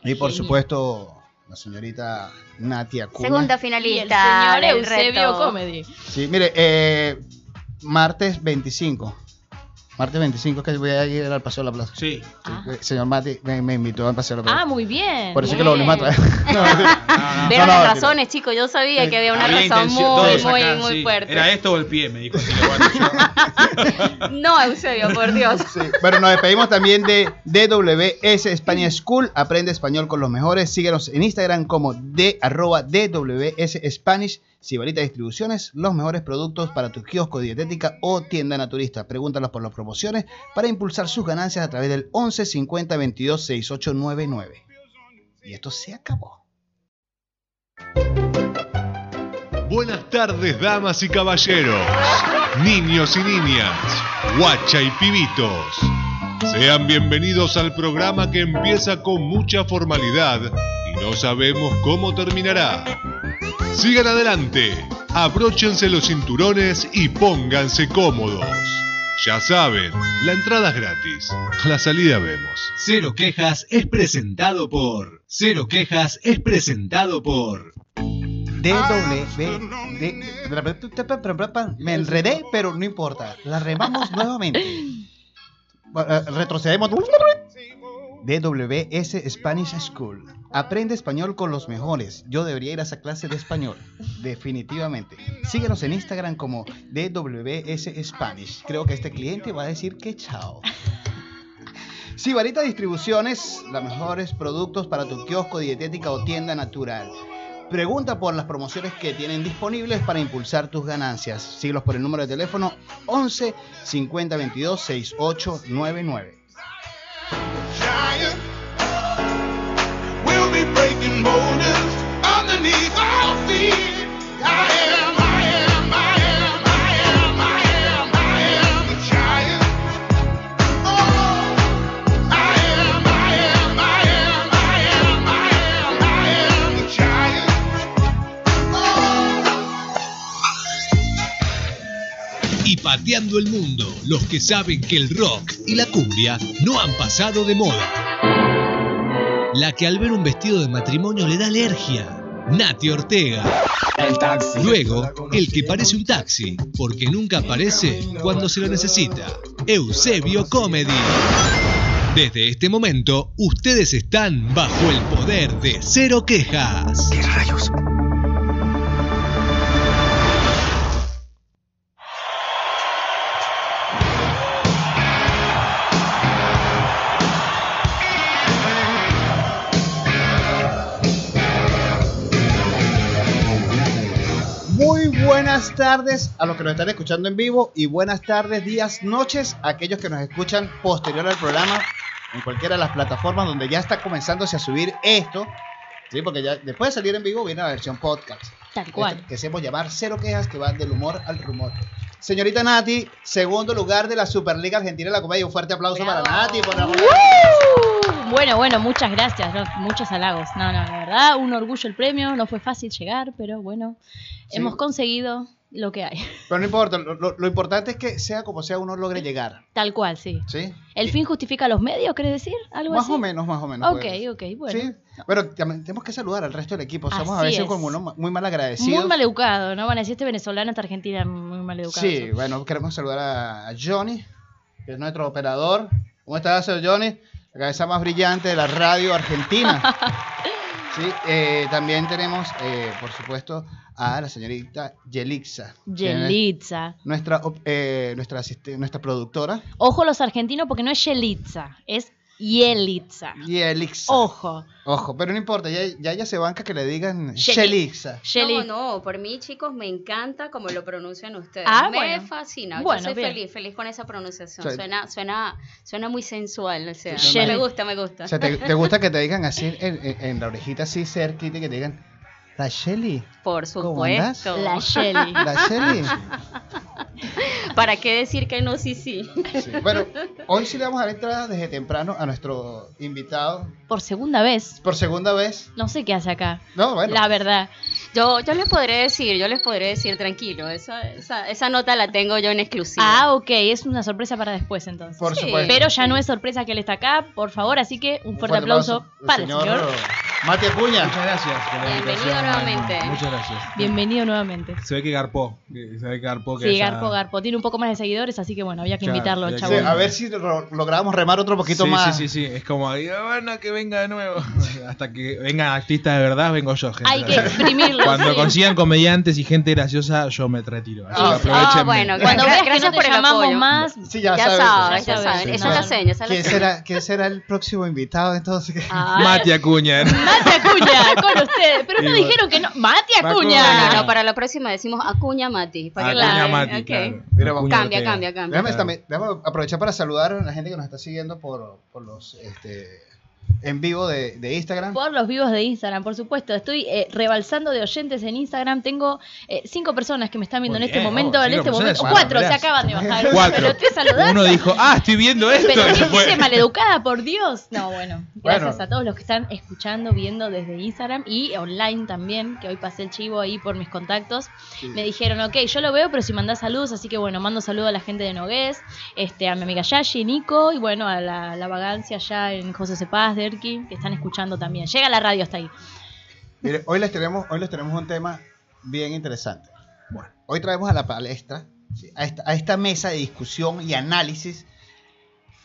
Speaker 3: Y por
Speaker 6: Genial.
Speaker 3: supuesto, la señorita Natia Acuna.
Speaker 6: Y
Speaker 7: Segunda
Speaker 6: el
Speaker 7: finalista.
Speaker 6: señor
Speaker 7: del
Speaker 6: Eusebio
Speaker 7: reto.
Speaker 6: Comedy.
Speaker 3: Sí, mire, eh, martes 25. Martes 25 es que voy a ir al Paseo de la Plaza.
Speaker 2: Sí.
Speaker 6: Ah,
Speaker 3: Eh, Señor Mati me, me invitó al Paseo de la Plaza.
Speaker 6: Ah, muy bien.
Speaker 3: Por eso es que lo volvimos a traer.
Speaker 2: Ah,
Speaker 7: Vieron
Speaker 3: No, no,
Speaker 7: las
Speaker 3: mentira.
Speaker 7: razones, chicos. Yo sabía que había una
Speaker 2: había
Speaker 7: razón
Speaker 2: intención- dos
Speaker 7: muy,
Speaker 2: acá,
Speaker 7: muy, muy
Speaker 2: sí.
Speaker 7: fuerte.
Speaker 2: Era esto o el pie, me dijo. así que bueno, yo-
Speaker 7: No, Eusebio, por Dios.
Speaker 3: Sí. Bueno, nos despedimos también de DWS España School. Aprende español con los mejores. Síguenos en Instagram como de arroba DWS Spanish. Sibarita Distribuciones, los mejores productos para tu kiosco de dietética o tienda naturista. Pregúntalos por las promociones para impulsar sus ganancias a través del 11 50 22 6899. Y esto se acabó.
Speaker 1: Buenas tardes, damas y caballeros, niños y niñas, guacha y pibitos. Sean bienvenidos al programa que empieza con mucha formalidad y no sabemos cómo terminará. Sigan adelante, abróchense los cinturones y pónganse cómodos. Ya saben, la entrada es gratis. A la salida vemos.
Speaker 11: Cero Quejas es presentado por. Cero Quejas es presentado por.
Speaker 3: DW. de- Me enredé, pero no importa. La remamos nuevamente. Bueno, eh, Retrocedemos. DWS Spanish School. Aprende español con los mejores. Yo debería ir a esa clase de español. Definitivamente. Síguenos en Instagram como DWS Spanish. Creo que este cliente va a decir que chao. Sibarita Distribuciones, los mejores productos para tu kiosco, dietética o tienda natural. Pregunta por las promociones que tienen disponibles para impulsar tus ganancias. Síguelos por el número de teléfono 11 50 22 6899.
Speaker 4: giant will be breaking boulders underneath our feet. I am, I am, I am, I am, I am, I am a giant. Oh, I am, I am, I am, I am, I am, I am a giant. Oh.
Speaker 11: Y para Pateando el mundo, los que saben que el rock y la cumbia no han pasado de moda. La que al ver un vestido de matrimonio le da alergia. Nati Ortega.
Speaker 12: El taxi.
Speaker 11: Luego, el que parece un taxi, porque nunca aparece cuando se lo necesita. Eusebio Comedy. Desde este momento, ustedes están bajo el poder de Cero Quejas.
Speaker 3: Muy buenas tardes a los que nos están escuchando en vivo y buenas tardes, días, noches a aquellos que nos escuchan posterior al programa en cualquiera de las plataformas donde ya está comenzándose a subir esto. Sí, porque ya después de salir en vivo viene la versión podcast.
Speaker 6: Tal cual.
Speaker 3: Esto Este, Que hacemos llamar Cero Quejas, que va del humor al rumor. Señorita Nati, segundo lugar de la Superliga Argentina de la Comedia. Un fuerte aplauso
Speaker 7: Bravo.
Speaker 3: para Nati. Por amor de-
Speaker 6: ¡Woo! Bueno, bueno, muchas gracias, ¿no? muchos halagos. No, no, la verdad, un orgullo el premio, no fue fácil llegar, pero bueno, hemos conseguido lo que hay. *laughs*
Speaker 3: Pero no importa, lo, lo- lo importante es que sea como sea uno logre llegar.
Speaker 6: Tal cual, sí.
Speaker 3: ¿Sí?
Speaker 6: ¿El fin justifica los medios, querés decir? ¿Algo
Speaker 3: Más
Speaker 6: así?
Speaker 3: o menos, más o menos.
Speaker 6: Ok,
Speaker 3: puede ser.
Speaker 6: ok, bueno.
Speaker 3: Sí, pero también tenemos que saludar al resto del equipo. Somos a
Speaker 6: Así
Speaker 3: veces
Speaker 6: es.
Speaker 3: como unos ma- muy mal agradecidos.
Speaker 6: Muy mal educado, ¿no? Van a decir este venezolano, esta argentina, muy mal educado.
Speaker 3: Sí, bueno, queremos saludar a a Johnny, que es nuestro operador. ¿Cómo estás, señor Johnny? La cabeza más brillante de la radio argentina. Sí, eh, también tenemos, eh, por supuesto, a la señorita Yelixa. quien es
Speaker 6: Yelitza.
Speaker 3: Nuestra, op- eh, nuestra, asiste- nuestra productora.
Speaker 6: Ojo los argentinos porque no es Yelitza, es Yelitza.
Speaker 3: Yelixa.
Speaker 6: Ojo.
Speaker 3: Ojo, pero no importa, ya, ya ella se banca que le digan
Speaker 6: Yeli-
Speaker 3: Yelixa.
Speaker 6: Yeli-
Speaker 7: No, no, por mí, chicos, me encanta como lo pronuncian ustedes.
Speaker 6: Ah,
Speaker 7: me
Speaker 6: bueno.
Speaker 7: fascina.
Speaker 6: Bueno,
Speaker 7: Yo soy
Speaker 6: bien.
Speaker 7: feliz, feliz con esa pronunciación.
Speaker 3: Sí.
Speaker 7: Suena, suena, suena muy sensual. O sea,
Speaker 6: Sí,
Speaker 7: me
Speaker 6: sí.
Speaker 7: gusta, me gusta.
Speaker 3: O sea, ¿te, te gusta que te digan así en, en- en la orejita así cerquita y que te digan, la Shelly,
Speaker 7: Por
Speaker 3: ¿Cómo andás?
Speaker 7: supuesto.
Speaker 6: La
Speaker 3: *laughs*
Speaker 6: Yeli.
Speaker 3: la Shelly.
Speaker 7: ¿Para qué decir que no? Sí, sí.
Speaker 3: Sí, Bueno, hoy sí le vamos a dar entrada desde temprano a nuestro invitado
Speaker 6: Por segunda vez.
Speaker 3: por segunda vez.
Speaker 6: No sé qué hace acá.
Speaker 3: No, bueno.
Speaker 6: La verdad.
Speaker 7: Yo, yo les podré decir, yo les podré decir tranquilo. Esa, esa, esa nota la tengo yo en exclusiva.
Speaker 6: Ah, ok, es una sorpresa para después entonces.
Speaker 3: Por
Speaker 7: sí.
Speaker 3: supuesto.
Speaker 6: Pero ya no es sorpresa que él está acá, por favor, así que un fuerte, aplauso,
Speaker 3: al
Speaker 6: para el señor.
Speaker 3: Mati Acuña.
Speaker 8: Muchas gracias por la
Speaker 7: Bienvenido
Speaker 8: invitación, Alma.
Speaker 7: nuevamente.
Speaker 8: Muchas gracias.
Speaker 6: Bienvenido nuevamente.
Speaker 2: Se ve que garpó. que- Se ve que garpó. Que
Speaker 6: Sí,
Speaker 2: esa-
Speaker 6: Garpo, Garpo. Tiene un poco más de seguidores, así que bueno, había que
Speaker 2: Claro,
Speaker 6: invitarlo al
Speaker 2: había que-
Speaker 3: Sí,
Speaker 6: chabón.
Speaker 3: a ver si lo- logramos remar otro poquito
Speaker 2: sí,
Speaker 3: más.
Speaker 2: Sí, sí, sí. Es como, "Ay, bueno, que venga de nuevo. *laughs* Hasta que vengan artistas de verdad, vengo yo, gente.
Speaker 6: Hay que exprimirlo.
Speaker 2: Cuando
Speaker 6: sí.
Speaker 2: consigan comediantes y gente graciosa, yo me retiro. Así
Speaker 3: Ah,
Speaker 2: que aprovechenme.
Speaker 7: ah, bueno,
Speaker 6: Cuando veas que no te
Speaker 7: el
Speaker 6: llamamos
Speaker 7: apoyo.
Speaker 6: más, *laughs*
Speaker 3: Sí, ya,
Speaker 7: ya
Speaker 3: sabes.
Speaker 7: sabes, ya
Speaker 6: sabes.
Speaker 7: sabes.
Speaker 6: Sí,
Speaker 7: Esa
Speaker 6: no.
Speaker 7: es la seña, esa es la
Speaker 3: ¿Quién
Speaker 7: seña.
Speaker 3: será, quién será el próximo invitado entonces?
Speaker 7: Ah,
Speaker 2: Mati Acuña.
Speaker 6: Mate Acuña, con ustedes. Pero
Speaker 2: Y
Speaker 6: no
Speaker 2: bueno.
Speaker 6: dijeron que no. Mate
Speaker 7: No, no,
Speaker 6: Acuña.
Speaker 7: no, para la próxima decimos Acuña Mati. Para que
Speaker 2: Acuña
Speaker 7: la-
Speaker 2: Mati.
Speaker 7: ok.
Speaker 2: claro.
Speaker 3: Mira, vamos.
Speaker 2: Acuña
Speaker 7: Cambia,
Speaker 2: Ortega.
Speaker 7: cambia, cambia.
Speaker 3: *laughs* Déjame, también- déjame aprovechar para saludar a la gente que nos está siguiendo por, por los este, en vivo de, de Instagram.
Speaker 6: Por los vivos de Instagram, por supuesto. Estoy eh, rebalsando de oyentes en Instagram. Tengo eh, cinco personas que me están viendo
Speaker 2: Muy
Speaker 6: en este
Speaker 2: bien,
Speaker 6: momento.
Speaker 2: oh,
Speaker 6: en
Speaker 2: cinco
Speaker 6: este
Speaker 2: personas,
Speaker 6: momento.
Speaker 2: bueno,
Speaker 6: cuatro, se
Speaker 2: mirá.
Speaker 6: acaban de bajar.
Speaker 2: Cuatro.
Speaker 6: Pero estoy saludando.
Speaker 2: Uno dijo, ah, estoy viendo esto.
Speaker 6: Pero
Speaker 2: y se
Speaker 6: qué
Speaker 2: fue.
Speaker 6: dice maleducada, por Dios. No, bueno, gracias
Speaker 3: Bueno.
Speaker 6: a todos los que están escuchando, viendo desde Instagram y online también, que hoy pasé el chivo ahí por mis contactos. Me dijeron, ok, yo lo veo, pero si mandás saludos, así que bueno, mando saludos a la gente de Nogués, este, a mi amiga Yashi, Nico, y bueno, a la, la vagancia allá en José Cepaz, Derki, que están escuchando también. Llega la radio hasta ahí.
Speaker 3: Mire, hoy les tenemos, hoy les tenemos un tema bien interesante. Bueno, hoy traemos a la palestra, sí, a esta, a esta mesa de discusión y análisis,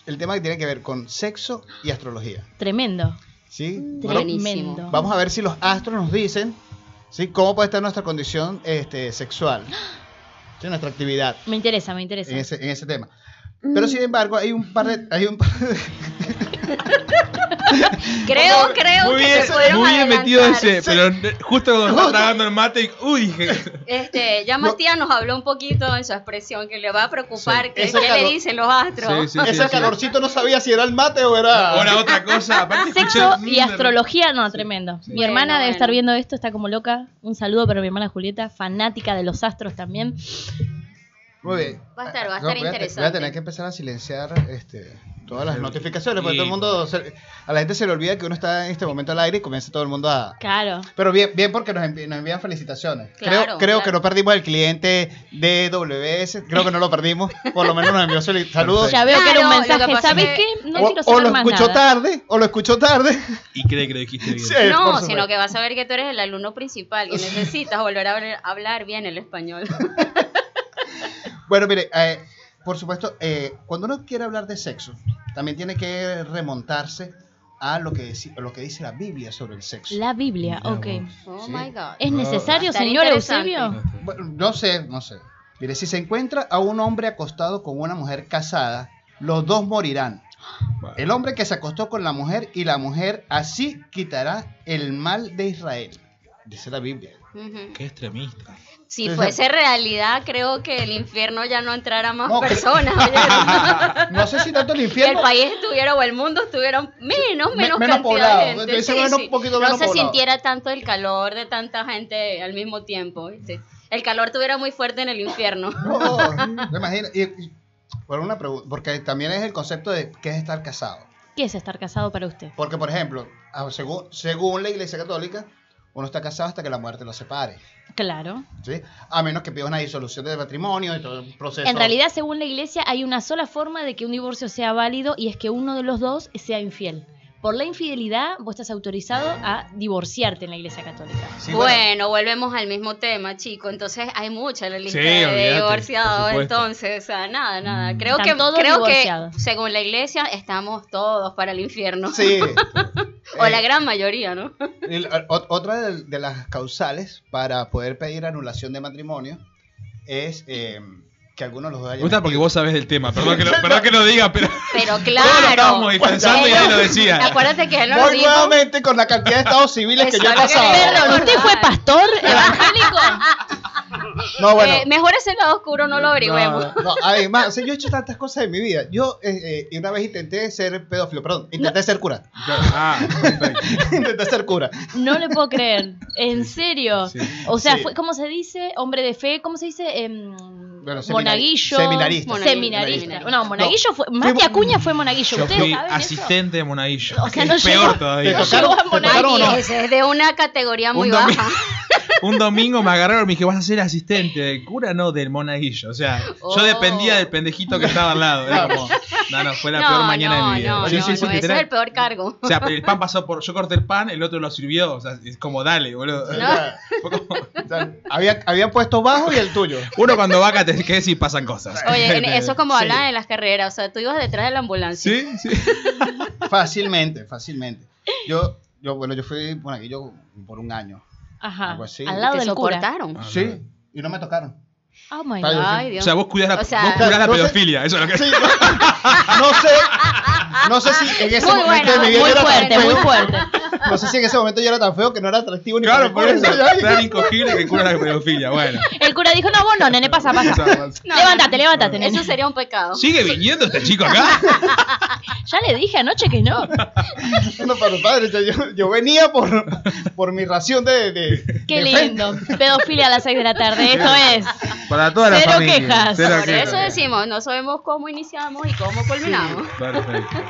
Speaker 3: el tema que tiene que ver con sexo y astrología.
Speaker 6: Tremendo.
Speaker 3: ¿sí? Bueno,
Speaker 7: Buenísimo.
Speaker 6: Tremendo.
Speaker 3: vamos a ver si los astros nos dicen ¿sí? cómo puede estar nuestra condición este, sexual, ¿sí? nuestra actividad
Speaker 6: Me interesa, me interesa.
Speaker 3: en ese, en ese tema. Pero sin embargo, hay un par de... Hay un par de-
Speaker 7: Creo, creo
Speaker 2: Muy
Speaker 7: que
Speaker 2: bien,
Speaker 7: se pudieron
Speaker 2: muy bien
Speaker 7: adelantar.
Speaker 2: metido ese. Pero justo cuando estaba tragando el mate, y- uy, dije.
Speaker 7: Este, ya Matías nos habló un poquito en su expresión que le va a preocupar
Speaker 3: Sí.
Speaker 7: que
Speaker 3: Ese
Speaker 7: qué
Speaker 3: calor-
Speaker 7: le dicen los astros.
Speaker 2: Sí, sí,
Speaker 3: *laughs* ese
Speaker 2: sí.
Speaker 3: calorcito no sabía si era el mate o era...
Speaker 2: Ahora otra cosa. aparte
Speaker 6: Sexo
Speaker 2: escuché-
Speaker 6: y astrología, no, tremendo. Mi
Speaker 7: Bueno,
Speaker 6: hermana debe
Speaker 7: bueno.
Speaker 6: estar viendo esto, está como loca. Un saludo para mi hermana Julieta, fanática de los astros también.
Speaker 3: Muy bien.
Speaker 7: Va a estar- va a
Speaker 3: No, voy
Speaker 7: estar
Speaker 3: te- Voy a
Speaker 7: interesante.
Speaker 3: tener que empezar a silenciar este, Todas las notificaciones, porque todo el mundo. se- a la gente se le olvida que uno está en este momento al aire y comienza todo el mundo a.
Speaker 6: Claro.
Speaker 3: Pero bien, bien porque nos, envi- nos envían felicitaciones. creo
Speaker 7: Claro,
Speaker 3: creo que
Speaker 7: claro.
Speaker 3: no perdimos el cliente de WS, creo que no lo perdimos, por lo menos nos envió soli- saludos.
Speaker 6: Ya veo que era un
Speaker 7: Claro, lo que
Speaker 6: mensaje.
Speaker 7: pasa
Speaker 6: ¿Sabes
Speaker 7: es
Speaker 6: qué? No
Speaker 3: o,
Speaker 6: quiero
Speaker 3: o
Speaker 6: saber
Speaker 3: lo
Speaker 6: más
Speaker 3: escuchó
Speaker 6: nada.
Speaker 3: tarde, o lo escuchó tarde.
Speaker 2: Y cree que lo dijiste bien.
Speaker 3: *laughs* Sí, por
Speaker 7: No,
Speaker 3: supuesto.
Speaker 7: sino que vas a ver que tú eres el
Speaker 3: *laughs*
Speaker 7: alumno principal y necesitas volver a hablar- hablar bien el español.
Speaker 3: Bueno, mire, eh, por supuesto, eh, cuando uno quiere hablar de sexo, también tiene que remontarse a lo que, deci- lo que dice la Biblia sobre el sexo.
Speaker 6: La Biblia,
Speaker 2: Mira
Speaker 6: ok.
Speaker 2: vos.
Speaker 7: Oh
Speaker 3: Sí.
Speaker 7: my god.
Speaker 6: ¿Es necesario,
Speaker 7: Tan
Speaker 6: señor
Speaker 7: interesante.
Speaker 6: Eusebio?
Speaker 3: Bueno, no sé, no sé. Mire, si se encuentra a un hombre acostado con una mujer casada, los dos morirán. El hombre que se acostó con la mujer y la mujer así quitará el mal de Israel. Dice la Biblia.
Speaker 7: Ujú.
Speaker 2: Qué extremista.
Speaker 7: Si fuese realidad, creo que el infierno ya no entrara más
Speaker 3: No, que-
Speaker 7: personas. oye.
Speaker 3: *laughs* No sé si
Speaker 7: *laughs*
Speaker 3: tanto el
Speaker 7: Que el
Speaker 3: infierno.
Speaker 7: país estuviera o el mundo estuviera menos,
Speaker 3: Me-
Speaker 7: menos,
Speaker 3: menos
Speaker 7: cantidad
Speaker 3: poblado.
Speaker 7: de gente.
Speaker 3: Debe ser menos- poquito
Speaker 7: no
Speaker 3: menos
Speaker 7: se
Speaker 3: poblado.
Speaker 7: sintiera tanto el calor de tanta gente al mismo tiempo. ¿viste? El calor estuviera muy fuerte en el infierno.
Speaker 3: No, me imagino. Y, y- por una pregunta, porque también es el concepto de qué es estar casado.
Speaker 6: ¿Qué es estar casado para usted?
Speaker 3: Porque, por ejemplo, a- según, según la Iglesia Católica, uno está casado hasta que la muerte lo separe.
Speaker 6: Claro.
Speaker 3: ¿sí? A menos que pida una disolución de matrimonio y todo el proceso.
Speaker 6: En realidad, según la iglesia, hay una sola forma de que un divorcio sea válido y es que uno de los dos sea infiel. Por la infidelidad, vos estás autorizado a divorciarte en la iglesia católica.
Speaker 7: *laughs*
Speaker 3: Sí,
Speaker 7: bueno, volvemos al mismo tema, chico. Entonces hay mucha en la lista
Speaker 2: Sí,
Speaker 7: de
Speaker 2: olvídate, por
Speaker 7: divorciados.
Speaker 2: supuesto.
Speaker 7: Entonces, o sea, nada, nada.
Speaker 2: Mm.
Speaker 7: Creo
Speaker 6: Están
Speaker 7: que
Speaker 6: todos
Speaker 7: creo que
Speaker 6: divorciados.
Speaker 7: según la iglesia estamos todos para el infierno.
Speaker 3: Sí.
Speaker 7: O
Speaker 3: Eh,
Speaker 7: la gran mayoría, ¿no?
Speaker 3: el- o- otra de, de las causales para poder pedir anulación de matrimonio es eh, que algunos de los dos
Speaker 2: Me
Speaker 3: hayan.
Speaker 2: gusta porque vos sabés del tema. Perdón que lo, perdón que lo diga, pero.
Speaker 7: Pero
Speaker 2: Todos lo
Speaker 7: claro.
Speaker 2: estábamos dispensando y él lo decía.
Speaker 7: *laughs* Acuérdate que él no lo
Speaker 3: Voy
Speaker 7: dijo.
Speaker 3: nuevamente con la cantidad de estados civiles que yo he
Speaker 7: Exacto.
Speaker 3: pasado.
Speaker 6: Perdón, ¿usted fue pastor evangélico?
Speaker 3: No, bueno.
Speaker 7: Eh, mejor ese lado oscuro no lo averigüemos.
Speaker 3: No, además, o sea, yo he hecho tantas cosas en mi vida. Yo eh, eh, una vez intenté ser pedófilo, perdón, intenté ser cura. *laughs*
Speaker 2: Ah, perfecto.
Speaker 3: intenté ser cura.
Speaker 6: No le puedo creer. ¿En serio?
Speaker 2: Sí.
Speaker 6: O sea,
Speaker 3: Sí.
Speaker 6: fue, ¿cómo se dice? Hombre de fe, ¿cómo se dice? Em,
Speaker 3: Bueno, seminari-
Speaker 6: monaguillo.
Speaker 3: seminarista.
Speaker 6: Seminarista.
Speaker 7: Seminarista.
Speaker 6: No, monaguillo fue. Mati Acuña fue monaguillo.
Speaker 2: Yo
Speaker 6: ¿Ustedes
Speaker 2: fui
Speaker 6: saben eso?
Speaker 2: asistente de Monaguillo.
Speaker 6: O sea, no
Speaker 2: Es peor
Speaker 6: llegó-
Speaker 3: ¿Te
Speaker 2: todavía.
Speaker 3: tocaron?
Speaker 6: Yo,
Speaker 3: ¿Te tocaron o no?
Speaker 7: Ay, ese es de una categoría muy
Speaker 2: Un domi-
Speaker 7: baja.
Speaker 2: Un domingo me agarraron y me dije, vas a ser asistente del cura, no, del monaguillo. O sea,
Speaker 7: Oh.
Speaker 2: yo dependía del pendejito que estaba al lado. Era como, no, no, fue *laughs* la peor mañana
Speaker 7: no,
Speaker 2: de mi vida.
Speaker 7: No,
Speaker 2: Sí,
Speaker 7: no,
Speaker 2: sí, sí,
Speaker 7: no, ese es
Speaker 2: literal.
Speaker 7: el peor
Speaker 2: *laughs*
Speaker 7: cargo.
Speaker 2: O sea, el pan pasó por. Yo corté el pan, el otro lo sirvió. O sea, es como dale, boludo. Fue como-
Speaker 3: *laughs* O sea, había, habían puesto bajo y el tuyo.
Speaker 2: Uno cuando vaca te quedes y pasan cosas. *laughs*
Speaker 7: Oye, en- eso es como
Speaker 3: Sí.
Speaker 7: hablan en las carreras. O sea, tú ibas detrás de la ambulancia.
Speaker 2: Sí, sí.
Speaker 3: Fácilmente, fácilmente. Yo, yo bueno, yo fui monaguillo por un año.
Speaker 6: Ajá.
Speaker 3: Algo así.
Speaker 6: Al
Speaker 7: Al
Speaker 6: lado
Speaker 7: te
Speaker 6: del cura.
Speaker 7: soportaron.
Speaker 2: Ah,
Speaker 3: Sí, y no me tocaron.
Speaker 6: Oh my
Speaker 3: Ay,
Speaker 6: god.
Speaker 7: Ay,
Speaker 2: O
Speaker 7: Dios.
Speaker 2: sea, vos cuidás la,
Speaker 7: O sea-
Speaker 2: vos curás la
Speaker 3: No sé-
Speaker 2: pedofilia. Eso es lo que.
Speaker 3: Sí, no, no sé. No sé si en ese
Speaker 7: Muy
Speaker 3: momento
Speaker 7: bueno,
Speaker 3: de mi vida
Speaker 6: Muy
Speaker 3: yo era
Speaker 6: fuerte,
Speaker 3: tan feo.
Speaker 6: muy fuerte.
Speaker 3: No sé si en ese momento yo era tan feo que no era atractivo ni
Speaker 2: Claro, por
Speaker 3: para el
Speaker 2: eso.
Speaker 3: culo. Ay,
Speaker 2: Tan incogible que cura la pedofilia. Bueno.
Speaker 6: El cura dijo, no, vos no, nene, pasa,
Speaker 2: O
Speaker 6: pasa.
Speaker 2: sea,
Speaker 7: No,
Speaker 6: levántate,
Speaker 7: no, no.
Speaker 6: levántate, nene.
Speaker 7: Eso sería un pecado.
Speaker 2: ¿Sigue viniendo este chico acá?
Speaker 6: Ya le dije anoche que no.
Speaker 3: No, pero padre, o sea, yo, yo venía por, por mi ración de. de-
Speaker 6: Qué
Speaker 3: de
Speaker 6: lindo. Pedofilia a las 6 de la tarde, esto es.
Speaker 2: Para toda la
Speaker 6: Cero
Speaker 2: familia.
Speaker 6: quejas.
Speaker 2: Cero
Speaker 7: Por
Speaker 2: quejas.
Speaker 7: eso decimos, no sabemos cómo iniciamos y cómo culminamos.
Speaker 2: Perfecto.
Speaker 3: fe.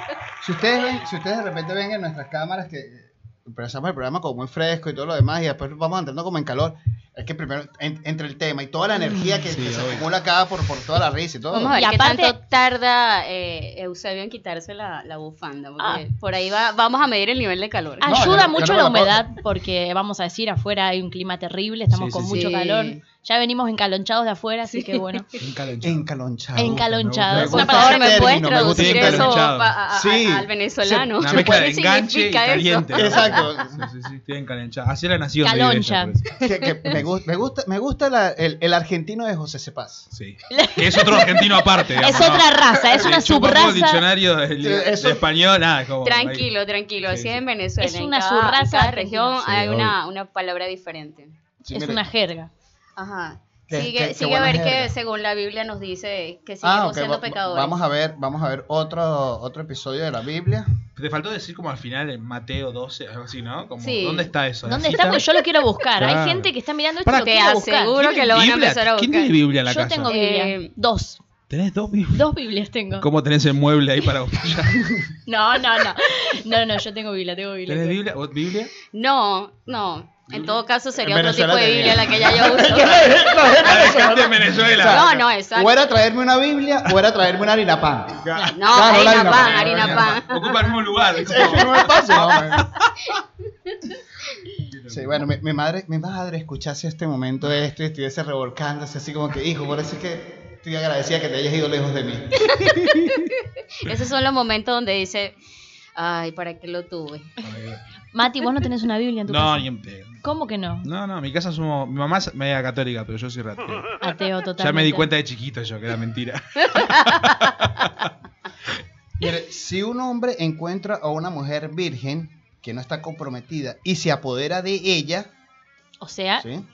Speaker 3: Si ustedes, ven, si ustedes de repente ven en nuestras cámaras que eh, empezamos el programa como muy fresco y todo lo demás, y después vamos entrando como en calor. Es que primero, en- entre el tema y toda la energía que, que se acumula acá por, por toda la risa y todo.
Speaker 7: Vamos a ver
Speaker 6: Y
Speaker 7: qué
Speaker 6: aparte-
Speaker 7: tanto tarda eh, Eusebio en quitarse la, la bufanda. Porque por ahí va, vamos a medir el nivel de calor.
Speaker 3: yo
Speaker 6: Ayuda
Speaker 3: no- yo
Speaker 6: mucho
Speaker 3: no me
Speaker 6: la
Speaker 3: la puedo-
Speaker 6: humedad porque vamos a decir, afuera hay un clima terrible, estamos
Speaker 2: Sí,
Speaker 6: con
Speaker 2: sí,
Speaker 7: sí.
Speaker 6: mucho
Speaker 7: Sí.
Speaker 6: calor. Ya venimos encalonchados de afuera, así que bueno.
Speaker 3: Encalonchado.
Speaker 2: me
Speaker 6: Encalonchados. Es
Speaker 2: gusta.
Speaker 6: una
Speaker 7: Por
Speaker 6: palabra
Speaker 7: favor,
Speaker 6: que
Speaker 3: Ese
Speaker 7: ¿me puedes
Speaker 3: término, me gusta
Speaker 7: traducir
Speaker 2: bien
Speaker 7: eso
Speaker 2: calentado.
Speaker 7: pa- a- a-
Speaker 3: Sí.
Speaker 7: al venezolano?
Speaker 2: Una mezcla de
Speaker 7: ¿Qué
Speaker 2: enganche y
Speaker 7: significa eso?
Speaker 2: caliente.
Speaker 3: Exacto.
Speaker 2: Sí, sí, sí, estoy encalenchado. Así es la nación. de
Speaker 6: Caloncha.
Speaker 2: Ibella, pues.
Speaker 3: Que- que me, gu- me gusta, me gusta la- el, el argentino de José Cepaz.
Speaker 6: *laughs*
Speaker 2: Sí. Que es otro argentino aparte.
Speaker 6: Es
Speaker 2: digamos,
Speaker 6: otra
Speaker 2: ¿no?
Speaker 6: raza, es
Speaker 2: Sí,
Speaker 6: una
Speaker 2: chupamos el
Speaker 6: subraza.
Speaker 2: diccionario del-
Speaker 3: Sí, eso-
Speaker 2: de español, nada, como. ahí.
Speaker 7: *laughs* Tranquilo, tranquilo, así
Speaker 2: Sí,
Speaker 7: es
Speaker 2: sí.
Speaker 7: en Venezuela.
Speaker 6: Es
Speaker 7: en
Speaker 6: una
Speaker 7: cada-
Speaker 6: subraza
Speaker 7: En cada
Speaker 6: argentina.
Speaker 7: región
Speaker 2: Sí,
Speaker 7: hay una, una palabra diferente.
Speaker 3: Sí,
Speaker 6: es
Speaker 3: mire,
Speaker 6: una jerga.
Speaker 7: Ajá.
Speaker 3: Qué-
Speaker 7: sigue
Speaker 3: qué- qué
Speaker 7: sigue a
Speaker 3: buena
Speaker 7: ver que
Speaker 3: jerga.
Speaker 7: según la Biblia nos dice que seguimos
Speaker 3: Ah, ok,
Speaker 7: siendo
Speaker 3: va-
Speaker 7: pecadores.
Speaker 3: vamos a ver, vamos a ver otro, otro episodio de la Biblia.
Speaker 2: Te faltó decir como al final en Mateo 12, algo así, ¿no? Como,
Speaker 7: Sí.
Speaker 2: ¿Dónde está eso?
Speaker 6: ¿Dónde está? Porque yo lo quiero buscar.
Speaker 2: Claro.
Speaker 6: Hay gente que está mirando esto y
Speaker 2: Para,
Speaker 6: lo
Speaker 7: te
Speaker 6: quiero buscar.
Speaker 7: aseguro que lo van a empezar a
Speaker 2: ¿Quién
Speaker 7: buscar.
Speaker 2: tiene Biblia en la
Speaker 6: Yo
Speaker 2: casa?
Speaker 6: tengo
Speaker 7: Eh,
Speaker 6: Biblia. Dos.
Speaker 2: ¿Tenés dos Biblias?
Speaker 6: Dos Biblias tengo.
Speaker 2: ¿Cómo tenés el mueble ahí para buscarla?
Speaker 6: *laughs* No, no, no. No, no, yo tengo Biblia, tengo Biblia.
Speaker 2: ¿Tenés Biblia? ¿Vos Biblia?
Speaker 7: No, no. En todo caso sería
Speaker 3: En
Speaker 7: otro tipo
Speaker 3: Venezuela
Speaker 7: de Biblia la que ya yo uso.
Speaker 2: La dejaste en
Speaker 3: O
Speaker 2: Venezuela.
Speaker 3: sea,
Speaker 7: No, no, exacto.
Speaker 3: O era traerme una Biblia o era traerme una harina pan.
Speaker 7: No,
Speaker 3: Claro, la
Speaker 7: harina
Speaker 3: harina
Speaker 7: pan,
Speaker 3: pan,
Speaker 7: harina pan.
Speaker 2: Ocupa el mismo lugar.
Speaker 3: Es que no me pasa, mamá. *laughs* Sí, bueno, mi, mi madre, mi madre escuchase este momento esto y estuviese revolcándose así como que, hijo, por eso es que estoy agradecida que te hayas ido lejos de mí.
Speaker 7: Esos son los momentos donde dice, ay, ¿para qué lo tuve?
Speaker 6: Mati, vos no tenés una Biblia en tu
Speaker 2: No,
Speaker 6: casa.
Speaker 2: ni en pedo.
Speaker 6: ¿Cómo que no?
Speaker 2: No, no, en mi casa somos. Mi mamá es media católica, pero yo soy ratero.
Speaker 6: Ateo totalmente.
Speaker 2: Ya me di cuenta de chiquito yo que era mentira.
Speaker 3: Mire, si un hombre encuentra a una mujer virgen que no está comprometida y se apodera de ella,
Speaker 6: O sea,
Speaker 3: ¿sí?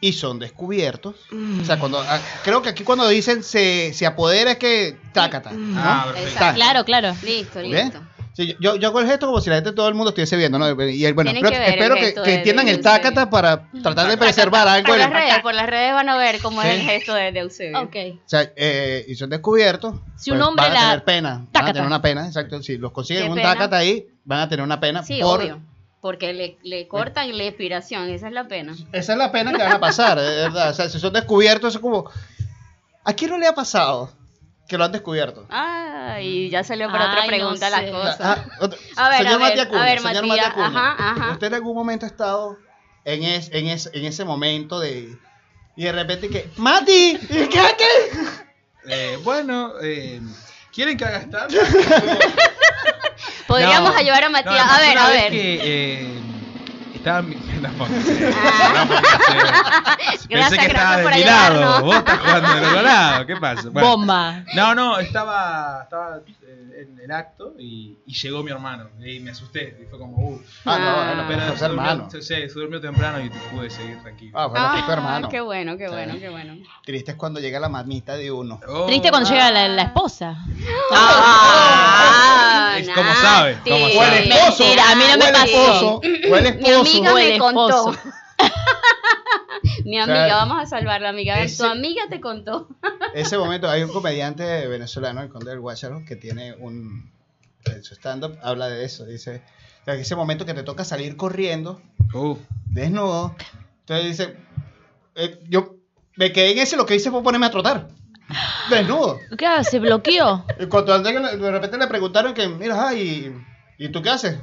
Speaker 3: Y son descubiertos. O sea, cuando ah, creo que aquí cuando dicen se, se apodera es que trácata. ¿no?
Speaker 2: Ah,
Speaker 7: Exacto.
Speaker 6: claro, claro.
Speaker 7: Listo,
Speaker 3: ¿Ok?
Speaker 7: listo.
Speaker 3: Sí, yo- yo, yo hago el gesto como si la gente, todo el mundo estuviese viendo, ¿no? Y el- bueno,
Speaker 7: Tienen
Speaker 3: espero
Speaker 7: que
Speaker 3: que,
Speaker 7: ver el
Speaker 3: espero que-
Speaker 7: gesto
Speaker 3: que
Speaker 7: de-
Speaker 3: entiendan
Speaker 7: de
Speaker 3: el
Speaker 7: Eusebio.
Speaker 3: tácata para tratar de
Speaker 7: *laughs*
Speaker 3: preservar algo.
Speaker 7: Por
Speaker 3: en-
Speaker 7: las redes, por las redes van a ver cómo es el gesto de, de Eusebio.
Speaker 6: Ok.
Speaker 3: O sea, eh, y son descubiertos. pues
Speaker 6: Si un hombre
Speaker 3: van a
Speaker 6: la-
Speaker 3: tener pena. Van
Speaker 6: Tácata.
Speaker 3: a tener una pena, exacto. Si los
Speaker 7: Qué
Speaker 3: consiguen un
Speaker 7: pena.
Speaker 3: tácata ahí, van a tener una pena.
Speaker 7: Sí,
Speaker 3: por-
Speaker 7: obvio. Porque le, le cortan la inspiración, esa es la pena.
Speaker 3: Esa es la pena que van a pasar, de verdad. O sea, si son descubiertos, es como. ¿A quién no le ha pasado que lo han descubierto?
Speaker 7: Ah, y ya salió para
Speaker 6: Ay,
Speaker 7: otra
Speaker 6: no sé.
Speaker 7: pregunta las cosas.
Speaker 3: Ah, otro-
Speaker 7: A ver, a ver,
Speaker 3: Mati Acuña,
Speaker 7: a ver,
Speaker 3: señor
Speaker 7: Matías,
Speaker 3: Mati Acuña,
Speaker 7: ajá, ajá.
Speaker 3: ¿Usted en algún momento ha estado en, es- en, es- en ese momento de. Y de repente que. ¡Mati! ¿Qué? ¿Qué?
Speaker 2: eh, bueno, eh, ¿quieren que haga stand?
Speaker 7: Podríamos
Speaker 2: No.
Speaker 7: ayudar a
Speaker 2: No,
Speaker 7: Matías.
Speaker 2: me
Speaker 7: a
Speaker 2: pasó
Speaker 7: ver,
Speaker 2: una
Speaker 7: a
Speaker 2: vez
Speaker 7: ver.
Speaker 2: que, eh, estaba mi- *laughs* no, no,
Speaker 7: Ah, *laughs*
Speaker 2: pensé
Speaker 7: Gracias,
Speaker 2: que estaba
Speaker 7: gracias
Speaker 2: de
Speaker 7: por
Speaker 2: mi
Speaker 7: ayudarnos.
Speaker 2: lado. Vos estás jugando del otro lado. ¿Qué pasa? Bueno.
Speaker 6: Bomba.
Speaker 2: No, no, estaba, estaba eh, en el acto y, y llegó mi hermano. Y me asusté. Y fue como, uh.
Speaker 3: Ah, no,
Speaker 7: Ah.
Speaker 3: bueno,
Speaker 2: Pero
Speaker 3: pero es
Speaker 2: se
Speaker 3: hermano.
Speaker 2: durmió, se, se durmió temprano y pude seguir tranquilo.
Speaker 3: Ah, bueno, fue tu
Speaker 7: Ah,
Speaker 3: hermano.
Speaker 7: Qué bueno, qué
Speaker 3: Sí.
Speaker 7: bueno, qué bueno.
Speaker 3: Triste es cuando llega la mamita de uno.
Speaker 2: Oh.
Speaker 6: Triste cuando llega la, la esposa.
Speaker 7: Ah,
Speaker 2: Es como sabe,
Speaker 7: nasty.
Speaker 2: como
Speaker 3: O el
Speaker 2: sabe.
Speaker 3: esposo.
Speaker 6: Mentira, a mí no me
Speaker 3: o el
Speaker 6: pasó.
Speaker 3: esposo. O el
Speaker 7: Mi
Speaker 3: esposo.
Speaker 7: amiga
Speaker 6: O el
Speaker 7: me contó.
Speaker 6: esposo.
Speaker 7: *laughs* Mi amiga,
Speaker 3: Claro.
Speaker 7: vamos a salvarla, amiga. A ver,
Speaker 3: Ese-
Speaker 7: Tu amiga te contó.
Speaker 3: ese momento hay un comediante venezolano, el conde del Guácharo, que tiene un en su stand-up habla de eso, dice, o sea, que ese momento que te toca salir corriendo,
Speaker 2: Uf.
Speaker 3: desnudo, entonces dice, eh, yo me quedé en ese, lo que hice fue ponerme a trotar, desnudo.
Speaker 6: Claro, se bloqueó.
Speaker 3: Y cuando antes que le- de repente le preguntaron que, mira, ay, ¿y tú qué haces?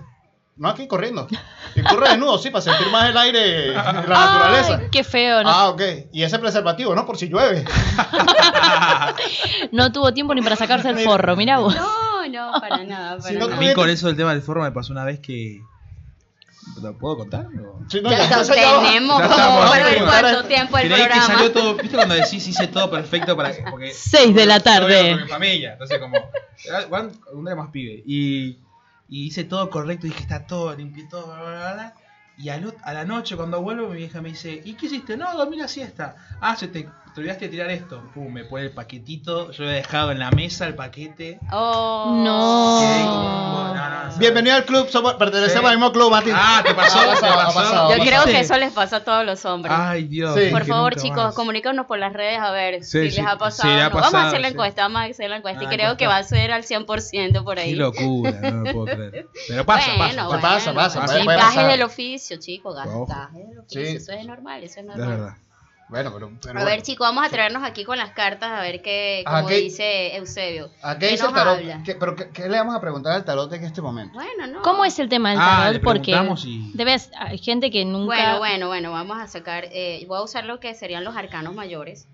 Speaker 3: No, aquí corriendo. Y corre desnudo, sí, para sentir más el aire, y la naturaleza.
Speaker 6: Ay, qué feo. No,
Speaker 3: Ah, ok. Y ese preservativo, ¿no? Por si llueve.
Speaker 6: no tuvo tiempo ni para sacarse el forro, mirá vos.
Speaker 7: No, no, para nada. Para
Speaker 3: Si no
Speaker 2: A
Speaker 7: nada.
Speaker 2: mí con eso del tema del forro me pasó una vez que... ¿Lo puedo contar? o?
Speaker 3: Sí, no,
Speaker 7: Ya lo
Speaker 3: entonces ya va.
Speaker 7: tenemos
Speaker 2: Ya
Speaker 7: como
Speaker 2: estamos,
Speaker 7: para ver
Speaker 2: sí.
Speaker 7: cuánto tiempo el
Speaker 2: Pero ahí que
Speaker 7: programa.
Speaker 2: salió todo, ¿viste cuando decís hice todo perfecto para que- porque
Speaker 6: Seis de la
Speaker 2: yo vivo
Speaker 6: tarde.
Speaker 2: con mi familia, entonces como era- bueno, un día más pibe y, y hice todo correcto, dije está todo limpio, todo bla, bla, bla, bla. y al ot- a la noche cuando vuelvo mi vieja me dice, "¿Y qué hiciste? No, dormí la siesta." Ah, se te, te olvidaste de tirar esto. Pum, me pone el paquetito, yo he dejado en la mesa el paquete.
Speaker 7: Oh.
Speaker 6: No.
Speaker 2: Quedé como, no, no, no.
Speaker 3: Bienvenido al club, somos, pertenecemos
Speaker 2: Sí.
Speaker 3: al mismo club, Mati.
Speaker 2: Ah, te pasó,
Speaker 3: Ha pasado,
Speaker 2: te pasó.
Speaker 3: ha pasado,
Speaker 7: Yo
Speaker 3: ha
Speaker 7: creo
Speaker 3: pasado.
Speaker 7: que eso les pasa a todos los hombres.
Speaker 2: Ay, Dios.
Speaker 3: Sí.
Speaker 2: dije,
Speaker 7: Por favor,
Speaker 2: nunca
Speaker 7: chicos,
Speaker 2: más.
Speaker 7: comunícanos por las redes a ver
Speaker 2: Sí,
Speaker 7: si
Speaker 2: sí,
Speaker 7: les ha pasado.
Speaker 2: sí, le ha
Speaker 7: o no. vamos a
Speaker 2: pasado,
Speaker 7: hacer la
Speaker 2: sí.
Speaker 7: encuesta, vamos a hacer la encuesta.
Speaker 2: Ah,
Speaker 7: y creo
Speaker 2: encuesta.
Speaker 7: que va a ser al 100% por
Speaker 2: Qué
Speaker 7: ahí.
Speaker 2: locura, no lo puedo creer. Pero pasa, pasa.
Speaker 3: bueno. pasa, pasa,
Speaker 2: puede-
Speaker 7: Sí,
Speaker 2: puede
Speaker 7: gajes
Speaker 3: pasar.
Speaker 7: del oficio, chicos, gajes
Speaker 2: Ojo.
Speaker 7: gajes del oficio.
Speaker 3: Sí.
Speaker 7: Eso es normal, eso es
Speaker 2: Es
Speaker 7: normal.
Speaker 2: verdad.
Speaker 3: Bueno, pero, pero
Speaker 7: a ver,
Speaker 3: bueno.
Speaker 7: chicos, vamos a traernos aquí con las cartas a ver qué,
Speaker 3: Ajá,
Speaker 7: como
Speaker 3: ¿qué-
Speaker 7: dice Eusebio.
Speaker 3: ¿A
Speaker 7: ¿Qué
Speaker 3: qué dice el
Speaker 7: nos
Speaker 3: tarot?
Speaker 7: habla?
Speaker 3: ¿Qué- pero qué, qué le vamos a preguntar al tarot en este momento?
Speaker 7: Bueno, no.
Speaker 6: ¿Cómo es el tema del
Speaker 2: Ah,
Speaker 6: tarot?
Speaker 2: le
Speaker 6: Porque
Speaker 2: preguntamos y-
Speaker 6: debes, hay gente que nunca.
Speaker 7: Bueno, bueno, bueno, vamos a sacar, eh, voy a usar lo que serían los arcanos mayores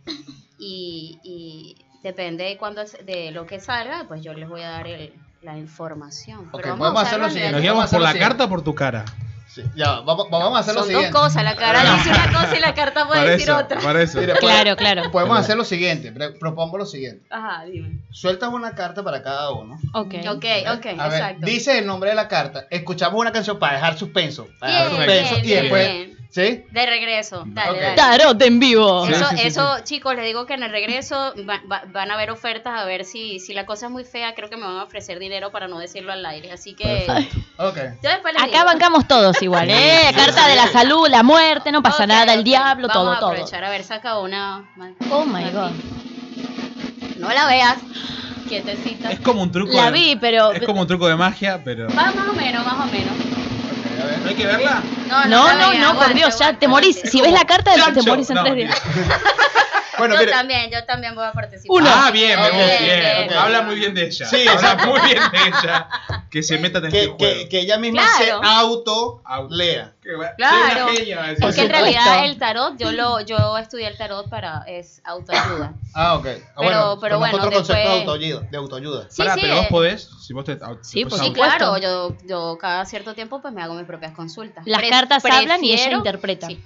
Speaker 7: y, y depende de cuando de lo que salga, pues yo les voy a dar el- la información.
Speaker 3: Ok,
Speaker 7: Pero
Speaker 3: vamos a hacer
Speaker 7: usarlo
Speaker 3: lo
Speaker 7: en
Speaker 3: siguiente.
Speaker 2: ¿Nos
Speaker 7: el-
Speaker 2: guiamos por
Speaker 3: Vamos a
Speaker 2: la
Speaker 3: hacer lo
Speaker 2: carta o por tu cara?
Speaker 3: Sí, ya, vamos, vamos a hacer lo
Speaker 7: Son dos
Speaker 3: siguiente.
Speaker 7: cosas, la cara dice una cosa y la carta puede decir otra.
Speaker 2: para eso.
Speaker 3: Mira,
Speaker 6: Claro, claro.
Speaker 3: pues, Podemos hacer lo siguiente, pre- propongo lo siguiente.
Speaker 7: Ajá, dime.
Speaker 3: Sueltas una carta para cada uno.
Speaker 6: Ok.
Speaker 7: Ok, ok,
Speaker 3: a ver,
Speaker 7: exacto.
Speaker 3: dice el nombre de la carta, escuchamos una canción para dejar suspenso. Para
Speaker 7: Bien,
Speaker 3: dejar suspenso
Speaker 7: bien,
Speaker 3: y después...
Speaker 7: bien.
Speaker 3: ¿Sí?
Speaker 7: De regreso, dale,
Speaker 3: Ok.
Speaker 7: dale.
Speaker 6: Tarot en vivo.
Speaker 7: Eso,
Speaker 2: Sí, sí, sí,
Speaker 7: eso chicos, les digo que en el regreso va- va- van a haber ofertas a ver si, si la cosa es muy fea, creo que me van a ofrecer dinero para no decirlo al aire. Así que
Speaker 3: Ok.
Speaker 7: yo después les
Speaker 6: Acá
Speaker 7: digo.
Speaker 6: bancamos todos igual, ¿eh? Carta de la salud, la muerte, no pasa
Speaker 7: Ok,
Speaker 6: nada, el
Speaker 7: ok,
Speaker 6: diablo, Oh
Speaker 7: Vamos
Speaker 6: todo,
Speaker 7: a
Speaker 6: todo.
Speaker 7: aprovechar, a ver, saca una.
Speaker 6: Oh my god.
Speaker 7: No la veas. Quietecita.
Speaker 2: Es como un truco.
Speaker 6: La
Speaker 2: de-
Speaker 6: vi, pero.
Speaker 2: Es como un truco de magia, pero.
Speaker 7: Va más o menos, más o menos.
Speaker 2: ¿No hay que verla?
Speaker 6: No,
Speaker 7: la
Speaker 6: no,
Speaker 7: veas,
Speaker 6: no, por
Speaker 7: aguante,
Speaker 6: Dios, ya
Speaker 7: aguante,
Speaker 6: te morís.
Speaker 7: aguante.
Speaker 6: Si ves la carta, te
Speaker 2: ¡Chancho!
Speaker 6: morís en
Speaker 2: No,
Speaker 6: tres
Speaker 2: mentira.
Speaker 6: días.
Speaker 13: Bueno,
Speaker 7: yo
Speaker 13: mire,
Speaker 7: también, yo también voy a participar.
Speaker 6: Uno.
Speaker 2: Ah, bien, me
Speaker 7: Ok,
Speaker 2: gusta, bien.
Speaker 7: ok.
Speaker 2: Habla muy bien de ella.
Speaker 13: Sí,
Speaker 2: habla muy bien de ella. Que se meta en este
Speaker 13: que,
Speaker 2: juego.
Speaker 13: que, que ella misma
Speaker 7: Claro.
Speaker 13: se auto
Speaker 2: Auto.
Speaker 13: lea.
Speaker 2: Que va-
Speaker 7: Claro.
Speaker 2: soy una genia, va a decir.
Speaker 7: Es que en
Speaker 6: Por supuesto.
Speaker 7: realidad el tarot, yo lo, yo estudié el tarot para es autoayuda.
Speaker 13: Ah, ok. Ah,
Speaker 7: Pero-
Speaker 13: bueno,
Speaker 7: pero
Speaker 13: conozco
Speaker 7: bueno,
Speaker 13: otro concepto de
Speaker 7: después-
Speaker 13: autoayuda. De autoayuda.
Speaker 7: Sí,
Speaker 2: Pará,
Speaker 7: sí,
Speaker 2: pero vos
Speaker 7: eh,
Speaker 2: podés, si vos te au-
Speaker 6: Sí,
Speaker 2: te
Speaker 6: por
Speaker 2: podés
Speaker 7: sí, pues
Speaker 2: auto-
Speaker 6: supuesto.
Speaker 7: claro, yo, yo cada cierto tiempo pues me hago mis propias consultas.
Speaker 6: Las
Speaker 7: Pre-
Speaker 6: cartas hablan y ella
Speaker 7: prefiero-
Speaker 6: interpreta.
Speaker 7: Sí.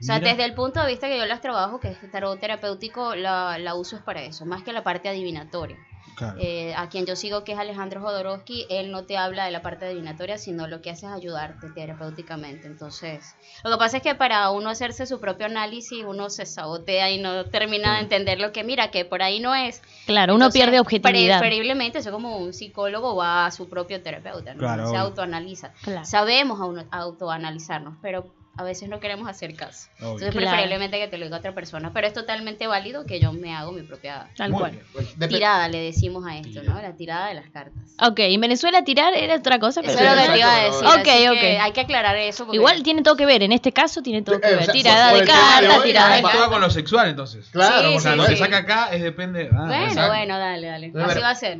Speaker 7: O sea,
Speaker 2: Mira.
Speaker 7: desde el punto de vista que yo las trabajo, que es tarot terapéutico, la, la uso es para eso, más que la parte adivinatoria.
Speaker 2: Claro.
Speaker 7: Eh, a quien yo sigo, que es Alejandro Jodorowsky, él no te habla de la parte adivinatoria, sino lo que hace es ayudarte terapéuticamente. Entonces, lo que pasa es que para uno hacerse su propio análisis, uno se sabotea y no termina de entender lo que mira, que por ahí no es.
Speaker 6: Claro, uno
Speaker 7: Entonces,
Speaker 6: pierde objetividad.
Speaker 7: Preferiblemente, eso como un psicólogo va a su propio terapeuta, ¿no?
Speaker 2: Claro,
Speaker 7: se
Speaker 2: obvio.
Speaker 7: autoanaliza.
Speaker 6: Claro.
Speaker 7: Sabemos auno- autoanalizarnos, pero a veces no queremos hacer caso.
Speaker 2: Obvio.
Speaker 7: Entonces,
Speaker 6: Claro.
Speaker 7: preferiblemente que te lo diga otra persona, pero es totalmente válido que yo me hago mi propia
Speaker 6: Tal
Speaker 2: Muy
Speaker 6: cual.
Speaker 2: bien.
Speaker 13: Bueno, depe-
Speaker 7: tirada, le decimos a esto, ¿no? La tirada de las cartas.
Speaker 6: Ok, en Venezuela tirar era otra cosa, pero.
Speaker 7: Eso es lo que
Speaker 13: exacto,
Speaker 7: te iba a
Speaker 13: pero-
Speaker 7: decir.
Speaker 6: Ok,
Speaker 7: así
Speaker 6: ok.
Speaker 7: que hay que aclarar eso. porque-
Speaker 6: Igual tiene todo que ver, en este caso tiene todo que
Speaker 13: Eh, o
Speaker 6: ver.
Speaker 13: sea,
Speaker 6: Tirada
Speaker 13: por
Speaker 6: de
Speaker 13: el tema de
Speaker 6: cartas,
Speaker 13: hoy,
Speaker 6: tirada de
Speaker 13: vamos
Speaker 2: Actúa
Speaker 6: cartas.
Speaker 2: con lo sexual entonces.
Speaker 13: Claro,
Speaker 7: Sí,
Speaker 2: O sea,
Speaker 7: sí,
Speaker 2: lo que
Speaker 7: sí.
Speaker 2: saca acá es depende. Ah,
Speaker 7: Bueno,
Speaker 2: exacto.
Speaker 7: bueno, dale, dale.
Speaker 13: Bueno.
Speaker 7: Así va a ser.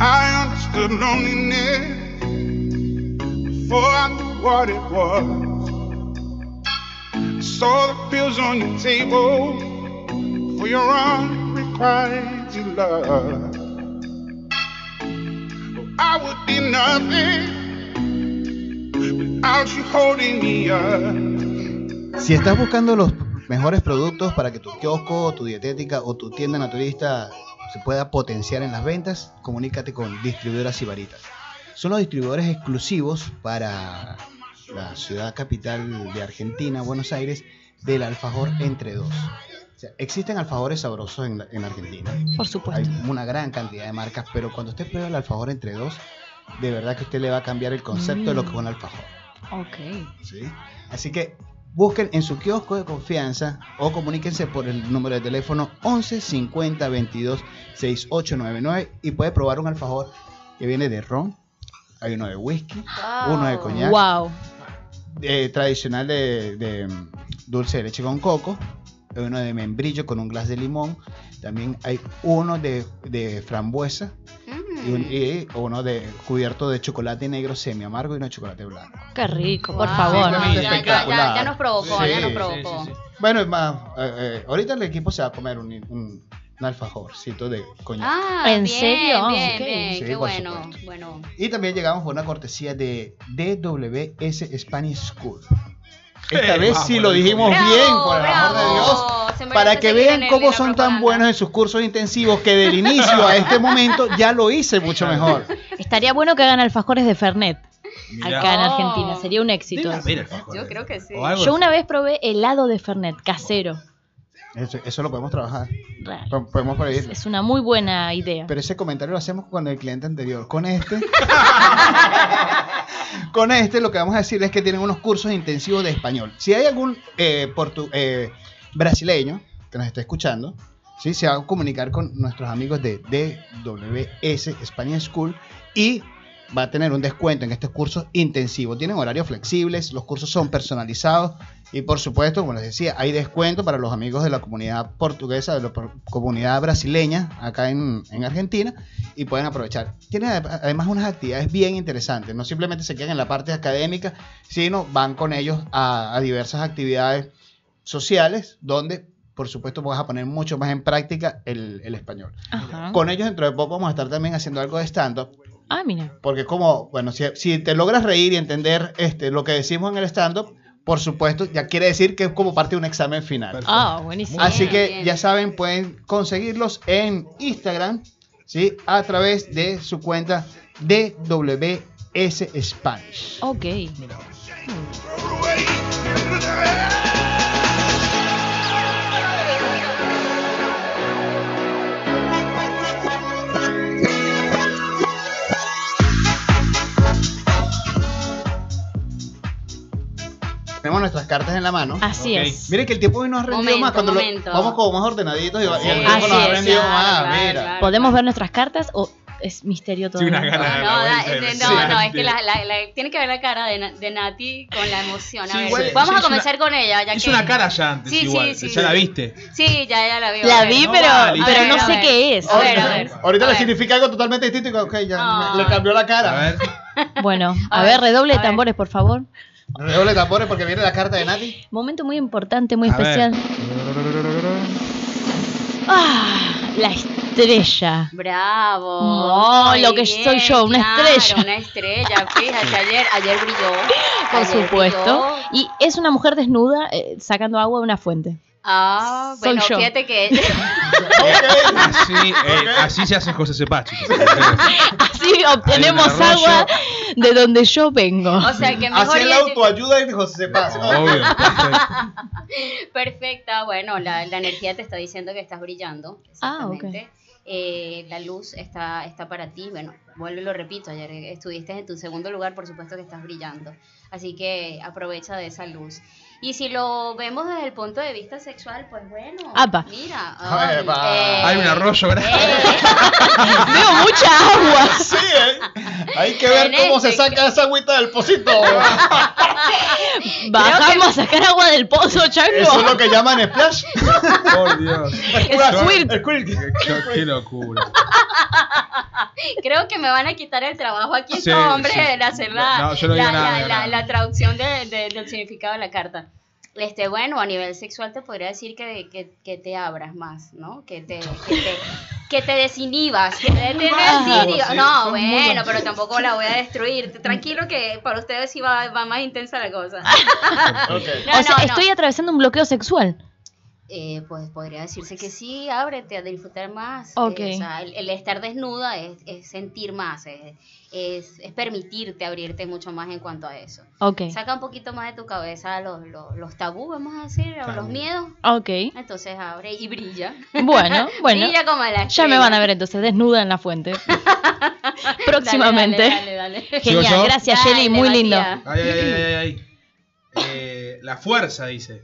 Speaker 4: I understood loneliness before I knew what it was. I saw the pills on your table for your unrequited love. I would be nothing without you holding me up.
Speaker 3: Si estás buscando los mejores productos para que tu kiosco, tu dietética o tu tienda naturista se pueda potenciar en las ventas, comunícate con Distribuidoras Sibarita. Son los distribuidores exclusivos para la ciudad capital de Argentina, Buenos Aires, del alfajor entre dos. O sea, existen alfajores sabrosos en, la- en Argentina.
Speaker 6: Por
Speaker 3: Hay
Speaker 6: supuesto.
Speaker 3: una gran cantidad de marcas, pero cuando usted prueba el alfajor entre dos, de verdad que usted le va a cambiar el concepto de lo que es un alfajor.
Speaker 6: Ok.
Speaker 3: ¿sí? Así que busquen en su kiosco de confianza o comuníquense por el número de teléfono 11 50 22 6899 y puede probar un alfajor que viene de ron, hay uno de whisky,
Speaker 7: Wow.
Speaker 3: uno de coñac,
Speaker 6: Wow.
Speaker 3: eh, tradicional de, de, mm, dulce de leche con coco, hay uno de membrillo con un glass de limón, también hay uno de, de frambuesa
Speaker 7: Mm.
Speaker 3: y, un- y uno de cubierto de chocolate negro semi amargo y uno de chocolate blanco.
Speaker 6: Qué rico, por
Speaker 7: Wow,
Speaker 6: favor.
Speaker 7: no,
Speaker 13: Simplemente
Speaker 7: Ah. ya- ya,
Speaker 3: espectacular.
Speaker 7: ya nos provocó,
Speaker 13: Sí,
Speaker 7: ya nos
Speaker 13: sí,
Speaker 7: provocó.
Speaker 2: sí, sí,
Speaker 3: Bueno, es más, eh, eh, ahorita el equipo se va a comer un, un, un alfajorcito de coñac.
Speaker 7: Ah,
Speaker 6: ¿En
Speaker 7: bien,
Speaker 6: serio?
Speaker 7: Bien,
Speaker 6: Ok.
Speaker 7: bien,
Speaker 3: Sí,
Speaker 7: qué
Speaker 3: por
Speaker 7: bueno.
Speaker 3: supuesto.
Speaker 7: Bueno,
Speaker 3: Y también llegamos por una cortesía de DWS Spanish School.
Speaker 2: Eh,
Speaker 3: Esta vez
Speaker 2: vamos, eh.
Speaker 3: sí lo dijimos
Speaker 7: bravo,
Speaker 3: bien, por el amor de
Speaker 7: bravo.
Speaker 3: Dios.
Speaker 7: Se merece
Speaker 3: Para que
Speaker 7: seguir en
Speaker 3: vean
Speaker 7: el-
Speaker 3: cómo
Speaker 7: en la
Speaker 3: son tan
Speaker 7: propaganda.
Speaker 3: buenos en sus cursos intensivos que del inicio a este momento ya lo hice mucho
Speaker 7: *laughs*
Speaker 3: mejor.
Speaker 6: Estaría bueno que hagan alfajores de Fernet
Speaker 2: Mirá.
Speaker 6: acá en
Speaker 7: Oh.
Speaker 6: Argentina. Sería un éxito.
Speaker 2: Debe
Speaker 6: eso.
Speaker 2: haber alfajores.
Speaker 7: Yo creo que sí.
Speaker 2: O algo
Speaker 6: Yo una
Speaker 2: así.
Speaker 6: vez probé helado de Fernet casero.
Speaker 3: Eso, eso lo podemos trabajar.
Speaker 6: Real.
Speaker 3: Lo Podemos
Speaker 6: Es-
Speaker 3: prohibirlo.
Speaker 6: Es una muy buena idea.
Speaker 3: Pero ese comentario lo hacemos con el cliente anterior. Con este. con este lo que vamos a decir es que tienen unos cursos intensivos de español. Si hay algún eh, portu- eh, brasileño que nos está escuchando, ¿sí? se va a comunicar con nuestros amigos de DWS Spanish School y va a tener un descuento en estos cursos intensivos. Tienen horarios flexibles, los cursos son personalizados y por supuesto, como les decía, hay descuento para los amigos de la comunidad portuguesa, de la por- comunidad brasileña acá en, en Argentina y pueden aprovechar. Tienen ad- además unas actividades bien interesantes, no simplemente se quedan en la parte académica, sino van con ellos a, a diversas actividades sociales donde... Por supuesto, vas a poner mucho más en práctica el, el español.
Speaker 6: Ajá.
Speaker 3: Con ellos, dentro de poco, vamos a estar también haciendo algo de stand-up.
Speaker 6: Ah, mira.
Speaker 3: Porque como, bueno, si, si te logras reír y entender este, lo que decimos en el stand-up, por supuesto, ya quiere decir que es como parte de un examen final.
Speaker 6: Ah, buenísimo.
Speaker 3: Así
Speaker 7: bien,
Speaker 3: que
Speaker 7: bien.
Speaker 3: ya saben, pueden conseguirlos en Instagram, ¿sí? A través de su cuenta DWS Spanish.
Speaker 6: Ok.
Speaker 3: Tenemos tenemos nuestras cartas en la mano.
Speaker 6: Así
Speaker 8: Ok.
Speaker 6: es.
Speaker 3: Miren que el tiempo hoy nos ha rendido
Speaker 7: Momento,
Speaker 3: más cuando lo-
Speaker 7: momento.
Speaker 3: vamos como más ordenaditos y, y el tiempo
Speaker 6: Así
Speaker 3: nos ha
Speaker 6: es,
Speaker 3: rendido
Speaker 7: claro,
Speaker 3: más.
Speaker 7: claro,
Speaker 3: mira.
Speaker 7: claro.
Speaker 6: ¿Podemos ver nuestras cartas o es misterio todo?
Speaker 8: Sí, una gana.
Speaker 7: No,
Speaker 8: la
Speaker 7: da-
Speaker 8: vuelta
Speaker 7: de-
Speaker 8: de
Speaker 7: no, no, es
Speaker 8: presidente.
Speaker 7: que la, la- la- tiene que ver la cara de, Na- de Nati con la emoción. A
Speaker 8: Sí,
Speaker 7: ver,
Speaker 8: igual-
Speaker 7: vamos
Speaker 8: sí,
Speaker 7: a
Speaker 8: hizo
Speaker 7: comenzar con ella. Ya
Speaker 8: Hizo
Speaker 7: que-
Speaker 8: una cara ya antes,
Speaker 7: Sí, sí,
Speaker 8: igual.
Speaker 7: sí.
Speaker 8: ya la viste.
Speaker 7: Sí, ya, ya la vi.
Speaker 6: La
Speaker 7: ok.
Speaker 6: vi,
Speaker 8: No
Speaker 6: pero,
Speaker 8: vale.
Speaker 6: pero
Speaker 7: A
Speaker 6: no
Speaker 7: ver,
Speaker 6: sé
Speaker 7: a
Speaker 6: qué es.
Speaker 7: A ver, a ver.
Speaker 3: Ahorita
Speaker 7: A
Speaker 3: le
Speaker 7: ver.
Speaker 3: significa algo totalmente distinto. y digo, Ok, ya
Speaker 7: Ah.
Speaker 3: le cambió la cara.
Speaker 8: A ver.
Speaker 6: Bueno, a,
Speaker 7: A
Speaker 6: ver,
Speaker 7: ver,
Speaker 6: redoble
Speaker 7: a
Speaker 6: de
Speaker 7: ver.
Speaker 6: tambores, por favor.
Speaker 3: Redoble de tambores porque viene la carta de *laughs* Nati.
Speaker 6: Momento muy importante, muy
Speaker 8: A ver.
Speaker 6: especial. Ah, la estrella.
Speaker 7: Bravo.
Speaker 6: No,
Speaker 7: Muy
Speaker 6: lo que
Speaker 7: bien,
Speaker 6: soy yo, una
Speaker 7: claro,
Speaker 6: estrella.
Speaker 7: Una estrella, fíjate, ayer, ayer brilló.
Speaker 6: Por
Speaker 7: ayer
Speaker 6: supuesto.
Speaker 7: brilló.
Speaker 6: Y es una mujer desnuda eh, sacando agua de una fuente.
Speaker 7: Ah,
Speaker 6: Soy
Speaker 7: bueno,
Speaker 6: yo.
Speaker 7: fíjate que.
Speaker 8: Así, eh, así se hace José Cepaz, chicos.
Speaker 6: Así obtenemos
Speaker 8: arroyo.
Speaker 6: agua de donde yo vengo.
Speaker 7: *laughs* O sea, que mejor.
Speaker 3: Hacia el
Speaker 7: ya-
Speaker 3: autoayuda y dijo, se pasa.
Speaker 8: Obvio. perfecto.
Speaker 7: Perfecta, bueno, la, la energía te está diciendo que estás brillando.
Speaker 6: Ah, ok.
Speaker 7: Exactamente. Eh, la luz está, está para ti. Bueno, vuelvo y lo repito, ayer estuviste en tu segundo lugar, por supuesto que estás brillando. Así que aprovecha de esa luz. Y si lo vemos desde el punto de vista sexual, pues bueno.
Speaker 6: Apa.
Speaker 7: Mira.
Speaker 3: Ay,
Speaker 7: um,
Speaker 3: va.
Speaker 7: eh,
Speaker 8: Hay un arroyo grande.
Speaker 6: Veo mucha agua.
Speaker 3: Sí, ¿eh? Hay que ver
Speaker 7: En
Speaker 3: cómo se
Speaker 7: este-
Speaker 3: saca esa agüita del pocito.
Speaker 6: *laughs* Bajamos a sacar agua del pozo,
Speaker 3: Eso es
Speaker 6: Chango.
Speaker 3: lo que llaman splash.
Speaker 8: Por Dios.
Speaker 6: *laughs* Squirt.
Speaker 7: Este,
Speaker 8: Qué, qué locura.
Speaker 7: Creo que me van a quitar el trabajo aquí
Speaker 8: Sí,
Speaker 7: estos hombres
Speaker 8: sí.
Speaker 7: de hacer la,
Speaker 8: No, yo no digo
Speaker 7: la-
Speaker 8: nada,
Speaker 7: la-
Speaker 8: digo
Speaker 7: la-
Speaker 8: nada.
Speaker 7: la traducción de- de- del significado de la carta. Este, bueno, a nivel sexual te podría decir que, que, que te abras más, ¿no? Que te, que te, que te desinhibas, que te, te
Speaker 8: *laughs*
Speaker 7: desinhibas.
Speaker 8: sí,
Speaker 7: No,
Speaker 8: son muy
Speaker 7: bueno,
Speaker 8: bajos.
Speaker 7: pero tampoco la voy a destruir. Tranquilo que para ustedes sí va, va más intensa la
Speaker 8: *laughs*
Speaker 7: cosa.
Speaker 3: Ok.
Speaker 7: No,
Speaker 6: o sea,
Speaker 7: no, no.
Speaker 6: estoy atravesando un bloqueo sexual.
Speaker 7: Eh, pues podría decirse que sí, ábrete a disfrutar más.
Speaker 6: Ok.
Speaker 7: Eh, o sea, el, el estar desnuda es, es sentir más, es, es- es permitirte abrirte mucho más en cuanto a eso.
Speaker 6: Ok.
Speaker 7: Saca un poquito más de tu cabeza los, los, los tabú, vamos a decir, o los miedos.
Speaker 6: Ok.
Speaker 7: Entonces abre y brilla. *laughs*
Speaker 6: Bueno, bueno.
Speaker 7: brilla como la
Speaker 6: Ya me van a ver entonces desnuda en la
Speaker 7: *laughs*
Speaker 6: fuente. Próximamente.
Speaker 7: Dale, dale, dale.
Speaker 8: ¿Sigo
Speaker 6: Genial,
Speaker 8: yo?
Speaker 6: gracias,
Speaker 7: Dale,
Speaker 6: Shelly, muy lindo.
Speaker 7: Matías.
Speaker 8: Ay, ay, ay, ay, ay. Eh, la fuerza, dice.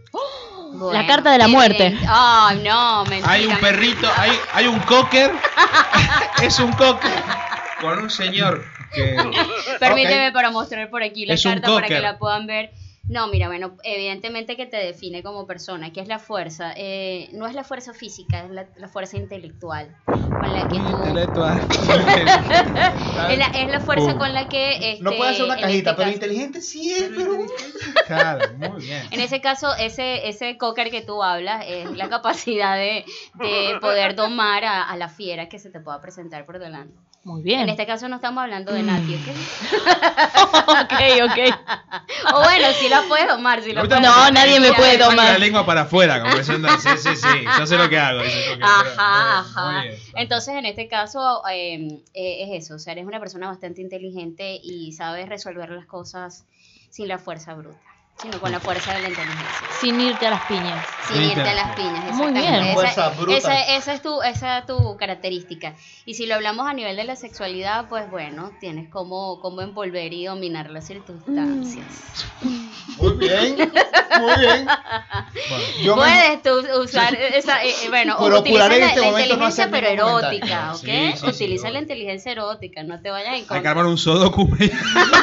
Speaker 7: Bueno,
Speaker 6: carta de la
Speaker 7: qué
Speaker 6: muerte.
Speaker 7: bien. Ay, no, mentira.
Speaker 8: Hay un perrito, hay, hay
Speaker 2: *laughs*
Speaker 8: un cocker. es un cocker. Con un señor que.
Speaker 7: Permíteme para mostrar por aquí la
Speaker 8: Es un
Speaker 7: carta para que
Speaker 8: cocker.
Speaker 7: la puedan ver. No, mira, bueno, evidentemente que te define como persona, que es la fuerza. Eh, no es la fuerza física, es la, la fuerza intelectual. Con la que tú,
Speaker 8: Intelectual.
Speaker 7: es, la, es la fuerza
Speaker 8: Pum.
Speaker 7: con la que... Este,
Speaker 3: No puede ser una
Speaker 7: en
Speaker 3: cajita,
Speaker 7: este
Speaker 3: pero
Speaker 7: caso-
Speaker 3: inteligente sí es, pero.
Speaker 8: Claro, muy bien.
Speaker 7: En ese caso, ese, ese cocker que tú hablas es la capacidad de, de poder domar a, a la fiera que se te pueda presentar por delante.
Speaker 6: Muy
Speaker 7: En
Speaker 6: bien.
Speaker 7: este caso no estamos hablando de Nati, ¿ok?
Speaker 6: Ok, ok.
Speaker 7: O bueno, si la puedes domar, si la
Speaker 8: Ahorita
Speaker 7: puedes
Speaker 8: vamos
Speaker 6: No,
Speaker 8: a-
Speaker 6: nadie me
Speaker 8: Saca
Speaker 6: puede
Speaker 8: La
Speaker 6: tomar.
Speaker 8: lengua para afuera, como diciendo, sí, sí, sí, yo sé lo que hago. dice el cocker.
Speaker 7: Ajá,
Speaker 8: Muy
Speaker 7: ajá.
Speaker 8: bien.
Speaker 7: Entonces, en este caso, eh, eh, es eso. O sea, eres una persona bastante inteligente y sabes resolver las cosas sin la fuerza bruta, sino con la fuerza de la inteligencia.
Speaker 6: Sin irte a las
Speaker 7: *laughs*
Speaker 6: piñas.
Speaker 7: Sin irte a las piñas.
Speaker 6: Muy
Speaker 7: exactamente.
Speaker 6: bien.
Speaker 3: Fuerza
Speaker 7: Esa, e,
Speaker 3: bruta.
Speaker 7: esa- esa es tu, esa es tu característica. Y si lo hablamos a nivel de la sexualidad, pues bueno, tienes cómo, cómo envolver y dominar las circunstancias.
Speaker 3: Muy bien, muy bien. Yo me-
Speaker 7: Puedes tú usar esa, eh, eh, bueno, o
Speaker 3: Procuraré
Speaker 7: utilizas
Speaker 3: en
Speaker 7: la,
Speaker 3: este momento
Speaker 7: la
Speaker 3: no
Speaker 7: inteligencia
Speaker 3: hacer
Speaker 7: pero
Speaker 3: ningún
Speaker 7: erótica,
Speaker 3: comentario.
Speaker 7: ¿ok?
Speaker 8: Sí, sí, sí,
Speaker 7: Utiliza
Speaker 8: obvio.
Speaker 7: la inteligencia erótica, no te vayas en
Speaker 8: Hay que
Speaker 7: contra.
Speaker 8: armar un sodoku.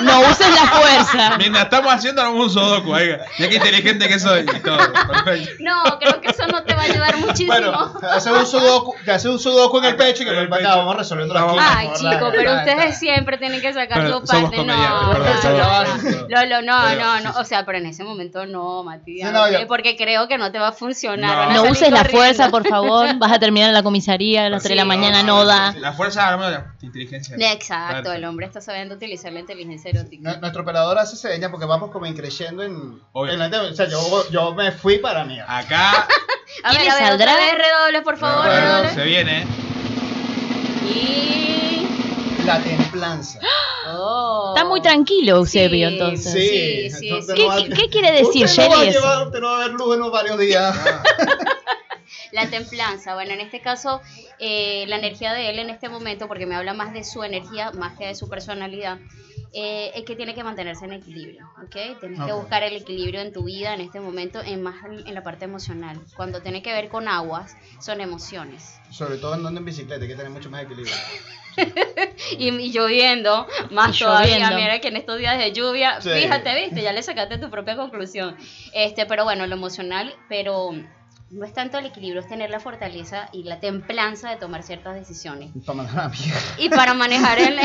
Speaker 6: No uses la fuerza.
Speaker 8: Mientras estamos haciendo, armamos un sodoku. Oiga, ya qué inteligente que soy. y todo, perfecto.
Speaker 7: No, creo que eso no te va a
Speaker 3: *laughs*
Speaker 7: ayudar muchísimo.
Speaker 3: Bueno, hace un sudoku, te hace un sudoku en el pecho y que
Speaker 8: En el
Speaker 3: acá
Speaker 8: pecho.
Speaker 3: vamos resolviendo las
Speaker 8: Vamos.
Speaker 3: cosas.
Speaker 7: Ay, chico, pero ustedes siempre tienen que sacar
Speaker 8: Pero
Speaker 7: su
Speaker 8: somos
Speaker 7: parte. No,
Speaker 8: comediantes, perdón,
Speaker 7: no,
Speaker 8: somos-
Speaker 7: no,
Speaker 8: somos-
Speaker 7: no. Lolo, no,
Speaker 8: Pero-
Speaker 7: no, no. O sea, pero en ese momento no, Matías.
Speaker 3: Sí, no, yo-
Speaker 7: ¿ok? Porque creo que no te va a funcionar.
Speaker 8: No.
Speaker 7: van a
Speaker 6: No
Speaker 7: salir
Speaker 6: uses la
Speaker 7: corriendo.
Speaker 6: fuerza, por favor. Vas a terminar en la comisaría a las
Speaker 7: Sí.
Speaker 6: 3 de la mañana,
Speaker 8: No,
Speaker 6: no da.
Speaker 8: La fuerza arma la inteligencia.
Speaker 7: Exacto, el
Speaker 8: Perfecto.
Speaker 7: hombre está sabiendo utilizar la inteligencia erótica.
Speaker 3: N- Nuestro operador hace señas porque vamos como increciendo en,
Speaker 8: Obvio.
Speaker 3: en la tema. O sea, yo, yo me fui para mí.
Speaker 8: Acá.
Speaker 7: A
Speaker 6: ¿Y
Speaker 7: ver,
Speaker 6: le
Speaker 7: a ver,
Speaker 6: saldrá?
Speaker 7: otra vez redobles, por favor,
Speaker 8: Bueno,
Speaker 7: redobles.
Speaker 8: se viene.
Speaker 7: Y...
Speaker 3: La
Speaker 7: *gasps*
Speaker 3: templanza.
Speaker 7: Oh.
Speaker 6: Está muy tranquilo Eusebio,
Speaker 7: Sí.
Speaker 6: entonces.
Speaker 7: Sí, sí,
Speaker 3: entonces
Speaker 7: sí.
Speaker 3: no va a-
Speaker 6: ¿Qué- qué- qué quiere decir,
Speaker 3: Usted no va a
Speaker 6: Shelly, eso?
Speaker 3: llevar- Usted no va a ver luz en los varios días.
Speaker 7: La templanza, bueno, en este caso, eh, la energía de él en este momento, porque me habla más de su energía, más que de su personalidad, eh, es que tiene que mantenerse en equilibrio, ¿ok? Tienes que buscar el equilibrio en tu vida en este momento, en más en la parte emocional. Cuando tiene que ver con aguas, son emociones.
Speaker 3: Sobre todo andando en bicicleta, hay que tener mucho más equilibrio.
Speaker 7: Y, y lloviendo, más
Speaker 6: Y
Speaker 7: todavía,
Speaker 6: lloviendo.
Speaker 7: mira que en estos días de lluvia,
Speaker 3: Sí.
Speaker 7: fíjate, viste, ya le sacaste tu propia conclusión. Este, pero bueno, lo emocional, pero no es tanto el equilibrio, es tener la fortaleza y la templanza de tomar ciertas decisiones.
Speaker 3: Para mandar a la *laughs* mierda.
Speaker 7: Y para manejar en,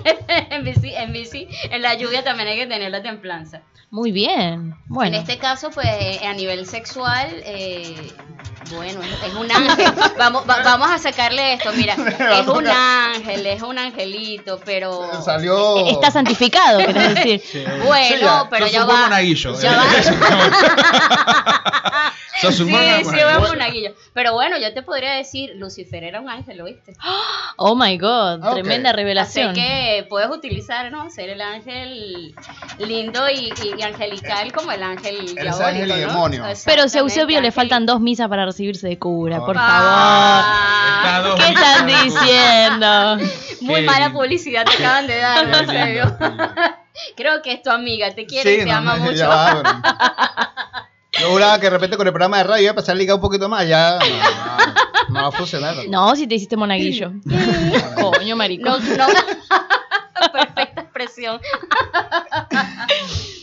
Speaker 7: *laughs* en bici, en bici, en la lluvia también hay que tener la templanza.
Speaker 6: Muy bien. Bueno.
Speaker 7: En este caso, pues eh, a nivel sexual, eh, bueno, es, es un ángel. Vamos, va- vamos a sacarle esto, mira, es un ángel, es un angelito, pero...
Speaker 3: Salió.
Speaker 6: Está santificado, querés decir.
Speaker 7: Bueno,
Speaker 3: Sí, ya,
Speaker 7: pero
Speaker 8: sos
Speaker 7: ya
Speaker 8: un buen
Speaker 7: va.
Speaker 8: monaguillo,
Speaker 7: Ya *laughs*
Speaker 8: eh.
Speaker 7: va.
Speaker 8: Sos un
Speaker 7: sí,
Speaker 8: buen
Speaker 7: sí, buen
Speaker 8: monaguillo.
Speaker 7: monaguillo. Pero bueno, yo te podría decir, Lucifer era un ángel,
Speaker 6: *gasps*
Speaker 7: ¿lo viste?
Speaker 6: Oh my god,
Speaker 3: Ok.
Speaker 6: tremenda
Speaker 7: Así
Speaker 6: revelación.
Speaker 7: que puedes utilizar, ¿no? Ser el ángel lindo y, y- y angelical como el ángel diabólico,
Speaker 3: ángel y
Speaker 7: ¿no?
Speaker 3: demonio.
Speaker 7: Exactamente,
Speaker 6: Pero si a Eusebio le
Speaker 7: ángel.
Speaker 6: faltan dos misas para recibirse de cura, por favor.
Speaker 7: Ah,
Speaker 8: Está
Speaker 7: *laughs*
Speaker 8: dos
Speaker 6: ¿Qué están
Speaker 8: minutos.
Speaker 6: diciendo?
Speaker 7: muy
Speaker 8: Qué
Speaker 7: mala
Speaker 8: lindo.
Speaker 7: publicidad te acaban de dar,
Speaker 8: Qué
Speaker 7: Eusebio.
Speaker 8: lindo.
Speaker 7: *laughs* Creo que es tu amiga, te quiere y te
Speaker 3: no,
Speaker 7: ama
Speaker 3: ya
Speaker 7: mucho.
Speaker 3: va,
Speaker 7: *laughs*
Speaker 3: bueno. Yo juraba que de repente con el programa de radio iba a empezar a ligar un poquito más. Ya no, no va a funcionar.
Speaker 6: No, si te hiciste
Speaker 7: *laughs*
Speaker 6: monaguillo. Coño, marico.
Speaker 7: No,
Speaker 6: *laughs*
Speaker 7: no. Perfecta expresión. *laughs*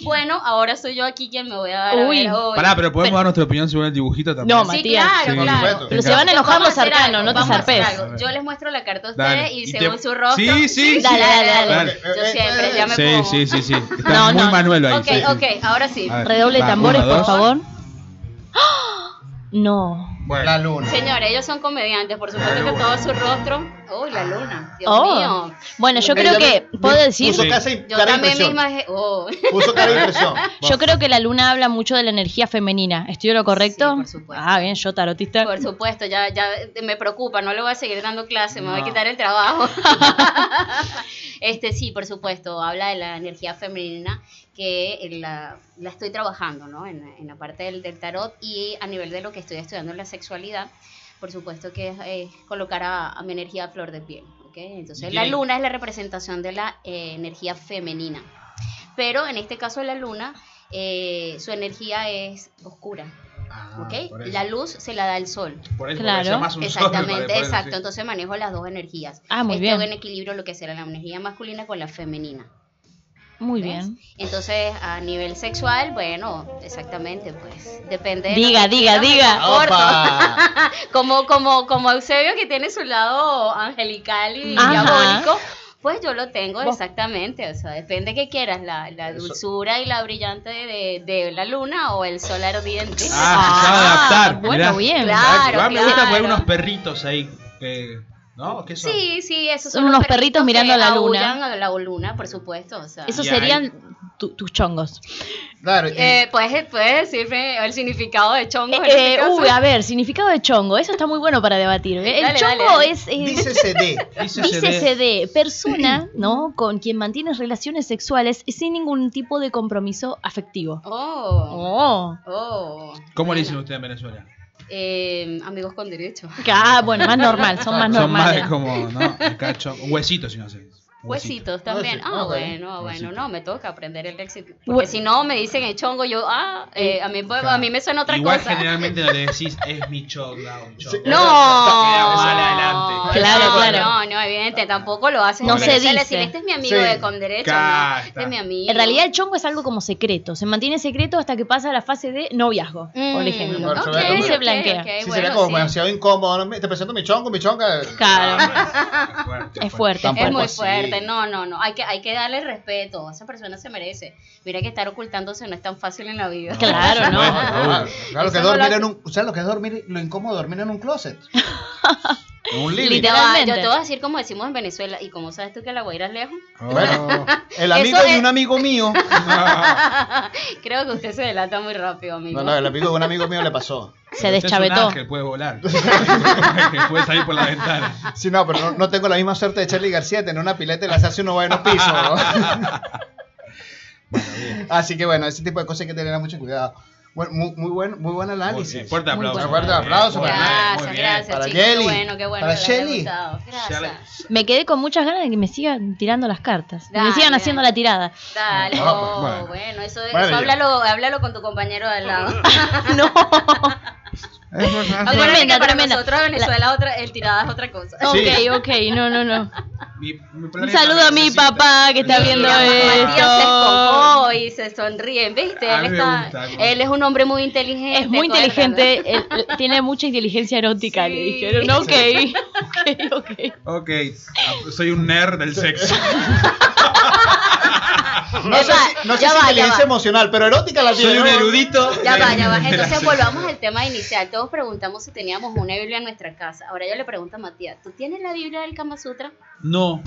Speaker 7: bueno, ahora soy yo aquí quien me voy a dar a
Speaker 6: Uy.
Speaker 7: ver hoy.
Speaker 8: Pará, pero podemos dar nuestra opinión según el dibujito también.
Speaker 6: No,
Speaker 7: Sí,
Speaker 6: Matías.
Speaker 7: claro,
Speaker 8: Sí,
Speaker 7: claro.
Speaker 8: por
Speaker 6: Pero
Speaker 8: supuesto.
Speaker 6: se van a enojar
Speaker 7: Vamos
Speaker 6: los
Speaker 7: hacer
Speaker 6: arcanos,
Speaker 7: algo,
Speaker 6: no te
Speaker 7: vamos a hacer
Speaker 6: zarpes.
Speaker 7: algo. Yo les muestro la carta a ustedes
Speaker 8: Dale,
Speaker 7: y,
Speaker 8: y te-
Speaker 7: según su rostro.
Speaker 8: Sí, sí, sí.
Speaker 6: Dale, dale, dale.
Speaker 8: Dale.
Speaker 7: Yo siempre, ya me
Speaker 8: Sí,
Speaker 7: pongo.
Speaker 8: sí, sí, sí. Está
Speaker 6: No,
Speaker 8: muy
Speaker 6: no.
Speaker 8: Manuel ahí.
Speaker 7: Ok,
Speaker 8: sí, sí.
Speaker 7: ok, ahora sí.
Speaker 8: A ver.
Speaker 6: Redoble de
Speaker 8: Va,
Speaker 6: tambores,
Speaker 8: una,
Speaker 6: por
Speaker 8: dos.
Speaker 6: favor. *gasps* ¡Ah! No.
Speaker 3: La luna.
Speaker 7: Señores, ellos son comediantes, por supuesto que todo su rostro. Uy, la luna. Dios
Speaker 6: Oh.
Speaker 7: mío.
Speaker 6: Bueno, yo
Speaker 3: Ella
Speaker 6: creo que
Speaker 3: me-
Speaker 6: puedo
Speaker 3: me
Speaker 6: decir.
Speaker 3: Puso casi
Speaker 7: Yo
Speaker 3: cara de
Speaker 7: también
Speaker 3: impresión.
Speaker 7: misma. je- Oh.
Speaker 3: Puso cara de
Speaker 7: *laughs*
Speaker 3: impresión.
Speaker 6: Yo creo que la luna habla mucho de la energía femenina. ¿Estoy en lo correcto?
Speaker 7: Sí, por supuesto.
Speaker 6: Ah, bien, yo tarotista.
Speaker 7: Por supuesto, ya, ya me preocupa, no le voy a seguir dando clase, me voy a quitar el trabajo. este sí, por supuesto, habla de la energía femenina que eh, la, la estoy trabajando, ¿no? En, en la parte del, del tarot y a nivel de lo que estoy estudiando en la sexualidad, por supuesto que es, es colocar a, a mi energía a flor de piel, ¿ok? Entonces, la
Speaker 8: Bien.
Speaker 7: luna es la representación de la eh, energía femenina, pero en este caso la luna, eh, su energía es oscura,
Speaker 3: Ah,
Speaker 7: ¿ok?
Speaker 8: Ah, por eso.
Speaker 7: La luz se la da el sol.
Speaker 8: Por eso,
Speaker 6: Claro.
Speaker 8: porque se llama un sol,
Speaker 7: Exactamente,
Speaker 8: *laughs* vale, por eso,
Speaker 7: exacto.
Speaker 8: sí.
Speaker 7: Entonces manejo las dos energías.
Speaker 6: Ah, muy
Speaker 7: Estoy
Speaker 6: bien.
Speaker 7: en equilibrio lo que será la energía masculina con la femenina.
Speaker 6: Muy
Speaker 7: ¿ves?
Speaker 6: bien.
Speaker 7: Entonces, a nivel sexual, bueno, exactamente, pues depende. de
Speaker 6: Diga,
Speaker 7: lo que
Speaker 6: diga,
Speaker 7: quiera, me
Speaker 6: diga.
Speaker 7: comporto.
Speaker 3: Opa.
Speaker 7: *laughs* como, como, como Eusebio que tiene su lado angelical y
Speaker 6: Ajá.
Speaker 7: diabólico. Pues yo lo tengo exactamente, o sea, depende que quieras, la, la dulzura y la brillante de, de la luna o el sol ardiente.
Speaker 8: Ah, se sabe adaptar.
Speaker 6: bueno,
Speaker 8: mirá.
Speaker 6: bien.
Speaker 7: Claro,
Speaker 8: Ah, Me gusta poner
Speaker 7: claro.
Speaker 8: unos perritos ahí. que- ¿No? ¿Qué son?
Speaker 7: Sí, sí, esos
Speaker 6: Son
Speaker 7: son
Speaker 6: unos perritos mirando
Speaker 7: que
Speaker 6: a la luna.
Speaker 7: aullan a la luna, por supuesto. O sea.
Speaker 6: Esos
Speaker 8: Y ahí-
Speaker 6: serían tu- tus chongos.
Speaker 3: Claro. y-
Speaker 7: Eh, ¿puedes, puedes decirme el significado de chongo? en
Speaker 6: Eh,
Speaker 7: este
Speaker 6: eh,
Speaker 7: caso?
Speaker 6: uy, a ver, significado de chongo. Eso está muy bueno para debatir. ¿eh? El
Speaker 7: Dale,
Speaker 6: chongo
Speaker 7: dale.
Speaker 6: es. eh,
Speaker 3: Dice
Speaker 7: *laughs*
Speaker 3: CD.
Speaker 8: Dice
Speaker 6: Dícese de persona, ¿no? Con quien mantienes relaciones sexuales sin ningún tipo de compromiso afectivo. Oh.
Speaker 7: Oh, oh.
Speaker 8: ¿Cómo le dicen ustedes en Venezuela?
Speaker 7: Eh, amigos con derecho.
Speaker 6: Ah, bueno, más normal, son más
Speaker 8: Son más
Speaker 6: normales.
Speaker 8: de como, ¿no? Acá chon- huesitos, si no sé.
Speaker 7: Huesitos también. Ah,
Speaker 3: ok.
Speaker 7: bueno, ah, bueno,
Speaker 8: Huesito.
Speaker 7: no, me toca aprender el léxico.
Speaker 6: Hue-
Speaker 7: Porque si no, me dicen el chongo, yo, ah, eh, a, mí, a mí me suena otra
Speaker 8: Igual
Speaker 7: cosa.
Speaker 8: generalmente no le decís es mi chonga o mi chonga.
Speaker 7: No,
Speaker 8: Queda mal adelante.
Speaker 6: Claro,
Speaker 7: no,
Speaker 6: claro.
Speaker 7: No, no, evidente, tampoco lo hacen.
Speaker 6: No
Speaker 7: en
Speaker 6: se
Speaker 7: Venezuela,
Speaker 6: dice.
Speaker 7: decir, Este es mi amigo
Speaker 3: Sí.
Speaker 7: de con derecho.
Speaker 8: Cá,
Speaker 7: no, Este
Speaker 8: está.
Speaker 7: es mi amigo.
Speaker 6: En realidad el chongo es algo como secreto, se mantiene secreto hasta que pasa la fase de noviazgo, por
Speaker 7: Mm,
Speaker 6: ejemplo.
Speaker 3: Bueno,
Speaker 7: ok,
Speaker 3: se
Speaker 6: Ahí se
Speaker 7: ok,
Speaker 6: blanquea.
Speaker 7: ok,
Speaker 3: Sí,
Speaker 7: bueno,
Speaker 3: sería como
Speaker 7: sí.
Speaker 3: demasiado incómodo. ¿no? Te presento mi chongo, mi chonga.
Speaker 6: Claro, es fuerte.
Speaker 3: Tampoco
Speaker 7: Es muy
Speaker 3: así.
Speaker 7: fuerte, no, no, no, hay que, hay que darle respeto, esa persona se merece. Mira que estar ocultándose no es tan fácil en la vida.
Speaker 6: Claro, ¿no?
Speaker 3: Claro, claro, que
Speaker 7: Eso no lo
Speaker 3: dormir
Speaker 7: hace-
Speaker 3: en un, ¿sabes lo que es dormir, lo incómodo de dormir en un closet? En un living.
Speaker 7: Te va-
Speaker 6: Literalmente.
Speaker 7: yo te voy a decir como decimos en Venezuela, y como sabes tú que la Guaira es lejos, *laughs*
Speaker 3: Bueno, el amigo
Speaker 7: Eso
Speaker 3: de
Speaker 7: es-
Speaker 3: un amigo mío.
Speaker 7: creo que usted se delata muy rápido, amigo.
Speaker 3: No, no, el amigo de un amigo mío le
Speaker 7: *laughs*
Speaker 3: pasó.
Speaker 6: Se deschavetó.
Speaker 8: Que puede volar. Que puede salir por la ventana.
Speaker 3: Sí, no, pero no, no tengo la misma suerte de Charlie García, tener una pileta y las hace uno buenos pisos. ¿no? Así que bueno, ese tipo de cosas hay que tener mucho cuidado. Bueno, muy, muy, buen, muy buen análisis.
Speaker 2: bien, fuerte aplauso.
Speaker 3: Un fuerte aplauso
Speaker 2: Muy bien,
Speaker 3: para
Speaker 2: muy
Speaker 7: Gracias,
Speaker 2: bien.
Speaker 7: gracias,
Speaker 3: Para
Speaker 7: chicos.
Speaker 3: Yeli,
Speaker 7: Qué bueno, qué bueno.
Speaker 3: para
Speaker 7: que les haya
Speaker 3: Yeli.
Speaker 7: gustado. Gracias.
Speaker 2: Yale.
Speaker 6: Me quedé con muchas ganas de que me sigan tirando las cartas. que me
Speaker 7: Dale.
Speaker 6: sigan haciendo la tirada.
Speaker 7: Dale.
Speaker 3: Ah,
Speaker 7: Oh,
Speaker 3: bueno.
Speaker 7: bueno. eso,
Speaker 3: Bueno,
Speaker 7: eso
Speaker 3: ya.
Speaker 7: háblalo, háblalo con tu compañero de al lado. *laughs*
Speaker 6: No.
Speaker 7: Acuérdate que
Speaker 6: Tremenda,
Speaker 7: para
Speaker 6: tremenda.
Speaker 7: nosotros Venezuela otra, el tirada es otra cosa.
Speaker 6: Ok, ok, no, no, no.
Speaker 2: Mi- mi
Speaker 6: Un
Speaker 2: planeta
Speaker 6: saludo a mi
Speaker 2: necesita-
Speaker 6: papá que está viendo
Speaker 7: Matías se
Speaker 6: esto.
Speaker 7: escojó y se sonríen, ¿viste?
Speaker 2: A mí
Speaker 7: Él,
Speaker 2: me
Speaker 7: está-
Speaker 2: gusta, como-
Speaker 7: él es un hombre muy inteligente.
Speaker 6: Es muy
Speaker 7: acuérdate.
Speaker 6: inteligente, él- él tiene mucha inteligencia erótica, le
Speaker 7: Sí.
Speaker 6: dijeron. Ok, ok, ok.
Speaker 2: Ok, soy un nerd del sexo.
Speaker 3: No sé si, no sé
Speaker 7: Ya
Speaker 3: si
Speaker 7: va, ya
Speaker 3: inteligencia
Speaker 7: va.
Speaker 3: emocional, pero erótica la tiene.
Speaker 2: Soy un
Speaker 3: ¿no?
Speaker 2: erudito.
Speaker 7: Ya va,
Speaker 2: del-
Speaker 7: ya va.
Speaker 2: *laughs* de la
Speaker 7: Entonces
Speaker 2: sexo.
Speaker 7: volvamos al tema inicial. Todos preguntamos si teníamos una Biblia en nuestra casa. Ahora yo le pregunto a Matías, ¿tú tienes la Biblia del Kama Sutra?
Speaker 2: No.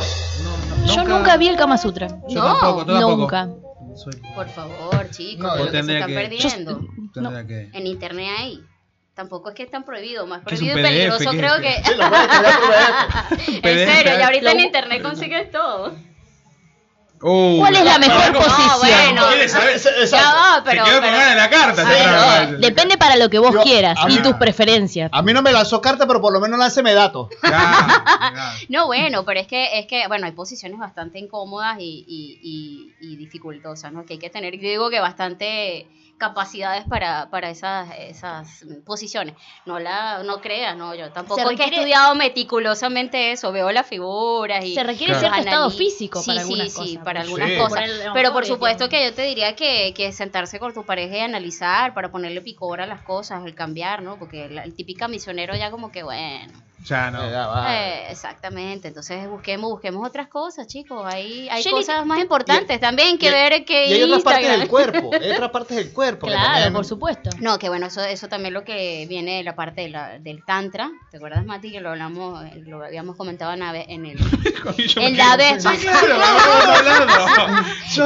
Speaker 6: Yo nunca vi el Kama Sutra.
Speaker 2: Yo
Speaker 7: No,
Speaker 2: tampoco, yo tampoco.
Speaker 6: Nunca.
Speaker 2: Soy-
Speaker 7: Por favor, chicos,
Speaker 3: No,
Speaker 7: de
Speaker 3: yo
Speaker 7: lo que se
Speaker 2: tendría
Speaker 7: están
Speaker 2: que-
Speaker 7: perdiendo.
Speaker 2: tendría que-
Speaker 7: En internet ahí. Tampoco es que es tan prohibido, más
Speaker 2: ¿Qué es un
Speaker 7: prohibido y
Speaker 2: PDF?
Speaker 7: peligroso
Speaker 2: ¿Qué es?
Speaker 7: creo que...
Speaker 3: Sí, lo puede tener por ahí.
Speaker 2: *laughs*
Speaker 7: *laughs* en
Speaker 2: PDF,
Speaker 7: serio, y ahorita en
Speaker 6: la-
Speaker 7: internet consigues todo. *laughs*
Speaker 2: Uh,
Speaker 6: ¿Cuál es la mejor
Speaker 7: No,
Speaker 6: posición?
Speaker 7: bueno.
Speaker 2: ¿Quieres saber?
Speaker 3: Esa- esa-
Speaker 7: Ya va,
Speaker 2: Se
Speaker 7: pero...
Speaker 2: quedó con
Speaker 7: pero-
Speaker 2: ganas de la carta.
Speaker 7: A ver,
Speaker 2: atrás.
Speaker 6: Depende para lo que vos
Speaker 3: Yo-
Speaker 6: quieras
Speaker 3: a
Speaker 6: y
Speaker 3: mí-
Speaker 6: tus preferencias.
Speaker 3: A mí no me lanzó carta, pero por lo menos lánceme datos.
Speaker 2: Ya, ya.
Speaker 7: No, bueno, pero es que, es que, bueno, hay posiciones bastante incómodas y, y, y, y dificultosas, ¿no? Que hay que tener, yo digo que bastante capacidades para, para esas, esas posiciones. No la, no creas, no, yo tampoco
Speaker 6: Se
Speaker 7: es que he
Speaker 6: requiere-
Speaker 7: estudiado meticulosamente eso, veo las figuras y...
Speaker 6: Se requiere
Speaker 7: los
Speaker 6: cierto estado
Speaker 7: anali-
Speaker 6: físico para algunas
Speaker 7: sí, Sí,
Speaker 6: cosas.
Speaker 7: para
Speaker 6: Sí.
Speaker 7: algunas
Speaker 2: Por
Speaker 7: cosas.
Speaker 6: el-
Speaker 7: Pero por supuesto que yo te diría que, que sentarse con tu pareja y analizar para ponerle picor a las cosas, el cambiar, ¿no? Porque la- el típica misionero ya como que, bueno...
Speaker 2: Ya
Speaker 3: Eh,
Speaker 2: no.
Speaker 3: ya va.
Speaker 7: Eh, exactamente, entonces busquemos, busquemos otras cosas, chicos. Hay, hay
Speaker 6: Shelly,
Speaker 7: cosas más importantes también que
Speaker 3: y-
Speaker 7: ver que
Speaker 3: Y hay otras partes
Speaker 7: Instagram.
Speaker 3: del cuerpo. Hay otras partes del cuerpo. que
Speaker 6: Claro,
Speaker 3: también-
Speaker 6: por supuesto.
Speaker 7: No, que bueno, eso, eso también lo que viene de la parte de la- del tantra. ¿Te acuerdas, Mati, que lo hablamos, eh, lo habíamos comentado en la ve- en
Speaker 2: *laughs*
Speaker 7: el, en la vez pasada? *laughs*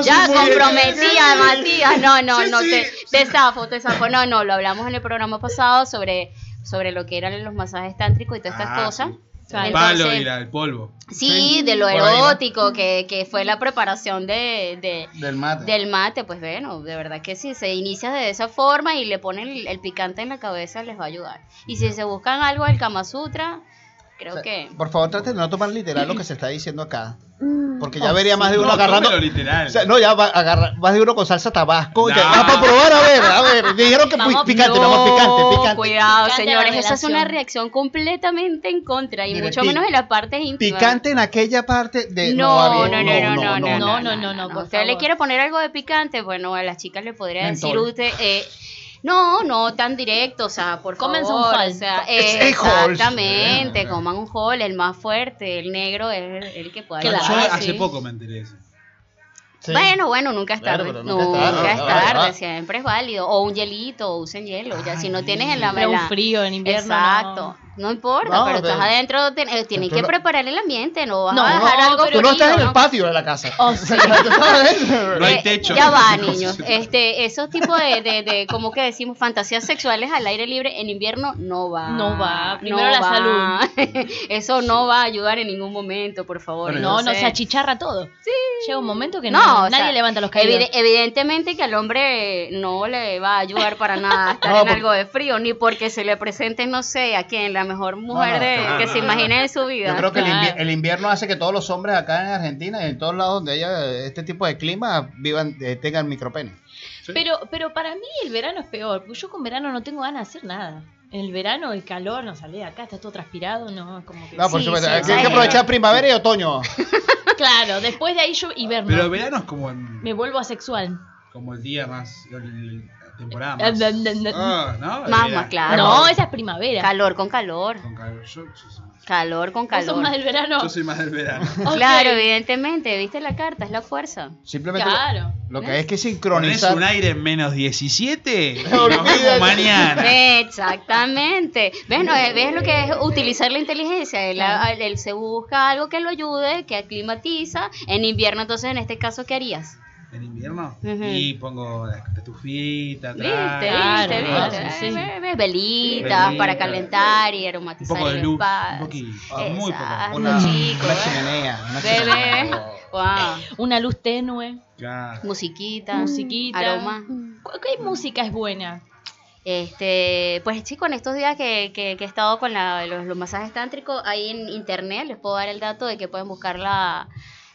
Speaker 7: Ya comprometida, Matías. No, no, no, te, te zafo, te zafo. No, no, lo hablamos en el programa pasado sobre, sobre lo que eran los masajes tántricos y todas estas
Speaker 2: Ah,
Speaker 7: cosas.
Speaker 2: sí.
Speaker 7: Entonces-
Speaker 2: El palo y la- el polvo.
Speaker 7: Sí, de lo
Speaker 2: Por ahí va.
Speaker 7: erótico, que, que fue la preparación de, de-
Speaker 3: Del mate.
Speaker 7: del mate, pues bueno, de verdad que si se inicia de esa forma y le ponen el, el picante en la cabeza, les va a ayudar. Y si se buscan algo del Kama Sutra, creo
Speaker 3: O sea,
Speaker 7: que...
Speaker 3: Por favor, traten de no tomar literal lo que se está diciendo acá. Porque ya
Speaker 6: Oh,
Speaker 3: vería más de
Speaker 2: No,
Speaker 3: uno agarrando.
Speaker 2: tómelo literal.
Speaker 3: O sea, no, ya va a agarrar más de uno con salsa tabasco. y que,
Speaker 2: No.
Speaker 3: ah, para probar, a ver, a ver. Dijeron que pi-
Speaker 7: Vamos-
Speaker 3: picante,
Speaker 7: no,
Speaker 3: vamos picante, picante.
Speaker 7: Cuidado,
Speaker 6: Picante
Speaker 7: señores,
Speaker 6: la
Speaker 7: esa es una
Speaker 6: revelación.
Speaker 7: reacción completamente en contra, y
Speaker 3: Mire,
Speaker 7: mucho
Speaker 3: pi-
Speaker 7: menos en la parte íntima.
Speaker 3: Picante en aquella parte de.
Speaker 7: No, no,
Speaker 3: había-
Speaker 7: no, no, no,
Speaker 6: no,
Speaker 7: no, no,
Speaker 6: no, no, por
Speaker 7: Usted le
Speaker 6: favor.
Speaker 7: quiere poner algo de picante, bueno, a las chicas le podría decir
Speaker 3: Mentol.
Speaker 7: usted, eh, no, no tan directo, o sea, por
Speaker 6: Cómense un
Speaker 7: favor,
Speaker 6: Hall.
Speaker 7: o sea,
Speaker 3: *laughs* Es- es Halls.
Speaker 7: exactamente, coman un hall, el más fuerte, el negro es el, el que pueda.
Speaker 6: Claro.
Speaker 2: Yo
Speaker 7: ayudar,
Speaker 2: hace
Speaker 7: sí.
Speaker 2: poco me enteré de eso.
Speaker 3: Sí.
Speaker 7: Bueno, bueno, nunca es
Speaker 3: Claro,
Speaker 7: tarde.
Speaker 3: pero nunca es
Speaker 7: nunca,
Speaker 3: tarde,
Speaker 7: es
Speaker 3: claro,
Speaker 7: tarde,
Speaker 3: claro.
Speaker 7: siempre es válido. O un hielito, usen hielo. Ya si no tienes en la
Speaker 6: Para un
Speaker 7: mela.
Speaker 6: frío en invierno.
Speaker 7: Exacto.
Speaker 6: no.
Speaker 7: No, importa,
Speaker 3: No,
Speaker 7: pero,
Speaker 3: pero-
Speaker 7: estás adentro, ten- eh, tienen
Speaker 3: Tú
Speaker 7: que
Speaker 3: no-
Speaker 7: preparar el ambiente, no vas
Speaker 6: No,
Speaker 7: a dejar
Speaker 6: no,
Speaker 7: algo
Speaker 6: pero
Speaker 3: Tú no estás en
Speaker 7: frío,
Speaker 3: el patio de la casa. *laughs*
Speaker 6: Oh, sí.
Speaker 3: ¿Tú sabes?
Speaker 7: *laughs*
Speaker 2: No hay
Speaker 7: Eh,
Speaker 2: techo.
Speaker 7: Ya va, niños. Este, esos tipos de, de, de, como que decimos, fantasías sexuales al aire libre en invierno no va.
Speaker 6: No va. Primero la salud.
Speaker 7: *laughs* Eso no va a ayudar en ningún momento, por favor.
Speaker 2: Pero
Speaker 6: No, no,
Speaker 7: Entonces-
Speaker 6: se achicharra todo. Llega un momento que
Speaker 7: No,
Speaker 6: no,
Speaker 7: o
Speaker 6: nadie
Speaker 7: sea,
Speaker 6: levanta los caídos.
Speaker 7: Evide- evidentemente que al hombre no le va a ayudar para nada estar
Speaker 3: No,
Speaker 7: en
Speaker 3: por-
Speaker 7: algo de frío, ni porque se le presente, no sé, a quién, la mejor mujer
Speaker 3: no,
Speaker 7: de-
Speaker 2: claro,
Speaker 7: que
Speaker 2: no,
Speaker 7: se
Speaker 2: no,
Speaker 7: imagine en su vida.
Speaker 3: Yo creo que el, invi-
Speaker 6: Claro.
Speaker 3: el invierno hace que todos los hombres acá en Argentina y en todos lados donde haya este tipo de clima vivan, eh, tengan micropene.
Speaker 6: Pero, pero para mí el verano es peor, porque yo con verano no tengo ganas de hacer nada. En el verano el calor, no salí de acá, está todo transpirado, no, es como que...
Speaker 3: No, por
Speaker 7: Sí,
Speaker 3: supuesto.
Speaker 7: sí,
Speaker 3: hay que- hay
Speaker 7: sí.
Speaker 3: que aprovechar primavera y
Speaker 7: *laughs*
Speaker 3: otoño.
Speaker 6: *laughs* Claro, después de ahí yo hiberno.
Speaker 2: Pero verano es como, en-
Speaker 6: Me vuelvo asexual.
Speaker 2: como el día más. el- La temporada
Speaker 6: Eh,
Speaker 2: más.
Speaker 6: eh, eh, eh.
Speaker 2: Ah, ¿no?
Speaker 7: Más,
Speaker 2: Era-
Speaker 7: más, claro.
Speaker 6: No, esa es primavera.
Speaker 7: Calor con calor,
Speaker 2: Con calor. Yo, yo soy más-
Speaker 7: calor con
Speaker 6: ¿Vos sos
Speaker 7: calor.
Speaker 6: más del verano?
Speaker 2: yo soy más del verano.
Speaker 6: Ok.
Speaker 7: Claro, evidentemente, viste la carta, es la fuerza.
Speaker 3: Simplemente lo-
Speaker 6: Claro.
Speaker 3: lo, que hay es que
Speaker 2: ¿Ponés
Speaker 3: sincronizar.
Speaker 2: un aire en menos *laughs* 17?
Speaker 3: No,
Speaker 2: Nos
Speaker 3: olvídate.
Speaker 2: vemos mañana.
Speaker 7: *laughs* Exactamente. ¿Ves, no, eh, ves lo que es utilizar la inteligencia? Él, a- él se busca algo que lo ayude, que aclimatiza. En invierno, entonces, en este caso, ¿qué harías?
Speaker 2: ¿En invierno?
Speaker 7: Ujú.
Speaker 2: Y pongo la estufita,
Speaker 7: Viste,
Speaker 2: atrás.
Speaker 6: Claro,
Speaker 7: viste,
Speaker 6: claro,
Speaker 7: viste.
Speaker 6: sí.
Speaker 7: Eh, ve- ve-
Speaker 2: Velitas.
Speaker 7: Velitas para calentar y
Speaker 2: Un
Speaker 7: aromatizar
Speaker 2: poco de
Speaker 7: el
Speaker 2: luz.
Speaker 7: espacio.
Speaker 2: Un poquito. Muy poco.
Speaker 7: Exacto,
Speaker 3: Una,
Speaker 7: chico,
Speaker 3: una
Speaker 7: ¿eh?
Speaker 3: chimenea. una
Speaker 7: Bebé.
Speaker 3: chimenea.
Speaker 7: Wow.
Speaker 6: Una luz tenue,
Speaker 2: Ah,
Speaker 7: Musiquita,
Speaker 6: Mm, musiquita.
Speaker 7: aroma.
Speaker 6: ¿Cu- ¿Qué música es buena?
Speaker 7: Este, pues chicos, en estos días que, que- que he estado con la- los, los masajes tántricos, ahí en internet les puedo dar el dato de que pueden buscar la,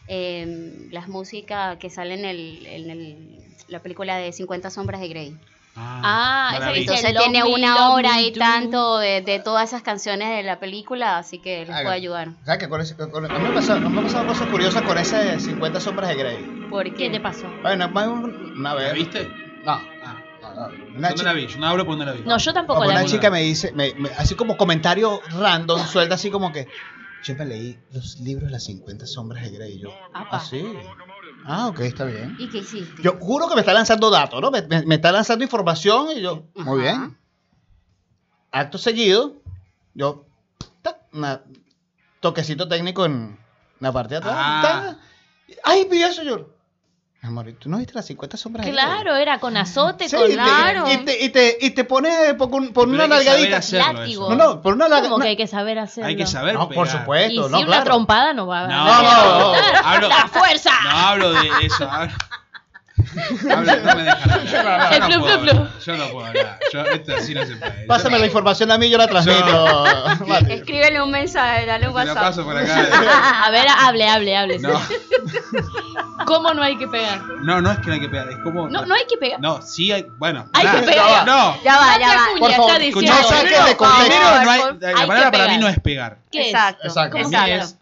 Speaker 7: em, las músicas que salen en, el- en el- la película de 50 sombras de Grey.
Speaker 6: Ah, esa que dice,
Speaker 7: Entonces
Speaker 6: "Love
Speaker 7: tiene
Speaker 6: me,
Speaker 7: una
Speaker 6: love
Speaker 7: hora
Speaker 6: me
Speaker 7: y
Speaker 6: do".
Speaker 7: tanto de, de todas esas canciones de la película, así que les puedo
Speaker 3: Hagan.
Speaker 7: ayudar.
Speaker 3: O sea, que con ese- con- a mí me ha pasado- me ha pasado cosas curiosas con ese de 50 sombras de Grey.
Speaker 7: Porque
Speaker 6: ¿Qué te pasó?
Speaker 3: Bueno, más un- una
Speaker 2: ¿La
Speaker 3: vez.
Speaker 2: viste?
Speaker 3: No,
Speaker 2: Ah,
Speaker 3: no, no.
Speaker 2: yo
Speaker 3: Una
Speaker 2: no
Speaker 3: chica-
Speaker 2: la vi, yo no hablo porque no la vi.
Speaker 6: No, yo tampoco
Speaker 3: Como
Speaker 6: la
Speaker 3: una
Speaker 6: vi.
Speaker 3: chica me dice, me- me- así como comentario random, suelta así como que yo me leí los libros Las 50 sombras de Grey y yo.
Speaker 6: Apa.
Speaker 3: Ah, sí. Ah, ok, está bien.
Speaker 7: ¿Y qué hiciste?
Speaker 3: Yo juro que me está lanzando datos, ¿no? Me, me- me está lanzando información y yo, muy
Speaker 7: Ajá.
Speaker 3: bien. Acto seguido, yo, tac, una- toquecito técnico en la parte de atrás.
Speaker 2: Ah.
Speaker 3: tac. Ay, vi eso, yo. Amor, ¿y ¿tú no viste las 50 sombras de Grey?
Speaker 6: Claro, era con azote,
Speaker 3: Sí,
Speaker 6: con
Speaker 3: y te-
Speaker 7: claro.
Speaker 3: Y te, y te, y te pones por, un- por
Speaker 2: Pero
Speaker 3: una
Speaker 2: hay que saber
Speaker 3: nalgadita.
Speaker 2: hacerlo,
Speaker 6: Látigo.
Speaker 2: eso.
Speaker 3: No, no, por una larga.
Speaker 6: ¿Cómo
Speaker 3: no,
Speaker 6: que hay que saber hacerlo?
Speaker 2: Hay que saber.
Speaker 3: no, por
Speaker 2: pegar.
Speaker 3: supuesto,
Speaker 6: Y
Speaker 3: no,
Speaker 6: si una
Speaker 3: claro.
Speaker 6: trompada no va a...
Speaker 2: No,
Speaker 3: No, no,
Speaker 2: no,
Speaker 3: no.
Speaker 6: *laughs*
Speaker 2: hablo,
Speaker 6: ¡La fuerza!
Speaker 2: no hablo de eso. Hablo, hablo- no me dejan hablar. Yo
Speaker 6: Flu,
Speaker 2: no, puedo
Speaker 6: flu, flu.
Speaker 2: hablar, yo no puedo hablar. Yo, esto así no se puede.
Speaker 3: Pásame la
Speaker 2: Yo-
Speaker 3: información a mí, yo la *laughs* transmito. Mati.
Speaker 7: Escríbele un mensaje, dale un
Speaker 2: Te la
Speaker 7: WhatsApp.
Speaker 2: paso
Speaker 6: *laughs*
Speaker 2: por acá.
Speaker 6: Ah, A ver, hable, hable, hable.
Speaker 2: No,
Speaker 6: ¿Cómo no hay que pegar?
Speaker 2: no, no es que no hay que pegar. Es como.
Speaker 6: No, no hay que pegar.
Speaker 2: No, sí hay. Bueno.
Speaker 6: Hay
Speaker 2: pará.
Speaker 6: que pegar.
Speaker 2: No.
Speaker 7: Ya va, ya va.
Speaker 3: Por favor,
Speaker 2: no
Speaker 3: saques de contexto.
Speaker 2: Primero, no hay, la
Speaker 6: que
Speaker 2: palabra para mí
Speaker 6: pegar.
Speaker 2: no es pegar.
Speaker 6: ¿Qué es?
Speaker 7: Exacto.
Speaker 2: Para
Speaker 3: Exacto.
Speaker 7: ¿Cómo
Speaker 2: mí
Speaker 7: se habla?
Speaker 2: es.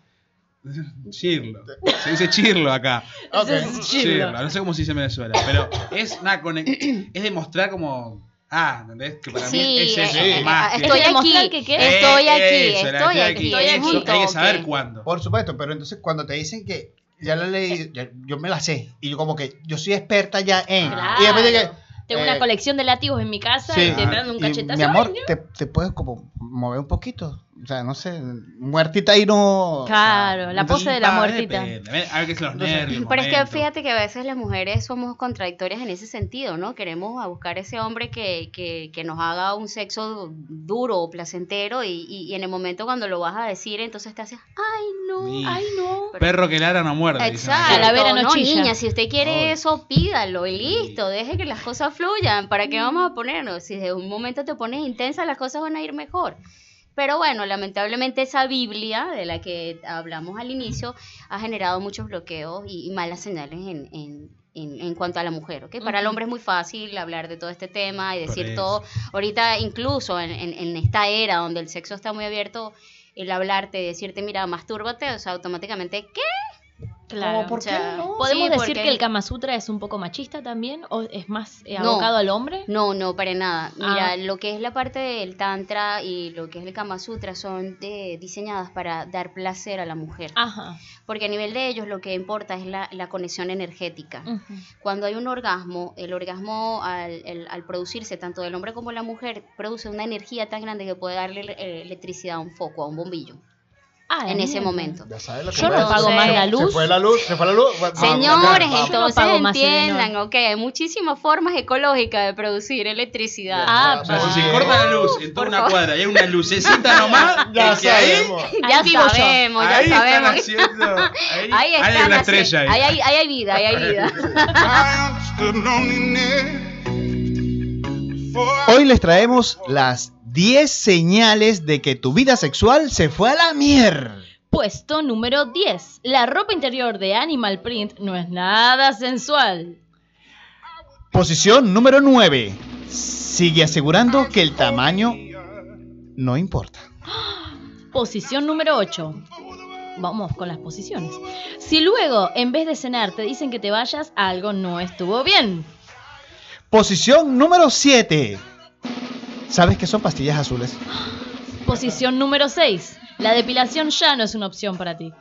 Speaker 2: *laughs* Chirlo. Se dice chirlo acá.
Speaker 3: Ok.
Speaker 2: Chirlo. No sé cómo se dice en Venezuela. Pero es una conexión. Es demostrar como. Ah, ¿entendés? Que para mí
Speaker 7: Sí,
Speaker 2: es
Speaker 7: eh,
Speaker 2: eso.
Speaker 7: eh, eh,
Speaker 2: más que-
Speaker 7: estoy
Speaker 6: ¿Es demostrar
Speaker 7: aquí,
Speaker 6: que qué?
Speaker 7: estoy aquí,
Speaker 2: Eso, la
Speaker 7: estoy aquí,
Speaker 2: Eso,
Speaker 7: estoy junto,
Speaker 2: Hay que saber
Speaker 7: ok.
Speaker 2: cuándo.
Speaker 3: Por supuesto, pero entonces cuando te dicen que ya la leí, ya- yo me la sé. Y yo, como que yo soy experta ya en.
Speaker 6: Claro.
Speaker 3: Y después de que.
Speaker 6: Tengo
Speaker 3: eh,
Speaker 6: una colección de látigos en mi casa
Speaker 3: sí. Ah,
Speaker 6: y te dan un
Speaker 3: Y,
Speaker 6: cachetazo.
Speaker 3: mi amor,
Speaker 6: Ay, no.
Speaker 3: te, te puedes como mover un poquito. O sea, no sé, muertita y no.
Speaker 6: Claro, la pose de la
Speaker 2: Ah,
Speaker 6: muertita.
Speaker 2: depende. A ver qué son los nervios. el
Speaker 7: Pero es que
Speaker 2: momento.
Speaker 7: fíjate que a veces las mujeres somos contradictorias en ese sentido, ¿no? Queremos a buscar ese hombre que, que, que nos haga un sexo duro o placentero y, y, y en el momento cuando lo vas a decir, entonces te haces, ay,
Speaker 2: Sí.
Speaker 7: no, ay, no.
Speaker 2: Perro que ladra no muerde. dicen acá.
Speaker 7: Exacto,
Speaker 6: Calavera no
Speaker 7: no,
Speaker 6: chilla.
Speaker 7: niña, si usted quiere
Speaker 2: Obvio.
Speaker 7: eso, pídalo y listo, deje que las cosas fluyan, ¿para qué vamos a ponernos? Si de un momento te pones intensa, las cosas van a ir mejor. Pero bueno, lamentablemente esa Biblia de la que hablamos al inicio ha generado muchos bloqueos y, y malas señales en, en- en- en cuanto a la mujer. ¿ok? Para el
Speaker 6: Ujú.
Speaker 7: hombre es muy fácil hablar de todo este tema y decir
Speaker 2: Correcto.
Speaker 7: todo. Ahorita incluso en, en- en esta era donde el sexo está muy abierto, el hablarte, decirte, mira, mastúrbate, o sea, automáticamente, ¿qué?
Speaker 6: Claro.
Speaker 7: O sea,
Speaker 6: ¿Podemos
Speaker 7: Oh, sí,
Speaker 6: decir
Speaker 7: porque-
Speaker 6: que el Kama Sutra es un poco machista también? ¿O es más eh,
Speaker 7: No.
Speaker 6: abocado al hombre?
Speaker 7: No, no, para nada. Mira,
Speaker 6: Ah.
Speaker 7: lo que es la parte del Tantra y lo que es el Kama Sutra son eh, diseñadas para dar placer a la mujer.
Speaker 6: Ajá.
Speaker 7: Porque a nivel de ellos lo que importa es la, la conexión energética.
Speaker 6: Ujú.
Speaker 7: Cuando hay un orgasmo, el orgasmo al, el- al producirse tanto del hombre como la mujer produce una energía tan grande que puede darle eh, electricidad a un foco, a un bombillo,
Speaker 6: Ah,
Speaker 7: en
Speaker 6: la
Speaker 7: ese
Speaker 6: mierda.
Speaker 7: momento.
Speaker 3: Ya sabes lo que
Speaker 6: Yo no
Speaker 3: puedes
Speaker 6: pago
Speaker 3: hacer.
Speaker 6: más la luz.
Speaker 3: Se fue la luz, se fue la luz. Bueno,
Speaker 7: Señores,
Speaker 3: vamos,
Speaker 6: esto-
Speaker 7: entonces
Speaker 6: pago más
Speaker 7: entiendan,
Speaker 6: Elenor.
Speaker 7: ok, hay muchísimas formas ecológicas de producir electricidad.
Speaker 6: Ah,
Speaker 3: O
Speaker 2: O
Speaker 3: sea,
Speaker 2: sea, si
Speaker 3: Ah.
Speaker 2: se corta la luz en
Speaker 7: Por
Speaker 2: toda una
Speaker 7: favor.
Speaker 2: cuadra y hay una lucecita
Speaker 8: *laughs*
Speaker 2: nomás,
Speaker 3: Ya
Speaker 2: es que ahí-
Speaker 3: sabemos.
Speaker 7: Ya
Speaker 6: Ahí vivo yo.
Speaker 7: sabemos, ya
Speaker 2: ahí están
Speaker 7: sabemos.
Speaker 2: haciendo. Ahí,
Speaker 7: Ahí
Speaker 2: ahí
Speaker 7: están
Speaker 2: hay una
Speaker 7: así-
Speaker 2: estrella ahí.
Speaker 7: Ahí, hay- ahí hay vida, ahí hay vida.
Speaker 4: I understood loneliness before I
Speaker 3: Hoy les traemos las 10 señales de que tu vida sexual se fue a la mierda.
Speaker 6: Puesto número 10. La ropa interior de Animal Print no es nada sensual.
Speaker 3: Posición número 9. Sigue asegurando que el tamaño no importa.
Speaker 6: Posición número 8. Vamos con las posiciones. Si luego, en vez de cenar, te dicen que te vayas, algo no estuvo bien.
Speaker 3: Posición número 7. ¿Sabes qué son pastillas azules?
Speaker 6: Posición número 6. La depilación ya no es una opción para ti.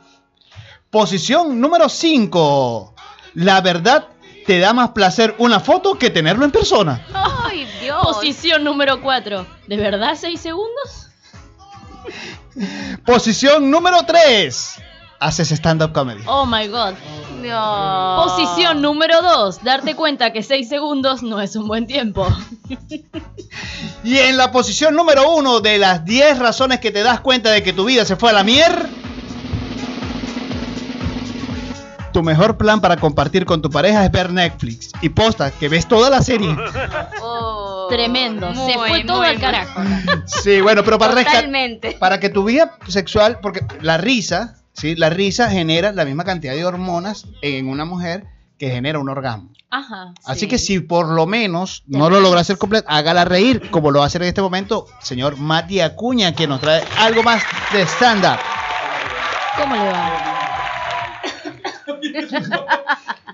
Speaker 3: Posición número 5. La verdad te da más placer una foto que tenerlo en persona.
Speaker 7: *laughs* Ay, Dios.
Speaker 6: Posición número 4. ¿De verdad 6 segundos?
Speaker 3: Posición número 3. Haces stand-up comedy.
Speaker 6: Oh my god.
Speaker 7: No.
Speaker 6: Posición número 2. Darte cuenta que 6 segundos no es un buen tiempo.
Speaker 3: Y en la posición número uno de las 10 razones que te das cuenta de que tu vida se fue a la mierda, Tu mejor plan para compartir con tu pareja es ver Netflix. Y posta, que ves toda la serie.
Speaker 7: Oh,
Speaker 6: Tremendo, se
Speaker 7: muy,
Speaker 6: fue todo
Speaker 7: muy
Speaker 6: al carajo.
Speaker 3: Sí, bueno, pero para rescatar.
Speaker 7: Totalmente.
Speaker 3: Para que tu vida sexual, porque la risa, ¿sí? La risa genera la misma cantidad de hormonas en una mujer que genera un orgasmo.
Speaker 6: Ajá.
Speaker 3: Así
Speaker 7: Sí.
Speaker 3: que si por lo menos no lo logra hacer completo, hágala reír, como lo va a hacer en este momento señor Mati Acuña, que nos trae algo más de stand-up.
Speaker 6: ¿Cómo le va?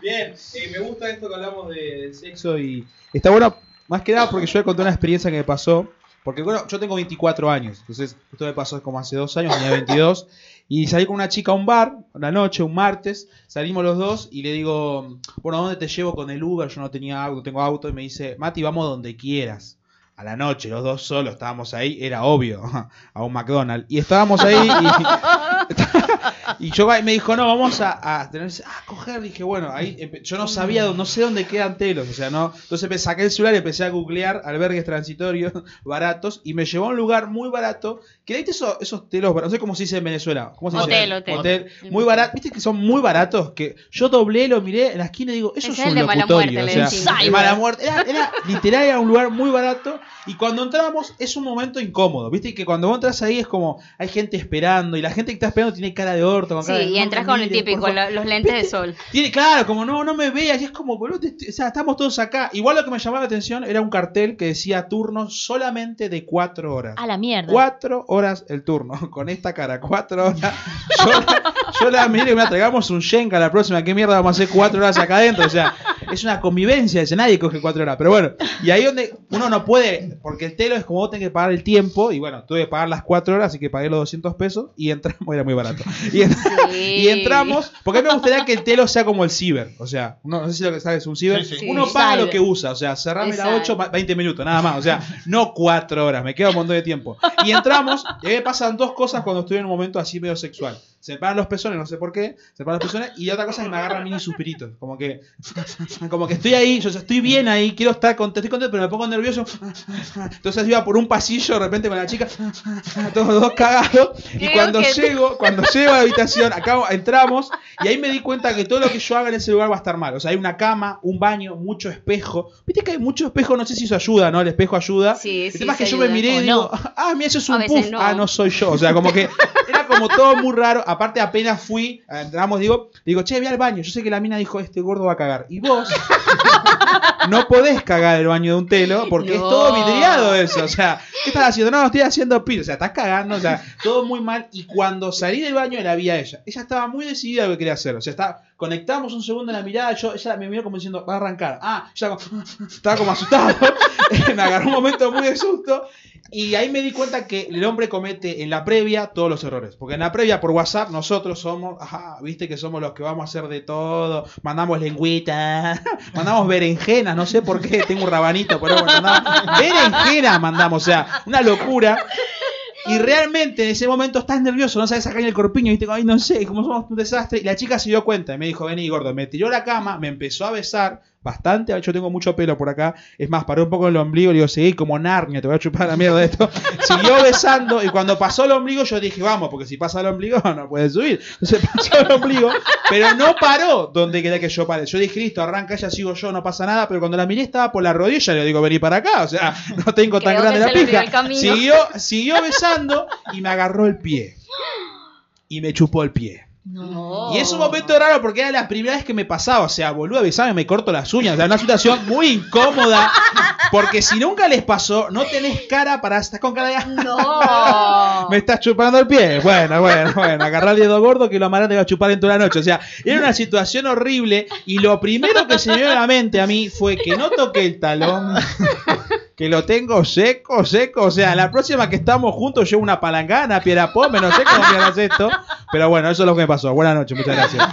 Speaker 8: Bien, eh, me gusta esto que hablamos de, del sexo y. Está bueno, más que nada porque yo le conté una experiencia que me pasó. Porque bueno, yo tengo 24 años, entonces esto me pasó como hace dos años, tenía 22. Y salí con una chica a un bar, una noche, un martes, salimos los dos y le digo, bueno, ¿a dónde te llevo con el Uber? Yo no tenía auto, no tengo auto. Y me dice, Mati, vamos donde quieras. A la noche, los dos solos estábamos ahí, era obvio, *laughs* a un McDonald's. Y estábamos ahí y, *laughs* y yo y me dijo, no, vamos a, a tener, a coger. Dije, bueno, ahí empe- yo no sabía, dónde- no sé dónde quedan telos, o sea, no. Entonces me saqué el celular y empecé a googlear albergues transitorios *laughs* baratos y me llevó a un lugar muy barato. Que ahí esos, esos telos baratos, no sé cómo se dice en Venezuela. ¿Cómo se dice?
Speaker 7: Hotel, hotel.
Speaker 8: Muy barato, viste que son muy baratos, que yo doblé, lo miré en la esquina y digo, eso
Speaker 7: Ese
Speaker 8: es
Speaker 7: es
Speaker 8: un
Speaker 7: el de mala
Speaker 8: locutorio.
Speaker 7: muerte,
Speaker 8: o
Speaker 7: le
Speaker 8: sea,
Speaker 7: decimos.
Speaker 8: el mala muerte. Era, era- literal, era un lugar muy barato. Y cuando entrábamos es un momento incómodo. Viste que cuando vos entras ahí es como hay gente esperando. Y la gente que está esperando tiene cara de orto. Con
Speaker 7: Sí,
Speaker 8: cara de,
Speaker 7: y
Speaker 8: "No
Speaker 7: entras
Speaker 8: me
Speaker 7: con el
Speaker 8: mires, por
Speaker 7: típico, lo-
Speaker 8: favor".
Speaker 7: los lentes de sol.
Speaker 8: Tiene, claro, como no, no me veas, y es como, boludo, te estoy- o sea, estamos todos acá. Igual lo que me llamaba la atención era un cartel que decía turnos solamente de cuatro horas.
Speaker 6: A la mierda.
Speaker 8: Cuatro horas el turno, *laughs* con esta cara, cuatro horas. Yo la, yo la miré y me entregamos un Shenka la próxima, ¿qué mierda vamos a hacer cuatro horas acá adentro? O sea, es una convivencia, dice, nadie coge cuatro horas. Pero bueno, y ahí donde uno no puede, porque el telo es como vos tenés que pagar el tiempo, y bueno, tuve que pagar las cuatro horas, así que pagué los 200 pesos y entramos, era muy barato. Y entramos.
Speaker 7: Eh,
Speaker 8: Y
Speaker 7: *laughs*
Speaker 8: entramos, porque a mí me gustaría que el telo sea como el ciber. O sea, uno- no sé si lo que sabes es un ciber.
Speaker 4: Sí,
Speaker 7: sí.
Speaker 8: Uno
Speaker 7: Sí.
Speaker 8: paga
Speaker 6: Cyber.
Speaker 8: lo que usa. O sea, cerrame la
Speaker 7: Exacto.
Speaker 8: 8, va- 20 minutos, nada más. O sea, no 4 horas. Me queda un montón de tiempo. Y entramos, y a mí me pasan dos cosas cuando estoy en un momento así medio sexual. Se me paran los pezones, no sé por qué. Se me paran los pezones. Y otra cosa es que me agarran mini suspiritos. Como que, como que estoy ahí, yo o sea, estoy bien ahí, quiero estar contento, estoy contento, pero me pongo nervioso. Entonces iba por un pasillo de repente con la chica, todos los dos cagados. Y
Speaker 7: Creo
Speaker 8: cuando
Speaker 7: que-
Speaker 8: llego, cuando llego a la habitación, acá entramos y ahí me di cuenta que todo lo que yo haga en ese lugar va a estar mal. O sea, hay una cama, un baño, mucho espejo. Viste que hay mucho espejo, no sé si eso ayuda, ¿no? El espejo ayuda.
Speaker 7: Sí,
Speaker 8: el
Speaker 7: sí,
Speaker 8: tema es que
Speaker 7: sí
Speaker 8: yo me
Speaker 7: ayuda.
Speaker 8: miré y
Speaker 6: O
Speaker 8: digo,
Speaker 6: no.
Speaker 8: ah, mira, eso es
Speaker 7: A
Speaker 8: un
Speaker 7: veces
Speaker 8: puff.
Speaker 7: no.
Speaker 8: Ah, no soy yo. O sea, como
Speaker 7: *laughs*
Speaker 8: que era como todo muy raro. Aparte, apenas fui, entramos, digo, digo, che, voy al baño. Yo sé que la mina dijo, este gordo va a cagar.
Speaker 7: *laughs*
Speaker 8: Y vos no podés cagar el baño de un telo porque es
Speaker 7: No.
Speaker 8: todo vidriado eso. O sea, ¿qué estás haciendo? No, estoy haciendo pis. O sea, estás cagando, o sea, todo muy mal. Y cuando salí del baño la vi a ella. Ella estaba muy decidida a lo que quería hacer. O sea, está, conectamos un segundo en la mirada. Yo, ella me miró como diciendo, va a arrancar. Ah, ella como- estaba como asustado. *laughs* me agarró un momento muy de susto. Y ahí me di cuenta que el hombre comete en la previa todos los errores. Porque en la previa por WhatsApp nosotros somos, ajá, viste que somos los que vamos a hacer de todo. Mandamos lengüita, *laughs* mandamos berenjenas, no sé por qué, tengo un rabanito, pero bueno, mandamos berenjenas mandamos, o sea, una locura. Y realmente en ese momento estás nervioso, no sabes sacar ni el corpiño, viste, ay, no sé, como somos un desastre. Y la chica se dio cuenta y me dijo, vení, gordo, me tiró a la cama, me empezó a besar bastante, yo tengo mucho pelo por acá, es más, paré un poco en el ombligo, le digo, seguí como Narnia, te voy a chupar la mierda de esto. *laughs* Siguió besando y cuando pasó el ombligo yo dije, vamos, porque si pasa el ombligo *laughs* no puedes subir. Entonces pasó el ombligo, pero no paró donde quería que yo pare. Yo dije, listo, arranca, ya sigo yo, no pasa nada, pero cuando la miré estaba por la rodilla, le digo, vení para acá, o sea, *laughs* no tengo tan
Speaker 7: Creo
Speaker 8: grande
Speaker 7: que
Speaker 8: la
Speaker 7: se le olvidó
Speaker 8: pija.
Speaker 7: el camino.
Speaker 8: Siguió, siguió besando y me agarró el pie. Y me chupó el pie.
Speaker 6: *laughs* No.
Speaker 8: Y es
Speaker 7: Oh.
Speaker 8: un momento raro porque era la primera vez que me pasaba. O sea, boludo, avisame, me corto las uñas. O sea, una situación muy incómoda. Porque si nunca les pasó, no tenés cara para estar con cara de. *laughs* "Ah,
Speaker 7: *laughs* No.
Speaker 8: Me estás chupando el pie. Bueno, bueno, bueno. Agarrar el dedo gordo que lo amarás te va a chupar en toda la noche. O sea, era una situación horrible. Y lo primero que se me dio a la mente a mí fue que no toqué el talón. Que lo tengo seco, seco. O sea, la próxima que estamos juntos, llevo una palangana, piedra pome, no sé cómo mierda es esto. Pero bueno, eso es lo que me pasó. Buenas noches, muchas gracias.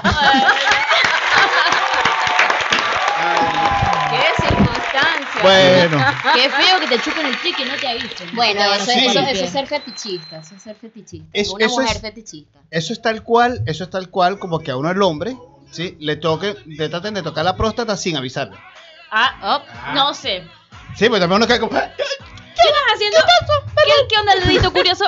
Speaker 7: Qué circunstancia.
Speaker 3: Bueno,
Speaker 6: Qué feo que te chupen el pie que no te avisen.
Speaker 7: Bueno,
Speaker 6: Te
Speaker 7: eso,
Speaker 6: abracen
Speaker 7: eso-
Speaker 6: el pie.
Speaker 7: eso es ser fetichista, eso es ser fetichista.
Speaker 3: Es-
Speaker 7: una
Speaker 3: eso
Speaker 7: mujer
Speaker 3: es-
Speaker 7: fetichista.
Speaker 3: eso es tal cual, eso es tal cual como que a uno el hombre, ¿sí? Le toque, le traten de tocar la próstata sin avisarle.
Speaker 6: Ah, oh, no sé.
Speaker 3: Sí, pues también uno cae como...
Speaker 6: ¿Qué estás haciendo? ¿Qué, qué onda el dedito curioso?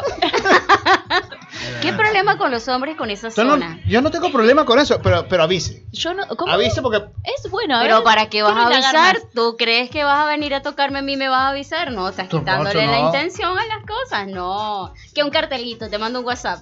Speaker 7: ¿Qué problema con los hombres con esa
Speaker 3: Yo
Speaker 7: zona?
Speaker 3: no, yo no tengo problema con eso, pero, pero avise.
Speaker 6: *laughs* Yo no. ¿cómo?
Speaker 3: Avise porque
Speaker 6: Es bueno, a ver,
Speaker 7: Pero para qué vas
Speaker 6: quiero
Speaker 7: a
Speaker 6: indagar
Speaker 7: avisar,
Speaker 6: más.
Speaker 7: ¿tú crees que vas a venir a tocarme a mí y me vas a avisar? No, estás
Speaker 8: Tú,
Speaker 7: quitándole
Speaker 8: macho,
Speaker 7: la
Speaker 8: no.
Speaker 7: intención a las cosas, no. Que un cartelito, te mando un WhatsApp.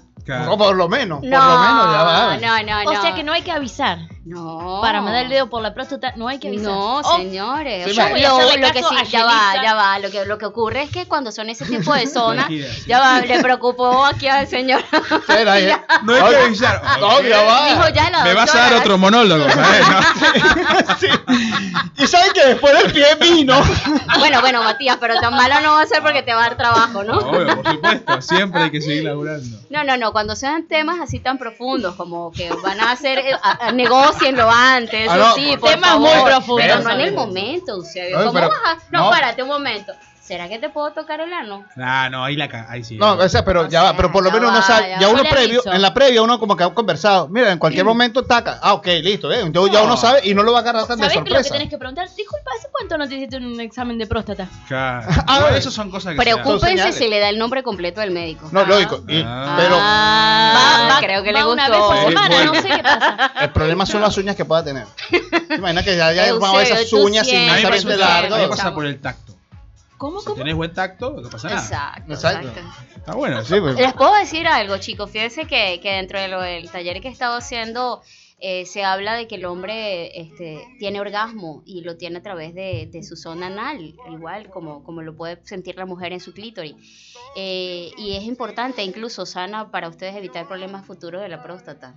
Speaker 3: o por lo menos.
Speaker 7: No,
Speaker 3: por lo menos ya va.
Speaker 7: no, no, no.
Speaker 6: O sea que Ah, no hay que avisar.
Speaker 7: No.
Speaker 6: Para mandar el dedo por la próstata, no hay que avisar.
Speaker 7: No,
Speaker 6: Oh,
Speaker 7: señores.
Speaker 3: Sí,
Speaker 7: o sea,
Speaker 3: vale.
Speaker 6: Yo voy a hacerle
Speaker 7: lo, lo que
Speaker 6: caso
Speaker 7: sí,
Speaker 6: a
Speaker 7: ya va,
Speaker 6: Yelitza.
Speaker 7: ya va. Lo que, lo que ocurre es que cuando son ese tipo
Speaker 3: *laughs*
Speaker 7: de zonas, ya va, le preocupó aquí al señor.
Speaker 3: Espera, ya.
Speaker 2: No hay que avisar.
Speaker 3: No, ya
Speaker 7: *laughs* Dijo
Speaker 3: va.
Speaker 7: ya la
Speaker 12: Me vas a dar
Speaker 7: *laughs* doctora.
Speaker 12: otro monólogo,
Speaker 6: *laughs*
Speaker 12: ¿sabes? ¿no?
Speaker 3: Y saben que después del pie
Speaker 2: *laughs*
Speaker 3: vino. *laughs*
Speaker 7: Bueno, bueno, Matías, pero tan malo no va a ser porque te va a dar trabajo, ¿no?
Speaker 2: Obvio, por supuesto. Siempre hay que seguir laburando.
Speaker 7: No, no, no, cuando sean temas así tan profundos como que van a hacer, eh, a- a- negocienlo antes,
Speaker 3: Ah,
Speaker 7: o
Speaker 3: no,
Speaker 7: sí,
Speaker 3: por-
Speaker 7: por
Speaker 6: temas
Speaker 7: favor.
Speaker 6: muy profundos,
Speaker 7: Pero no en
Speaker 6: ¿sabes?
Speaker 7: el momento, Eusebio.
Speaker 3: Ay,
Speaker 7: ¿Cómo
Speaker 3: pero-
Speaker 7: vas a...? No,
Speaker 3: no.
Speaker 7: párate un momento. ¿Será que te puedo tocar el ano?
Speaker 2: *laughs* Ah, no, ahí la ca- ahí sí.
Speaker 3: No, o sea, pero ya va, pero por lo
Speaker 7: Ya
Speaker 3: menos no
Speaker 7: va,
Speaker 3: sabe.
Speaker 7: ya
Speaker 3: Ya
Speaker 7: va.
Speaker 3: uno
Speaker 6: Yo le
Speaker 3: previo,
Speaker 6: aviso.
Speaker 3: en la previa uno como que ha conversado. Mira, en cualquier momento taca. Ah, ok, listo. eh, Yo ya uno sabe y no lo va a agarrar tan de
Speaker 6: ¿Sabés que lo que
Speaker 3: sorpresa.
Speaker 6: tenés que preguntar? Disculpa, ¿hace cuánto no te hiciste un examen de próstata?
Speaker 2: Claro.
Speaker 3: *laughs* Ah,
Speaker 2: Bueno,
Speaker 3: bueno.
Speaker 2: esas son cosas que se hacen.
Speaker 7: Preocúpense
Speaker 3: señales.
Speaker 7: si le da el nombre completo del médico.
Speaker 3: No, lógico. y-
Speaker 2: Ah.
Speaker 3: Pero
Speaker 7: Ah,
Speaker 6: Va- va-
Speaker 7: creo que
Speaker 6: va
Speaker 7: le
Speaker 6: una vez por
Speaker 3: Eh,
Speaker 7: gustó.
Speaker 6: semana,
Speaker 3: bueno.
Speaker 6: no sé qué pasa.
Speaker 7: *laughs*
Speaker 3: el problema son las uñas que pueda tener. Imagina que ya haya
Speaker 7: Eusebio,
Speaker 3: armado esas
Speaker 7: tú
Speaker 3: uñas
Speaker 7: siempre.
Speaker 2: A mí me pasa-
Speaker 3: inmensamente
Speaker 7: Exactamente
Speaker 2: a mí me
Speaker 3: largas.
Speaker 2: pasa por el tacto.
Speaker 6: ¿Cómo,
Speaker 2: Si
Speaker 6: cómo?
Speaker 2: tenés buen tacto, no pasa nada.
Speaker 7: Exacto,
Speaker 3: Exacto.
Speaker 7: exacto.
Speaker 2: Está bueno.
Speaker 3: Sí, pues.
Speaker 7: Les puedo decir algo, chicos. Fíjense que, que dentro de lo del taller que he estado haciendo eh, se habla de que el hombre este, tiene orgasmo y lo tiene a través de, de su zona anal, igual como, como lo puede sentir la mujer en su clítoris. Eh, y es importante, incluso sana, para ustedes evitar problemas futuros de la próstata.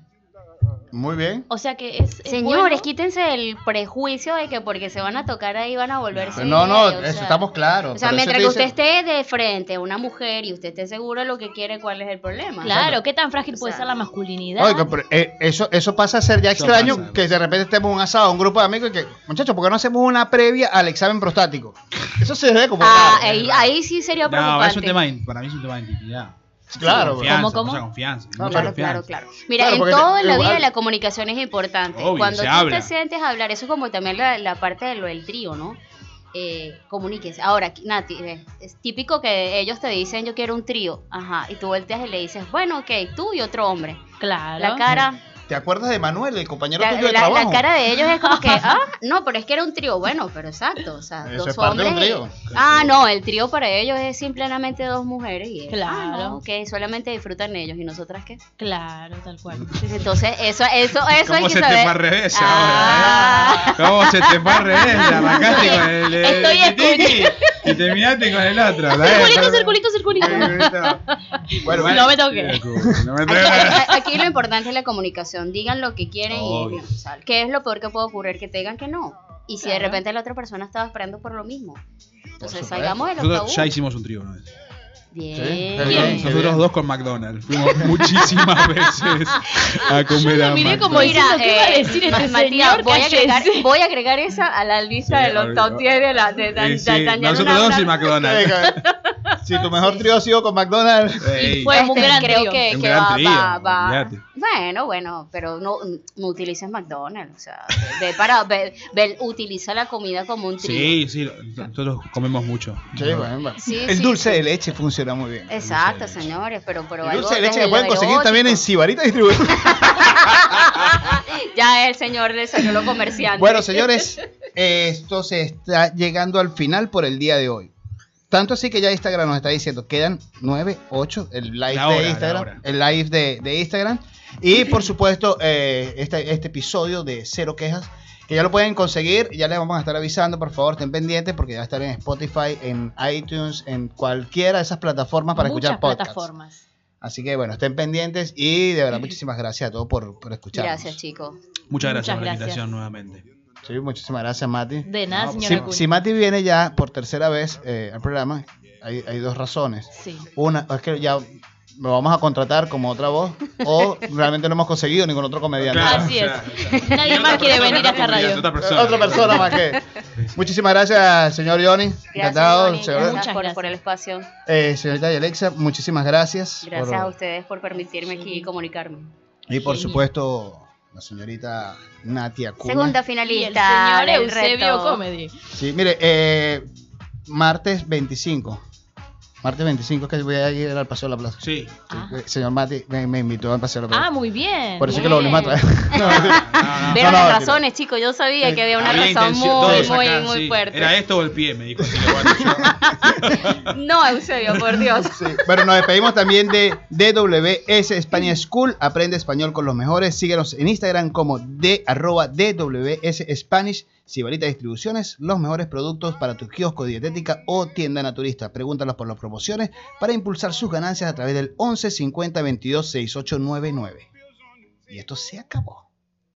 Speaker 3: Muy bien.
Speaker 6: O sea que es. es
Speaker 7: Señores,
Speaker 6: bueno.
Speaker 7: quítense el prejuicio de que porque se van a tocar ahí van a volverse.
Speaker 3: No, no,
Speaker 7: gay, o
Speaker 3: eso
Speaker 7: sea.
Speaker 3: estamos claros.
Speaker 7: O sea,
Speaker 3: pero eso
Speaker 7: mientras
Speaker 3: te
Speaker 7: que
Speaker 3: dice-
Speaker 7: usted esté de frente a una mujer y usted esté seguro de lo que quiere, ¿cuál es el problema?
Speaker 6: Claro, ¿qué tan frágil
Speaker 7: O
Speaker 6: puede
Speaker 7: sea,
Speaker 6: ser la masculinidad?
Speaker 3: Oiga, pero, eh, eso, eso pasa a ser ya
Speaker 2: Eso
Speaker 3: extraño
Speaker 2: pasa.
Speaker 3: que de repente estemos en un asado, un grupo de amigos y que, muchachos, ¿por qué no hacemos una previa al examen prostático? Eso se debe como.
Speaker 7: Ah,
Speaker 3: raro.
Speaker 7: ahí, ahí sí sería
Speaker 2: ¿eh? No,
Speaker 7: preocupante.
Speaker 2: es un tema, de- para mí es un tema de intimidad.
Speaker 3: Claro,
Speaker 2: confianza,
Speaker 6: ¿Cómo, cómo?
Speaker 2: mucha confianza.
Speaker 3: No,
Speaker 2: mucha
Speaker 7: Claro,
Speaker 2: confianza.
Speaker 7: claro, claro. Mira,
Speaker 3: Claro, porque
Speaker 7: en todo
Speaker 3: te-
Speaker 7: en la
Speaker 3: igual-
Speaker 7: vida la comunicación es importante.
Speaker 2: Obvio,
Speaker 7: Cuando
Speaker 2: se
Speaker 7: tú
Speaker 2: habla.
Speaker 7: te sientes a hablar, eso es como también la, la parte de lo del trío, ¿no? Eh, comuníquese. Ahora, Nati, eh, es típico que ellos te dicen yo quiero un trío, ajá, y tú volteas y le dices, bueno, ok, tú y otro hombre.
Speaker 6: Claro.
Speaker 7: La cara,
Speaker 3: ¿Te acuerdas de Manuel, el compañero
Speaker 7: la,
Speaker 3: tuyo de
Speaker 7: la- la
Speaker 3: trabajo?
Speaker 7: cara de ellos es como que, ah, no, pero es que era un trío, bueno, pero exacto, o sea,
Speaker 3: Eso
Speaker 7: dos
Speaker 3: es parte de
Speaker 7: hombres.
Speaker 3: un trío.
Speaker 7: y- Ah, no, el trío para ellos es simplemente dos mujeres y es, ah,
Speaker 6: Claro.
Speaker 7: no, ok, solamente disfrutan ellos y nosotras qué. Pues
Speaker 6: Claro, tal cual.
Speaker 7: Entonces, eso, eso, eso hay
Speaker 2: ¿Cómo
Speaker 7: que
Speaker 2: se te
Speaker 7: saber.
Speaker 2: fue al revés
Speaker 7: Ah.
Speaker 2: ahora? eh? ¿Cómo se te fue al
Speaker 7: *laughs*
Speaker 2: revés? La arrancaste con el. el-
Speaker 6: Estoy
Speaker 2: el tiki y terminaste con el otro.
Speaker 6: Circulito,
Speaker 2: ¿sabes?
Speaker 6: circulito, circulito.
Speaker 7: *laughs*
Speaker 2: Bueno, bueno.
Speaker 6: No me toques.
Speaker 2: No
Speaker 6: *laughs*
Speaker 2: me
Speaker 7: Aquí,
Speaker 2: toques.
Speaker 7: aquí lo importante es la comunicación. Digan lo que quieren y
Speaker 2: Obvio.
Speaker 7: o sea, qué es lo peor que puede ocurrir que te digan que no. Y si de repente la otra persona estaba esperando por lo mismo. Entonces
Speaker 3: supuesto.
Speaker 7: salgamos de los
Speaker 2: Nosotros
Speaker 7: tabúes.
Speaker 2: ya hicimos un trío, ¿no?
Speaker 7: Bien. eh,
Speaker 3: Sí, Bien.
Speaker 2: Nosotros dos con McDonald's. Fuimos *laughs* muchísimas veces a
Speaker 6: Yo
Speaker 2: comer a
Speaker 6: lo miré como
Speaker 2: McDonald's.
Speaker 6: diciendo, ¿qué va a
Speaker 7: eh,
Speaker 6: decir este
Speaker 7: Matías,
Speaker 6: señor?
Speaker 7: voy a, agregar,
Speaker 6: Cállense.
Speaker 7: voy a agregar esa a la lista
Speaker 2: Sí,
Speaker 7: de los
Speaker 2: obvio.
Speaker 7: top 10 de la de
Speaker 2: Sí, sí, Nosotros dos y McDonald's.
Speaker 3: Venga, eh, Si tu mejor trío ha sido con McDonald's.
Speaker 2: Ey.
Speaker 6: fue- un gran
Speaker 7: Este, creo
Speaker 6: trío.
Speaker 7: que,
Speaker 2: Un
Speaker 7: que
Speaker 2: gran
Speaker 7: va,
Speaker 2: trío,
Speaker 7: va, va.
Speaker 2: olvídate.
Speaker 7: Bueno, bueno, pero no, no utilices McDonald's, o sea, ve para, ve, ve- utiliza la comida como un trío.
Speaker 2: Sí, sí, nosotros comemos mucho.
Speaker 3: Sí, bueno, bueno.
Speaker 7: Sí,
Speaker 3: el
Speaker 7: sí,
Speaker 3: dulce
Speaker 7: sí.
Speaker 3: de leche funciona muy bien.
Speaker 7: Exacto, señores, pero, pero
Speaker 3: El
Speaker 7: algo
Speaker 3: dulce de leche
Speaker 7: desde
Speaker 3: que
Speaker 7: lo
Speaker 3: pueden conseguir también en
Speaker 7: erótico.
Speaker 3: Sibarita Distribuidora.
Speaker 7: *laughs* Ya el señor le salió lo comerciante.
Speaker 3: Bueno, señores, eh, esto se está llegando al final por el día de hoy. Tanto así que ya Instagram nos está diciendo, quedan 9, 8, el live
Speaker 2: La hora,
Speaker 3: de
Speaker 2: la
Speaker 3: Instagram.
Speaker 2: hora.
Speaker 3: El live de, de Instagram. Y por supuesto, eh, este, este episodio de Cero Quejas, que ya lo pueden conseguir, ya les vamos a estar avisando, por favor, estén pendientes porque ya va a estar en Spotify, en iTunes, en cualquiera de esas plataformas para
Speaker 6: Muchas
Speaker 3: escuchar podcasts.
Speaker 6: plataformas.
Speaker 3: Así que bueno, estén pendientes y de verdad muchísimas gracias a todos por, por escucharnos.
Speaker 7: Gracias, chicos.
Speaker 2: Muchas gracias por
Speaker 6: Muchas
Speaker 2: la
Speaker 6: gracias.
Speaker 2: invitación nuevamente.
Speaker 3: Sí, muchísimas gracias, Mati.
Speaker 6: De nada,
Speaker 2: No,
Speaker 6: señora
Speaker 3: Si,
Speaker 6: Cunha.
Speaker 3: si Mati viene ya por tercera vez eh, al programa, hay, hay dos razones.
Speaker 6: Sí.
Speaker 3: Una es que ya lo vamos a contratar como otra voz o realmente no hemos conseguido ningún otro comediante.
Speaker 2: Claro,
Speaker 6: Así
Speaker 2: o
Speaker 6: es.
Speaker 2: sea,
Speaker 3: *laughs*
Speaker 6: Nadie más quiere venir a esta radio.
Speaker 2: Otra
Speaker 3: Eh,
Speaker 2: persona.
Speaker 3: Otra persona más que. Muchísimas gracias, señor Johnny. Encantado.
Speaker 7: Gracias, Johnny,
Speaker 3: señor-
Speaker 6: Muchas
Speaker 7: gracias por,
Speaker 6: gracias.
Speaker 7: por el espacio.
Speaker 3: eh, señorita y Alexa, muchísimas gracias.
Speaker 7: Gracias
Speaker 3: por-
Speaker 7: a ustedes por permitirme aquí y comunicarme.
Speaker 3: Y por
Speaker 6: Genial.
Speaker 3: supuesto, la señorita Natia Acuña.
Speaker 7: Segunda
Speaker 6: Y el
Speaker 7: finalista.
Speaker 6: señor
Speaker 7: del
Speaker 6: Eusebio
Speaker 7: reto.
Speaker 6: Comedy.
Speaker 3: Sí, mire, eh, martes 25. Martes 25 que voy a ir al Paseo de la Plaza.
Speaker 8: Sí.
Speaker 6: Ah,
Speaker 3: El eh, señor Mati me, me invitó al Paseo de la Plaza.
Speaker 6: Ah, muy bien.
Speaker 3: Por eso es que lo volvimos a
Speaker 6: bien.
Speaker 3: traer.
Speaker 7: Vieron
Speaker 3: Ah, no, Eh,
Speaker 7: las
Speaker 3: no.
Speaker 7: razones, chicos. Yo sabía que había una
Speaker 8: Había
Speaker 7: razón
Speaker 8: intención-
Speaker 7: muy,
Speaker 8: todos
Speaker 7: muy,
Speaker 8: acá,
Speaker 7: muy
Speaker 8: sí.
Speaker 7: fuerte.
Speaker 8: Era esto o el pie, me dijo. así que
Speaker 7: *laughs*
Speaker 8: bueno, yo-
Speaker 7: No, Eusebio, por Dios.
Speaker 3: Sí, Pero nos despedimos también de DWS España School. Aprende español con los mejores. Síguenos en Instagram como de arroba DWS Spanish. Sibarita Distribuciones, los mejores productos para tu kiosco dietética o tienda naturista. Pregúntalos por las promociones para impulsar sus ganancias a través del 11 50 22 6899. Y esto se acabó.